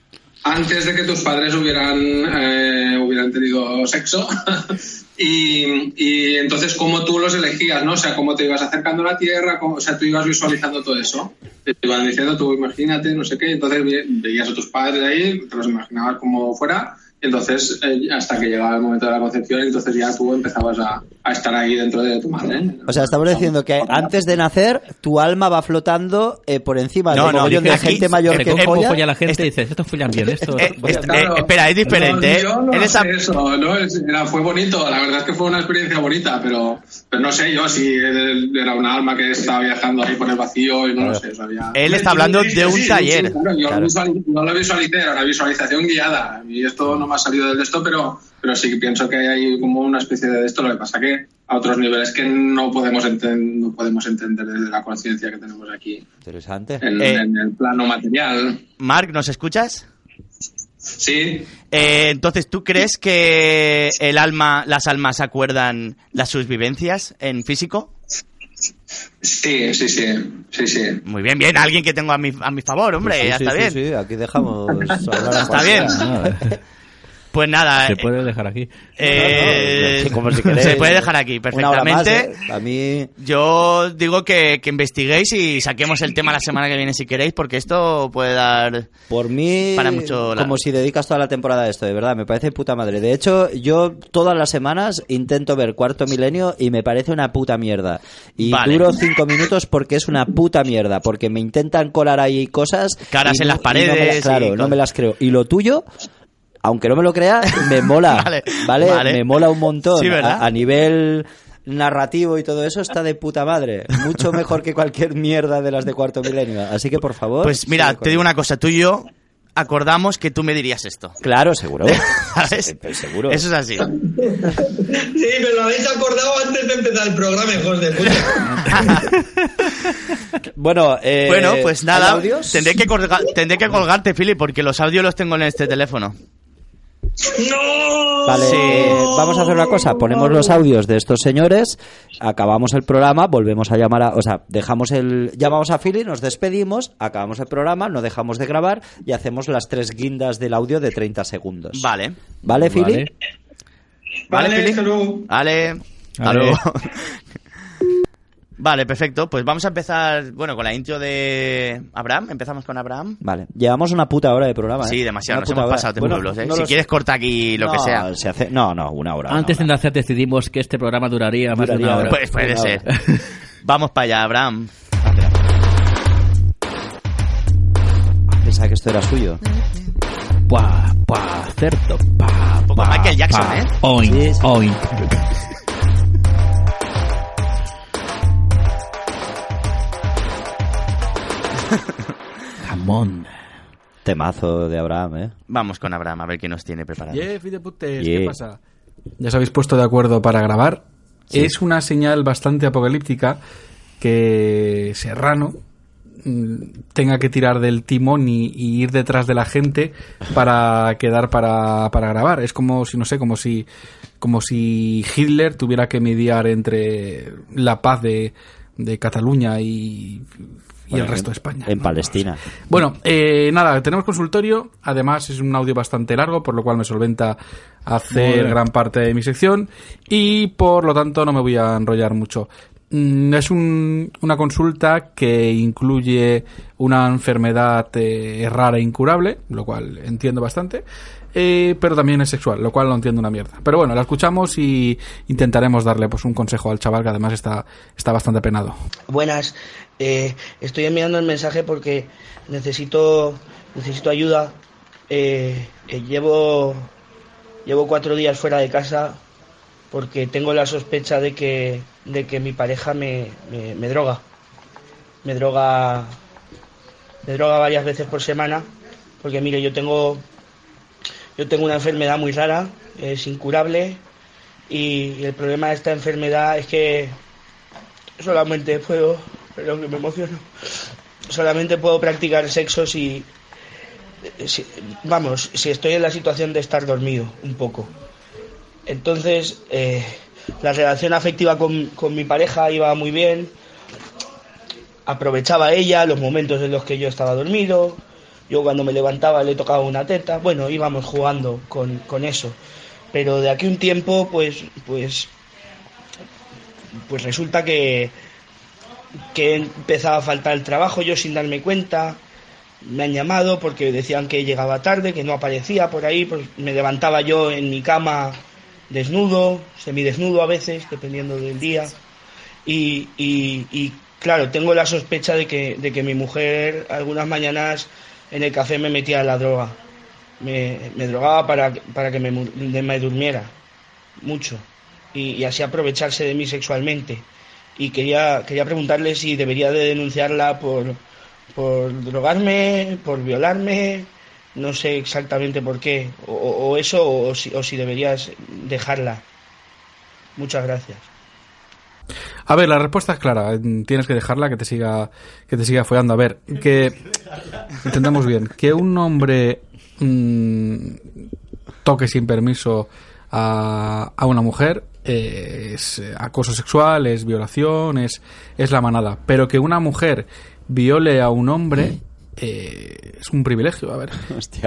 [SPEAKER 8] antes de que tus padres hubieran, eh, hubieran tenido sexo. *laughs* y, y entonces cómo tú los elegías, ¿no? O sea, cómo te ibas acercando a la Tierra, cómo- o sea, tú ibas visualizando todo eso. Te iban diciendo, tú imagínate, no sé qué. Entonces ve- veías a tus padres ahí, te los imaginabas como fuera. Y entonces, eh, hasta que llegaba el momento de la concepción, entonces ya tú empezabas a, a estar ahí dentro de tu madre.
[SPEAKER 5] O sea, estamos diciendo que antes de nacer, tu alma va flotando eh, por encima de
[SPEAKER 6] No,
[SPEAKER 5] un
[SPEAKER 6] no,
[SPEAKER 5] mogollón de
[SPEAKER 6] aquí
[SPEAKER 5] gente mayor
[SPEAKER 7] Te
[SPEAKER 5] que
[SPEAKER 7] coge
[SPEAKER 5] folla.
[SPEAKER 7] folla la gente y dices, esto follan bien, esto...
[SPEAKER 6] Eh,
[SPEAKER 7] follan
[SPEAKER 6] este-
[SPEAKER 7] bien".
[SPEAKER 8] Claro.
[SPEAKER 6] eh, espera, es diferente,
[SPEAKER 8] No,
[SPEAKER 6] ¿eh?
[SPEAKER 8] yo no
[SPEAKER 6] En esa-
[SPEAKER 8] sé eso, ¿no? Es- era- fue bonito, la verdad es que fue una experiencia bonita, pero, pero no sé yo si él era un alma que estaba viajando ahí por el vacío y no lo sé. eso había-
[SPEAKER 6] Él está hablando
[SPEAKER 8] Sí,
[SPEAKER 6] de
[SPEAKER 8] sí,
[SPEAKER 6] un
[SPEAKER 8] sí,
[SPEAKER 6] taller.
[SPEAKER 8] claro, yo
[SPEAKER 5] Claro.
[SPEAKER 8] lo visual- no lo visualicé, era una visualización guiada. Y esto no me ha salido del esto, pero, pero sí pienso que hay ahí como una especie de esto. Lo que pasa que a otros niveles que no podemos, enten- no podemos entender desde la conciencia que tenemos aquí
[SPEAKER 5] Interesante.
[SPEAKER 8] en,
[SPEAKER 6] Eh.
[SPEAKER 8] en el plano material.
[SPEAKER 6] Mark, ¿nos escuchas?
[SPEAKER 8] Sí,
[SPEAKER 6] Eh, entonces, ¿tú crees que el alma, las almas acuerdan las sus vivencias en físico?
[SPEAKER 8] sí, sí, sí, sí, sí.
[SPEAKER 6] Muy bien, bien, alguien que tengo a mi, a mi favor, hombre,
[SPEAKER 5] Sí,
[SPEAKER 6] ya
[SPEAKER 5] sí,
[SPEAKER 6] está
[SPEAKER 5] sí,
[SPEAKER 6] bien.
[SPEAKER 5] sí, aquí
[SPEAKER 6] *laughs*
[SPEAKER 5] dejamos hablar a
[SPEAKER 6] Está bien.
[SPEAKER 7] Ah,
[SPEAKER 6] Pues nada,
[SPEAKER 7] *laughs* Se
[SPEAKER 6] eh,
[SPEAKER 7] puede dejar aquí.
[SPEAKER 6] eh,
[SPEAKER 5] Sí, como si queréis.
[SPEAKER 6] se puede dejar aquí
[SPEAKER 5] Una hora más,
[SPEAKER 6] perfectamente.
[SPEAKER 5] ¿eh? A mí...
[SPEAKER 6] Yo digo que, que investiguéis y saquemos el tema la semana que viene si queréis, porque esto puede dar...
[SPEAKER 5] Por mí,
[SPEAKER 6] Para mucho la-
[SPEAKER 5] como si dedicas toda la temporada a esto, de verdad, me parece puta madre. De hecho, yo todas las semanas intento ver Cuarto Milenio y me parece una puta mierda. Y
[SPEAKER 6] Vale.
[SPEAKER 5] duro cinco minutos porque es una puta mierda, porque me intentan colar ahí cosas...
[SPEAKER 6] Caras
[SPEAKER 5] y
[SPEAKER 6] en las
[SPEAKER 5] no- y no me
[SPEAKER 6] paredes
[SPEAKER 5] las- claro,
[SPEAKER 6] y
[SPEAKER 5] no
[SPEAKER 6] con-
[SPEAKER 5] me las creo. Y lo tuyo... Aunque no me lo crea, me mola,
[SPEAKER 6] *laughs* Vale,
[SPEAKER 5] vale,
[SPEAKER 6] vale.
[SPEAKER 5] Me mola un montón.
[SPEAKER 6] Sí, ¿verdad?
[SPEAKER 5] a, a nivel narrativo y todo eso está de puta madre. Mucho mejor que cualquier mierda de las de Cuarto Milenio. Así que, por favor...
[SPEAKER 6] Pues mira,
[SPEAKER 5] sigue con
[SPEAKER 6] te digo
[SPEAKER 5] ello.
[SPEAKER 6] una cosa, tú y yo acordamos que tú me dirías
[SPEAKER 5] *laughs*
[SPEAKER 6] esto.
[SPEAKER 5] Claro, seguro.
[SPEAKER 6] ¿Sabes?
[SPEAKER 5] Sí, pero seguro.
[SPEAKER 6] Eso es
[SPEAKER 5] *laughs*
[SPEAKER 6] así.
[SPEAKER 11] Sí, pero lo habéis acordado antes de empezar el programa, hijos de puta.
[SPEAKER 5] Bueno, eh,
[SPEAKER 6] bueno, pues
[SPEAKER 5] ¿hay
[SPEAKER 6] nada,
[SPEAKER 5] audios?
[SPEAKER 6] tendré que, colga- tendré que colgarte, Philip, porque los audios los tengo en este teléfono.
[SPEAKER 11] ¡No!
[SPEAKER 5] Vale,
[SPEAKER 6] Sí.
[SPEAKER 5] eh, vamos a hacer una cosa. Ponemos los audios de estos señores, acabamos el programa, volvemos a llamar a. O sea, dejamos el. Llamamos a Philly, nos despedimos, acabamos el programa, no dejamos de grabar y hacemos las tres guindas del audio de 30 segundos.
[SPEAKER 6] Vale.
[SPEAKER 5] ¿Vale, Philly?
[SPEAKER 7] Vale.
[SPEAKER 6] Vale,
[SPEAKER 11] Vale,
[SPEAKER 6] Fili.
[SPEAKER 11] hasta luego.
[SPEAKER 6] Vale. Hasta
[SPEAKER 7] Vale.
[SPEAKER 6] luego. *laughs* Vale, perfecto. Pues vamos a empezar, bueno, con la intro de Abraham. Empezamos con Abraham.
[SPEAKER 5] Vale. Llevamos una puta hora de programa. ¿eh?
[SPEAKER 6] Sí, demasiado.
[SPEAKER 5] Una
[SPEAKER 6] Nos
[SPEAKER 5] puta
[SPEAKER 6] hemos
[SPEAKER 5] hora.
[SPEAKER 6] pasado de
[SPEAKER 5] Bueno,
[SPEAKER 6] pueblos, ¿eh?
[SPEAKER 5] no
[SPEAKER 6] si
[SPEAKER 5] lo-
[SPEAKER 6] quieres, corta aquí lo que
[SPEAKER 5] no,
[SPEAKER 6] sea.
[SPEAKER 5] se hace- no, no, una hora. una
[SPEAKER 7] Antes de
[SPEAKER 5] hora.
[SPEAKER 7] nacer decidimos que este programa duraría más de
[SPEAKER 5] Duraría
[SPEAKER 7] una hora.
[SPEAKER 5] hora.
[SPEAKER 6] Pues puede
[SPEAKER 5] Una
[SPEAKER 6] ser.
[SPEAKER 5] hora.
[SPEAKER 7] *laughs*
[SPEAKER 6] Vamos para allá, Abraham.
[SPEAKER 5] Pensaba que esto era suyo.
[SPEAKER 7] Pa, pa, cerdo, pa,
[SPEAKER 6] poco
[SPEAKER 7] pa,
[SPEAKER 6] Michael Jackson,
[SPEAKER 7] pa,
[SPEAKER 6] ¿eh?
[SPEAKER 7] Ah, Oink,
[SPEAKER 5] Sí, sí. *laughs*
[SPEAKER 7] oink. Jamón.
[SPEAKER 5] Temazo de Abraham, ¿eh?
[SPEAKER 6] Vamos con Abraham a ver qué nos tiene preparado.
[SPEAKER 2] Jeff y de putes,
[SPEAKER 5] Yeah.
[SPEAKER 2] ¿qué pasa? Ya os habéis puesto de acuerdo para grabar. Es una señal bastante apocalíptica que Serrano mm, tenga que tirar del timón y, y ir detrás de la gente para quedar para, para grabar. Es como si, no sé, como si, como si Hitler tuviera que mediar entre la paz de, de Cataluña y, y el resto de España.
[SPEAKER 5] En
[SPEAKER 2] ¿no?
[SPEAKER 5] Palestina.
[SPEAKER 2] Bueno, eh, nada, tenemos consultorio. Además, es un audio bastante largo, por lo cual me solventa hacer gran parte de mi sección. Y por lo tanto, no me voy a enrollar mucho. Mm, Es un- una consulta que incluye una enfermedad eh, rara e incurable, lo cual entiendo bastante. eh, pero también es sexual, lo cual no entiendo una mierda. Pero bueno, la escuchamos y intentaremos darle pues un consejo al chaval que además está, está bastante apenado.
[SPEAKER 11] Buenas, eh, estoy enviando el mensaje porque necesito necesito ayuda. Eh, eh, llevo llevo cuatro días fuera de casa porque tengo la sospecha de que de que mi pareja me, me- me droga, me droga, me droga varias veces por semana porque mire yo tengo yo tengo una enfermedad muy rara, es incurable y, y el problema de esta enfermedad es que solamente puedo
[SPEAKER 8] Perdón, que me emociono. Solamente puedo practicar sexo si, si- Vamos, si estoy en la situación de estar dormido, un poco. Entonces, eh, la relación afectiva con, con mi pareja iba muy bien. Aprovechaba ella los momentos en los que yo estaba dormido. Yo cuando me levantaba le tocaba una teta. Bueno, íbamos jugando con, con eso. Pero de aquí a un tiempo, pues, pues, pues resulta que, que empezaba a faltar el trabajo, yo sin darme cuenta. Me han llamado porque decían que llegaba tarde, que no aparecía por ahí, pues me levantaba yo en mi cama desnudo, semidesnudo a veces, dependiendo del día. Y, y- y, claro, tengo la sospecha de que, de que mi mujer algunas mañanas en el café me metía la droga. Me, me drogaba para, para que me, mu- me durmiera mucho y, y así aprovecharse de mí sexualmente. Y quería, quería preguntarle si debería de denunciarla por, por drogarme, por violarme, no sé exactamente por qué, o, o- o eso, o si, o si deberías dejarla. Muchas gracias.
[SPEAKER 7] A ver, la respuesta es clara. Mm, Tienes que dejarla que te siga, que te siga follando. A ver, que entendamos bien que un hombre mm, toque sin permiso a, a una mujer eh, es eh, acoso sexual, es violación, es, es la manada. Pero que una mujer viole a un hombre eh, es un privilegio. A ver,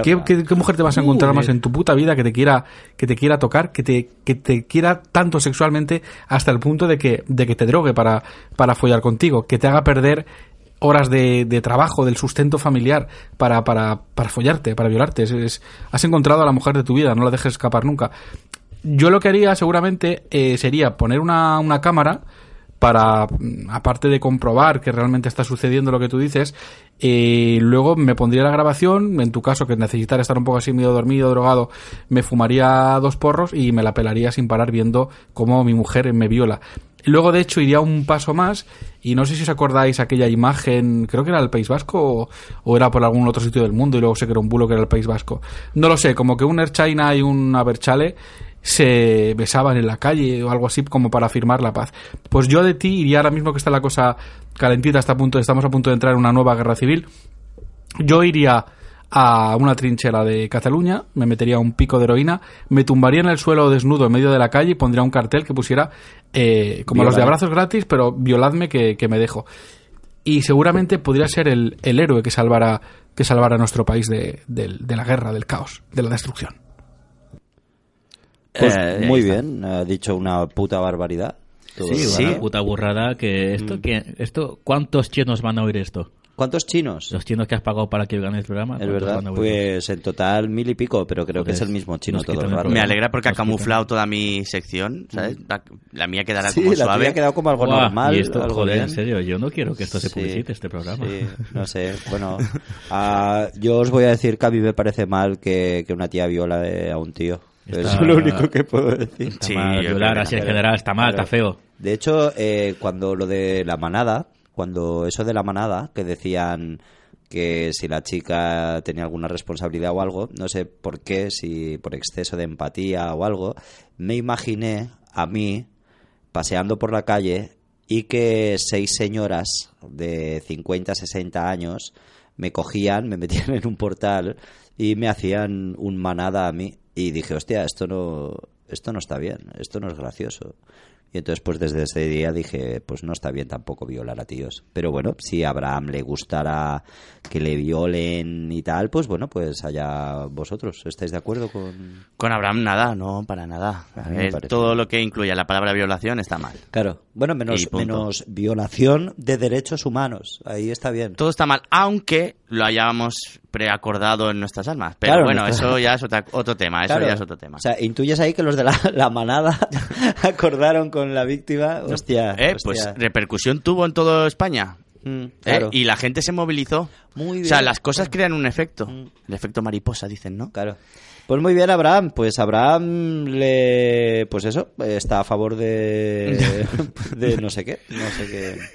[SPEAKER 7] ¿qué, qué- qué mujer te vas a encontrar
[SPEAKER 12] Uh,
[SPEAKER 7] más
[SPEAKER 12] eh.
[SPEAKER 7] en tu puta vida que te quiera, que te quiera tocar, que te, que te quiera tanto sexualmente hasta el punto de que, de que te drogue para, para follar contigo, que te haga perder horas de, de trabajo, del sustento familiar para, para, para follarte, para violarte. Es- es- has encontrado a la mujer de tu vida, no la dejes escapar nunca. Yo lo que haría seguramente eh, sería poner una, una cámara para, mm, aparte de comprobar que realmente está sucediendo lo que tú dices, eh, luego me pondría la grabación, en tu caso que necesitar estar un poco así medio dormido, drogado, me fumaría dos porros y me la pelaría sin parar viendo cómo mi mujer me viola. Luego, de hecho, iría un paso más y no sé si os acordáis aquella imagen, creo que era el País Vasco o, o era por algún otro sitio del mundo y luego sé que era un bulo que era el País Vasco. No lo sé, como que un Erchaina y un Aberchale se besaban en la calle o algo así como para firmar la paz. Pues yo de ti iría ahora mismo que está la cosa calentita, está a punto, estamos a punto de entrar en una nueva guerra civil. Yo iría a una trinchera de Cataluña, me metería un pico de heroína, me tumbaría en el suelo desnudo en medio de la calle y pondría un cartel que pusiera eh, como los de
[SPEAKER 12] Violar.
[SPEAKER 7] abrazos gratis, pero violadme que, que me dejo. Y seguramente podría ser el, el héroe que salvara, que salvara a nuestro país de, del- de la guerra, del caos, de la destrucción.
[SPEAKER 5] Pues
[SPEAKER 7] Eh, ahí
[SPEAKER 5] muy
[SPEAKER 7] está.
[SPEAKER 5] bien, ha dicho una puta barbaridad. Todo
[SPEAKER 13] Sí,
[SPEAKER 5] eso.
[SPEAKER 13] una puta burrada que esto,
[SPEAKER 5] Mm.
[SPEAKER 13] que esto, ¿cuántos chinos van a oír esto?
[SPEAKER 5] ¿Cuántos chinos?
[SPEAKER 13] Los chinos que has pagado para que oigan el programa.
[SPEAKER 5] Es
[SPEAKER 13] ¿cuántos
[SPEAKER 5] verdad,
[SPEAKER 13] van a oír?
[SPEAKER 5] pues en total mil y pico, pero creo que es
[SPEAKER 13] Entonces,
[SPEAKER 5] el mismo chino
[SPEAKER 13] nos
[SPEAKER 5] todo
[SPEAKER 13] quitan el
[SPEAKER 5] raro.
[SPEAKER 6] Me alegra porque ha camuflado toda mi sección, ¿sabes? La, la mía quedará como
[SPEAKER 5] la
[SPEAKER 6] suave.
[SPEAKER 5] tuya ha quedado como algo
[SPEAKER 13] Buah,
[SPEAKER 5] normal.
[SPEAKER 13] y esto,
[SPEAKER 5] algo
[SPEAKER 13] joder,
[SPEAKER 5] bien.
[SPEAKER 13] en serio, yo no quiero que esto se publicite, este programa.
[SPEAKER 5] sí, no sé. Bueno, *laughs* ah, yo os voy a decir que a mí me parece mal que, que una tía viola eh, a un tío.
[SPEAKER 13] Está-
[SPEAKER 5] es lo único que puedo decir.
[SPEAKER 13] está Sí, mal, yo violar creo que así no. en general está mal, está feo.
[SPEAKER 5] De hecho, eh, cuando lo de la manada, cuando eso de la manada, que decían que si la chica tenía alguna responsabilidad o algo, no sé por qué, si por exceso de empatía o algo, me imaginé a mí paseando por la calle y que seis señoras de 50, 60 años me cogían, me metían en un portal y me hacían un manada a mí. Y dije, hostia, esto no, esto no está bien, esto no es gracioso. Y entonces, pues desde ese día dije, pues no está bien tampoco violar a tíos. Pero bueno, si a Abraham le gustará que le violen y tal, pues bueno, pues allá vosotros. ¿Estáis de acuerdo con...?
[SPEAKER 6] Con Abraham nada, no, para nada.
[SPEAKER 5] A mí me
[SPEAKER 6] Eh,
[SPEAKER 5] parece.
[SPEAKER 6] todo lo que incluya la palabra violación está mal.
[SPEAKER 5] Claro. Bueno, menos,
[SPEAKER 6] Y punto.
[SPEAKER 5] menos violación de derechos humanos. Ahí está bien.
[SPEAKER 6] Todo está mal, aunque lo hayamos preacordado en nuestras almas. Pero
[SPEAKER 5] Claro, *laughs*
[SPEAKER 6] bueno,
[SPEAKER 5] nuestra-
[SPEAKER 6] eso ya es otra- otro tema, eso
[SPEAKER 5] Claro.
[SPEAKER 6] ya es otro tema.
[SPEAKER 5] O sea, intuyes ahí que los de la, la manada *laughs* acordaron con la víctima. Hostia.
[SPEAKER 6] Eh,
[SPEAKER 5] hostia.
[SPEAKER 6] pues repercusión tuvo en toda España.
[SPEAKER 5] Mm,
[SPEAKER 6] Eh,
[SPEAKER 5] claro.
[SPEAKER 6] Y la gente se movilizó.
[SPEAKER 5] Muy
[SPEAKER 6] O sea,
[SPEAKER 5] bien. Mm.
[SPEAKER 6] las cosas crean un efecto. El efecto mariposa, dicen, ¿no?
[SPEAKER 5] Claro. Pues muy bien, Abraham. Pues Abraham le. Pues eso, está a favor
[SPEAKER 6] *laughs*
[SPEAKER 5] de. de no sé qué. No sé qué. *laughs*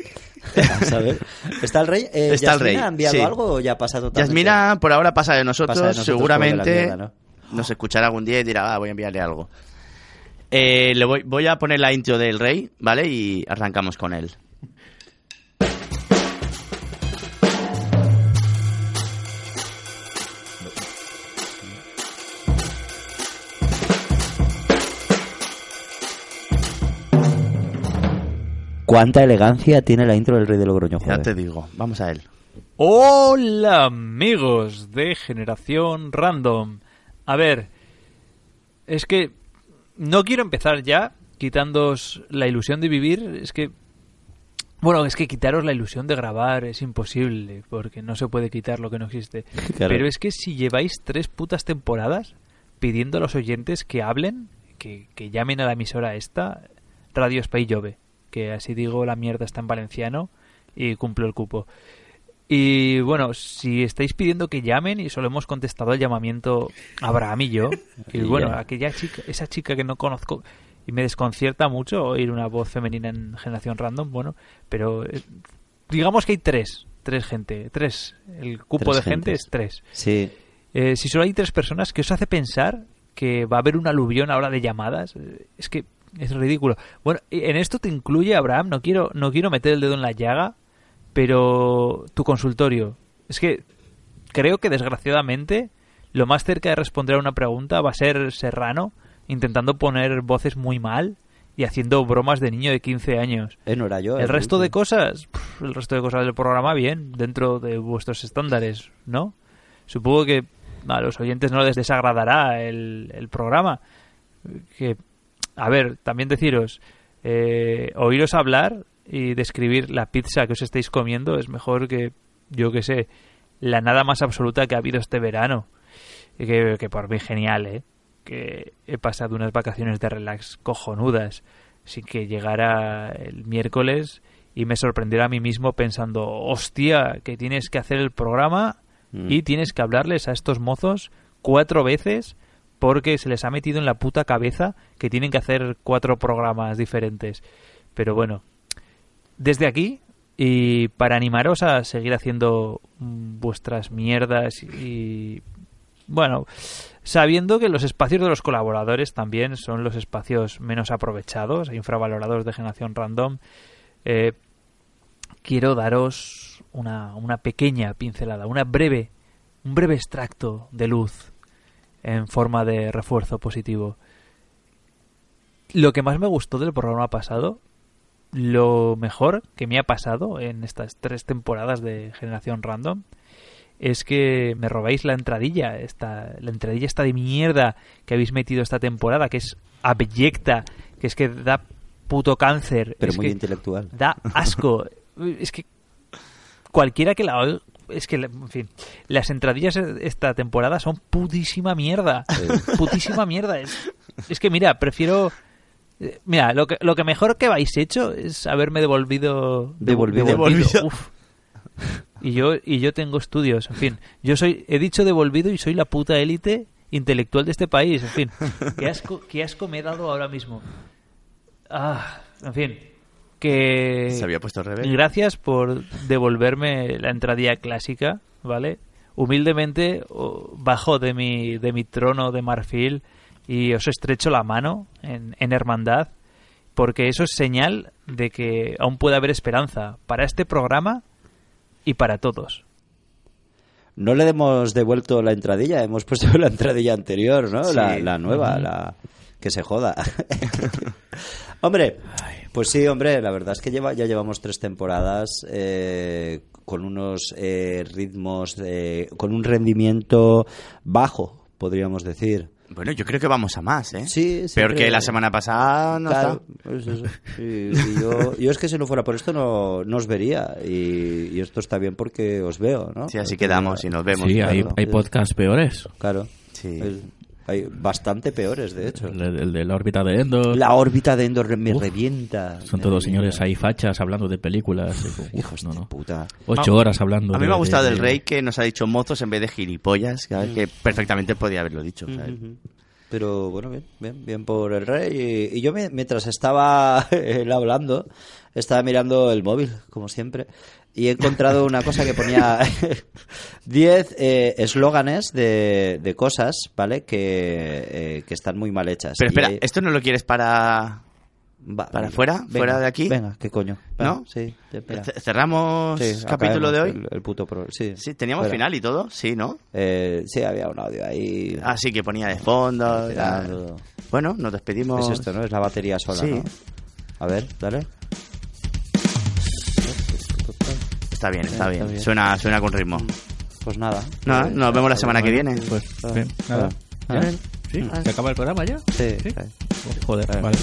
[SPEAKER 5] A saber. ¿Está el rey? Eh,
[SPEAKER 6] Está el
[SPEAKER 5] Yasmina
[SPEAKER 6] rey,
[SPEAKER 5] ¿Ha enviado
[SPEAKER 6] sí.
[SPEAKER 5] algo o ya ha pasado totalmente?
[SPEAKER 6] Yasmina, por ahora pasa de nosotros,
[SPEAKER 5] Pasa de nosotros
[SPEAKER 6] seguramente
[SPEAKER 5] porque la mierda,
[SPEAKER 6] nos escuchará algún día y dirá, "Ah, voy a enviarle algo. Eh, le voy, voy a poner la intro del rey, ¿vale? Y arrancamos con él.
[SPEAKER 5] ¿Cuánta elegancia tiene la intro del Rey de Logroño?
[SPEAKER 6] Ya
[SPEAKER 5] Joder?
[SPEAKER 6] te digo, vamos a él.
[SPEAKER 7] Hola amigos de Generación Random. A ver, es que no quiero empezar ya quitándoos la ilusión de vivir. Es que, bueno, es que quitaros la ilusión de grabar es imposible, porque no se puede quitar lo que no existe.
[SPEAKER 5] Claro.
[SPEAKER 7] Pero es que si lleváis tres putas temporadas pidiendo a los oyentes que hablen, que, que llamen a la emisora esta, Radio Spy Jove, que así digo la mierda está en valenciano y cumplo el cupo. Y bueno, si estáis pidiendo que llamen y solo hemos contestado el llamamiento Abraham
[SPEAKER 5] *laughs*
[SPEAKER 7] y yo, y
[SPEAKER 5] Y
[SPEAKER 7] bueno,
[SPEAKER 5] ya.
[SPEAKER 7] aquella chica, esa chica que no conozco y me desconcierta mucho oír una voz femenina en generación random, bueno, pero eh, digamos que hay tres, tres gente, tres, el cupo
[SPEAKER 5] Tres
[SPEAKER 7] de gente
[SPEAKER 5] gentes.
[SPEAKER 7] es tres.
[SPEAKER 5] Sí.
[SPEAKER 7] Eh, si solo hay tres personas, ¿qué os hace pensar que va a haber un aluvión ahora de llamadas? Eh, Es que es ridículo. Bueno, y en esto te incluye, Abraham, no quiero, no quiero meter el dedo en la llaga, pero tu consultorio. Es que creo que desgraciadamente lo más cerca de responder a una pregunta va a ser Serrano intentando poner voces muy mal y haciendo bromas de niño de 15 años.
[SPEAKER 5] Eh, no era yo,
[SPEAKER 7] El
[SPEAKER 5] era
[SPEAKER 7] resto
[SPEAKER 5] el
[SPEAKER 7] de cosas, pf, el resto de cosas del programa bien, dentro de vuestros estándares, ¿no? Supongo que a los oyentes no les desagradará el, el programa. Que, a ver, también deciros, eh, oíros hablar y describir la pizza que os estáis comiendo es mejor que, yo que sé, la nada más absoluta que ha habido este verano. Y Que, que por mí genial, ¿eh? Que he pasado unas vacaciones de relax cojonudas sin que llegara el miércoles y me sorprendiera a mí mismo pensando, hostia, que tienes que hacer el programa
[SPEAKER 5] Mm.
[SPEAKER 7] y tienes que hablarles a estos mozos cuatro veces porque se les ha metido en la puta cabeza que tienen que hacer cuatro programas diferentes. Pero bueno, desde aquí y para animaros a seguir haciendo mm, vuestras mierdas y bueno, sabiendo que los espacios de los colaboradores también son los espacios menos aprovechados e infravalorados de generación random, eh, quiero daros una, una pequeña pincelada, una breve, un breve extracto de luz en forma de refuerzo positivo. Lo que más me gustó del programa pasado, lo mejor que me ha pasado en estas tres temporadas de Generación Random, es que me robáis la entradilla, esta, la entradilla esta de mierda que habéis metido esta temporada, que es abyecta, que es que da puto cáncer.
[SPEAKER 5] Pero
[SPEAKER 7] es
[SPEAKER 5] muy
[SPEAKER 7] que
[SPEAKER 5] intelectual.
[SPEAKER 7] Da asco. es que cualquiera que la oiga, es que, en fin, las entradillas esta temporada son putísima mierda. Putísima mierda. Es, es que, mira, prefiero... eh, Mira, lo que, lo que mejor que habéis hecho es haberme devolvido...
[SPEAKER 5] Devolvido. Devolvido.
[SPEAKER 7] uf. Y yo, y yo tengo estudios, en fin. Yo soy, he dicho devolvido y soy la puta élite intelectual de este país, en fin. Qué asco, qué asco me he dado ahora mismo. Ah, en fin. Que...
[SPEAKER 6] Se había puesto rebelde.
[SPEAKER 7] Gracias por devolverme la entradilla clásica, ¿vale? Humildemente o- bajo de mi, de mi trono de marfil y os estrecho la mano en, en hermandad, porque eso es señal de que aún puede haber esperanza para este programa y para todos.
[SPEAKER 5] No le hemos devuelto la entradilla, hemos puesto *laughs* la entradilla anterior, ¿no?
[SPEAKER 7] Sí.
[SPEAKER 5] La, la nueva,
[SPEAKER 7] Ujú.
[SPEAKER 5] la que se joda.
[SPEAKER 6] *laughs*
[SPEAKER 5] *laughs* hombre, pues sí, hombre, la verdad es que lleva, ya llevamos tres temporadas eh, con unos eh, ritmos, eh, con un rendimiento bajo, podríamos decir.
[SPEAKER 6] Bueno, yo creo que vamos a más, ¿eh?
[SPEAKER 5] Sí,
[SPEAKER 6] Peor
[SPEAKER 5] siempre-
[SPEAKER 6] que la semana pasada no
[SPEAKER 5] Claro,
[SPEAKER 6] está.
[SPEAKER 5] pues eso. Y- y yo, yo es que si no fuera por esto no, no os vería y, y esto está bien porque os veo, ¿no?
[SPEAKER 6] Sí, así quedamos y nos vemos.
[SPEAKER 2] Sí, hay,
[SPEAKER 5] claro.
[SPEAKER 2] hay podcasts peores.
[SPEAKER 5] Claro.
[SPEAKER 6] Sí.
[SPEAKER 5] Es- hay bastante peores, de hecho.
[SPEAKER 2] El, el de la órbita de Endor.
[SPEAKER 5] La órbita de Endor me revienta.
[SPEAKER 2] Son
[SPEAKER 5] Me
[SPEAKER 2] todos
[SPEAKER 5] revienta.
[SPEAKER 2] señores ahí fachas hablando de películas. Y como, uf, no, no.
[SPEAKER 5] Puta.
[SPEAKER 2] Ocho
[SPEAKER 6] Ah,
[SPEAKER 2] horas hablando.
[SPEAKER 6] A mí
[SPEAKER 2] de-
[SPEAKER 6] me ha gustado
[SPEAKER 2] de-
[SPEAKER 6] el
[SPEAKER 2] de-
[SPEAKER 6] rey que nos ha dicho mozos en vez de gilipollas, que,
[SPEAKER 5] Mm.
[SPEAKER 6] que perfectamente podía haberlo dicho. ¿sabes?
[SPEAKER 5] Ujú. Pero bueno, bien, bien, bien por el rey. Y, y yo mi- mientras estaba *laughs* él hablando, estaba mirando el móvil, como siempre, y he encontrado una cosa que ponía *laughs* 10 eh, eslóganes de, de cosas, ¿vale? Que, eh, que están muy mal hechas.
[SPEAKER 6] Pero
[SPEAKER 5] Y
[SPEAKER 6] espera,
[SPEAKER 5] ahí-
[SPEAKER 6] ¿esto no lo quieres para,
[SPEAKER 5] va,
[SPEAKER 6] para
[SPEAKER 5] venga,
[SPEAKER 6] fuera?
[SPEAKER 5] venga,
[SPEAKER 6] ¿Fuera de aquí?
[SPEAKER 5] Venga, qué coño. Va,
[SPEAKER 6] ¿No?
[SPEAKER 5] Sí, ya, espera.
[SPEAKER 6] Ce- ¿Cerramos
[SPEAKER 5] Sí,
[SPEAKER 6] capítulo de hoy?
[SPEAKER 5] acabemos El, el puto pro- sí,
[SPEAKER 6] Sí, teníamos
[SPEAKER 5] fuera.
[SPEAKER 6] final y todo, sí, ¿no?
[SPEAKER 5] Eh, sí, había un audio ahí.
[SPEAKER 6] Así que ponía de fondo.
[SPEAKER 5] Era-
[SPEAKER 6] tal. Bueno, nos despedimos.
[SPEAKER 5] Es esto, ¿no? Es la batería sola,
[SPEAKER 6] Sí.
[SPEAKER 5] ¿no? A ver, dale.
[SPEAKER 6] está bien, está,
[SPEAKER 5] Está
[SPEAKER 6] bien.
[SPEAKER 5] bien.
[SPEAKER 6] Suena, suena con ritmo.
[SPEAKER 5] Pues nada.
[SPEAKER 6] Nada, nos vemos la semana que viene.
[SPEAKER 7] Pues
[SPEAKER 5] Nada. Ah.
[SPEAKER 7] bien, nada.
[SPEAKER 5] Nada.
[SPEAKER 7] ¿Ya? ¿Sí? ¿Se acaba el programa ya?
[SPEAKER 5] Sí.
[SPEAKER 7] Joder, vale.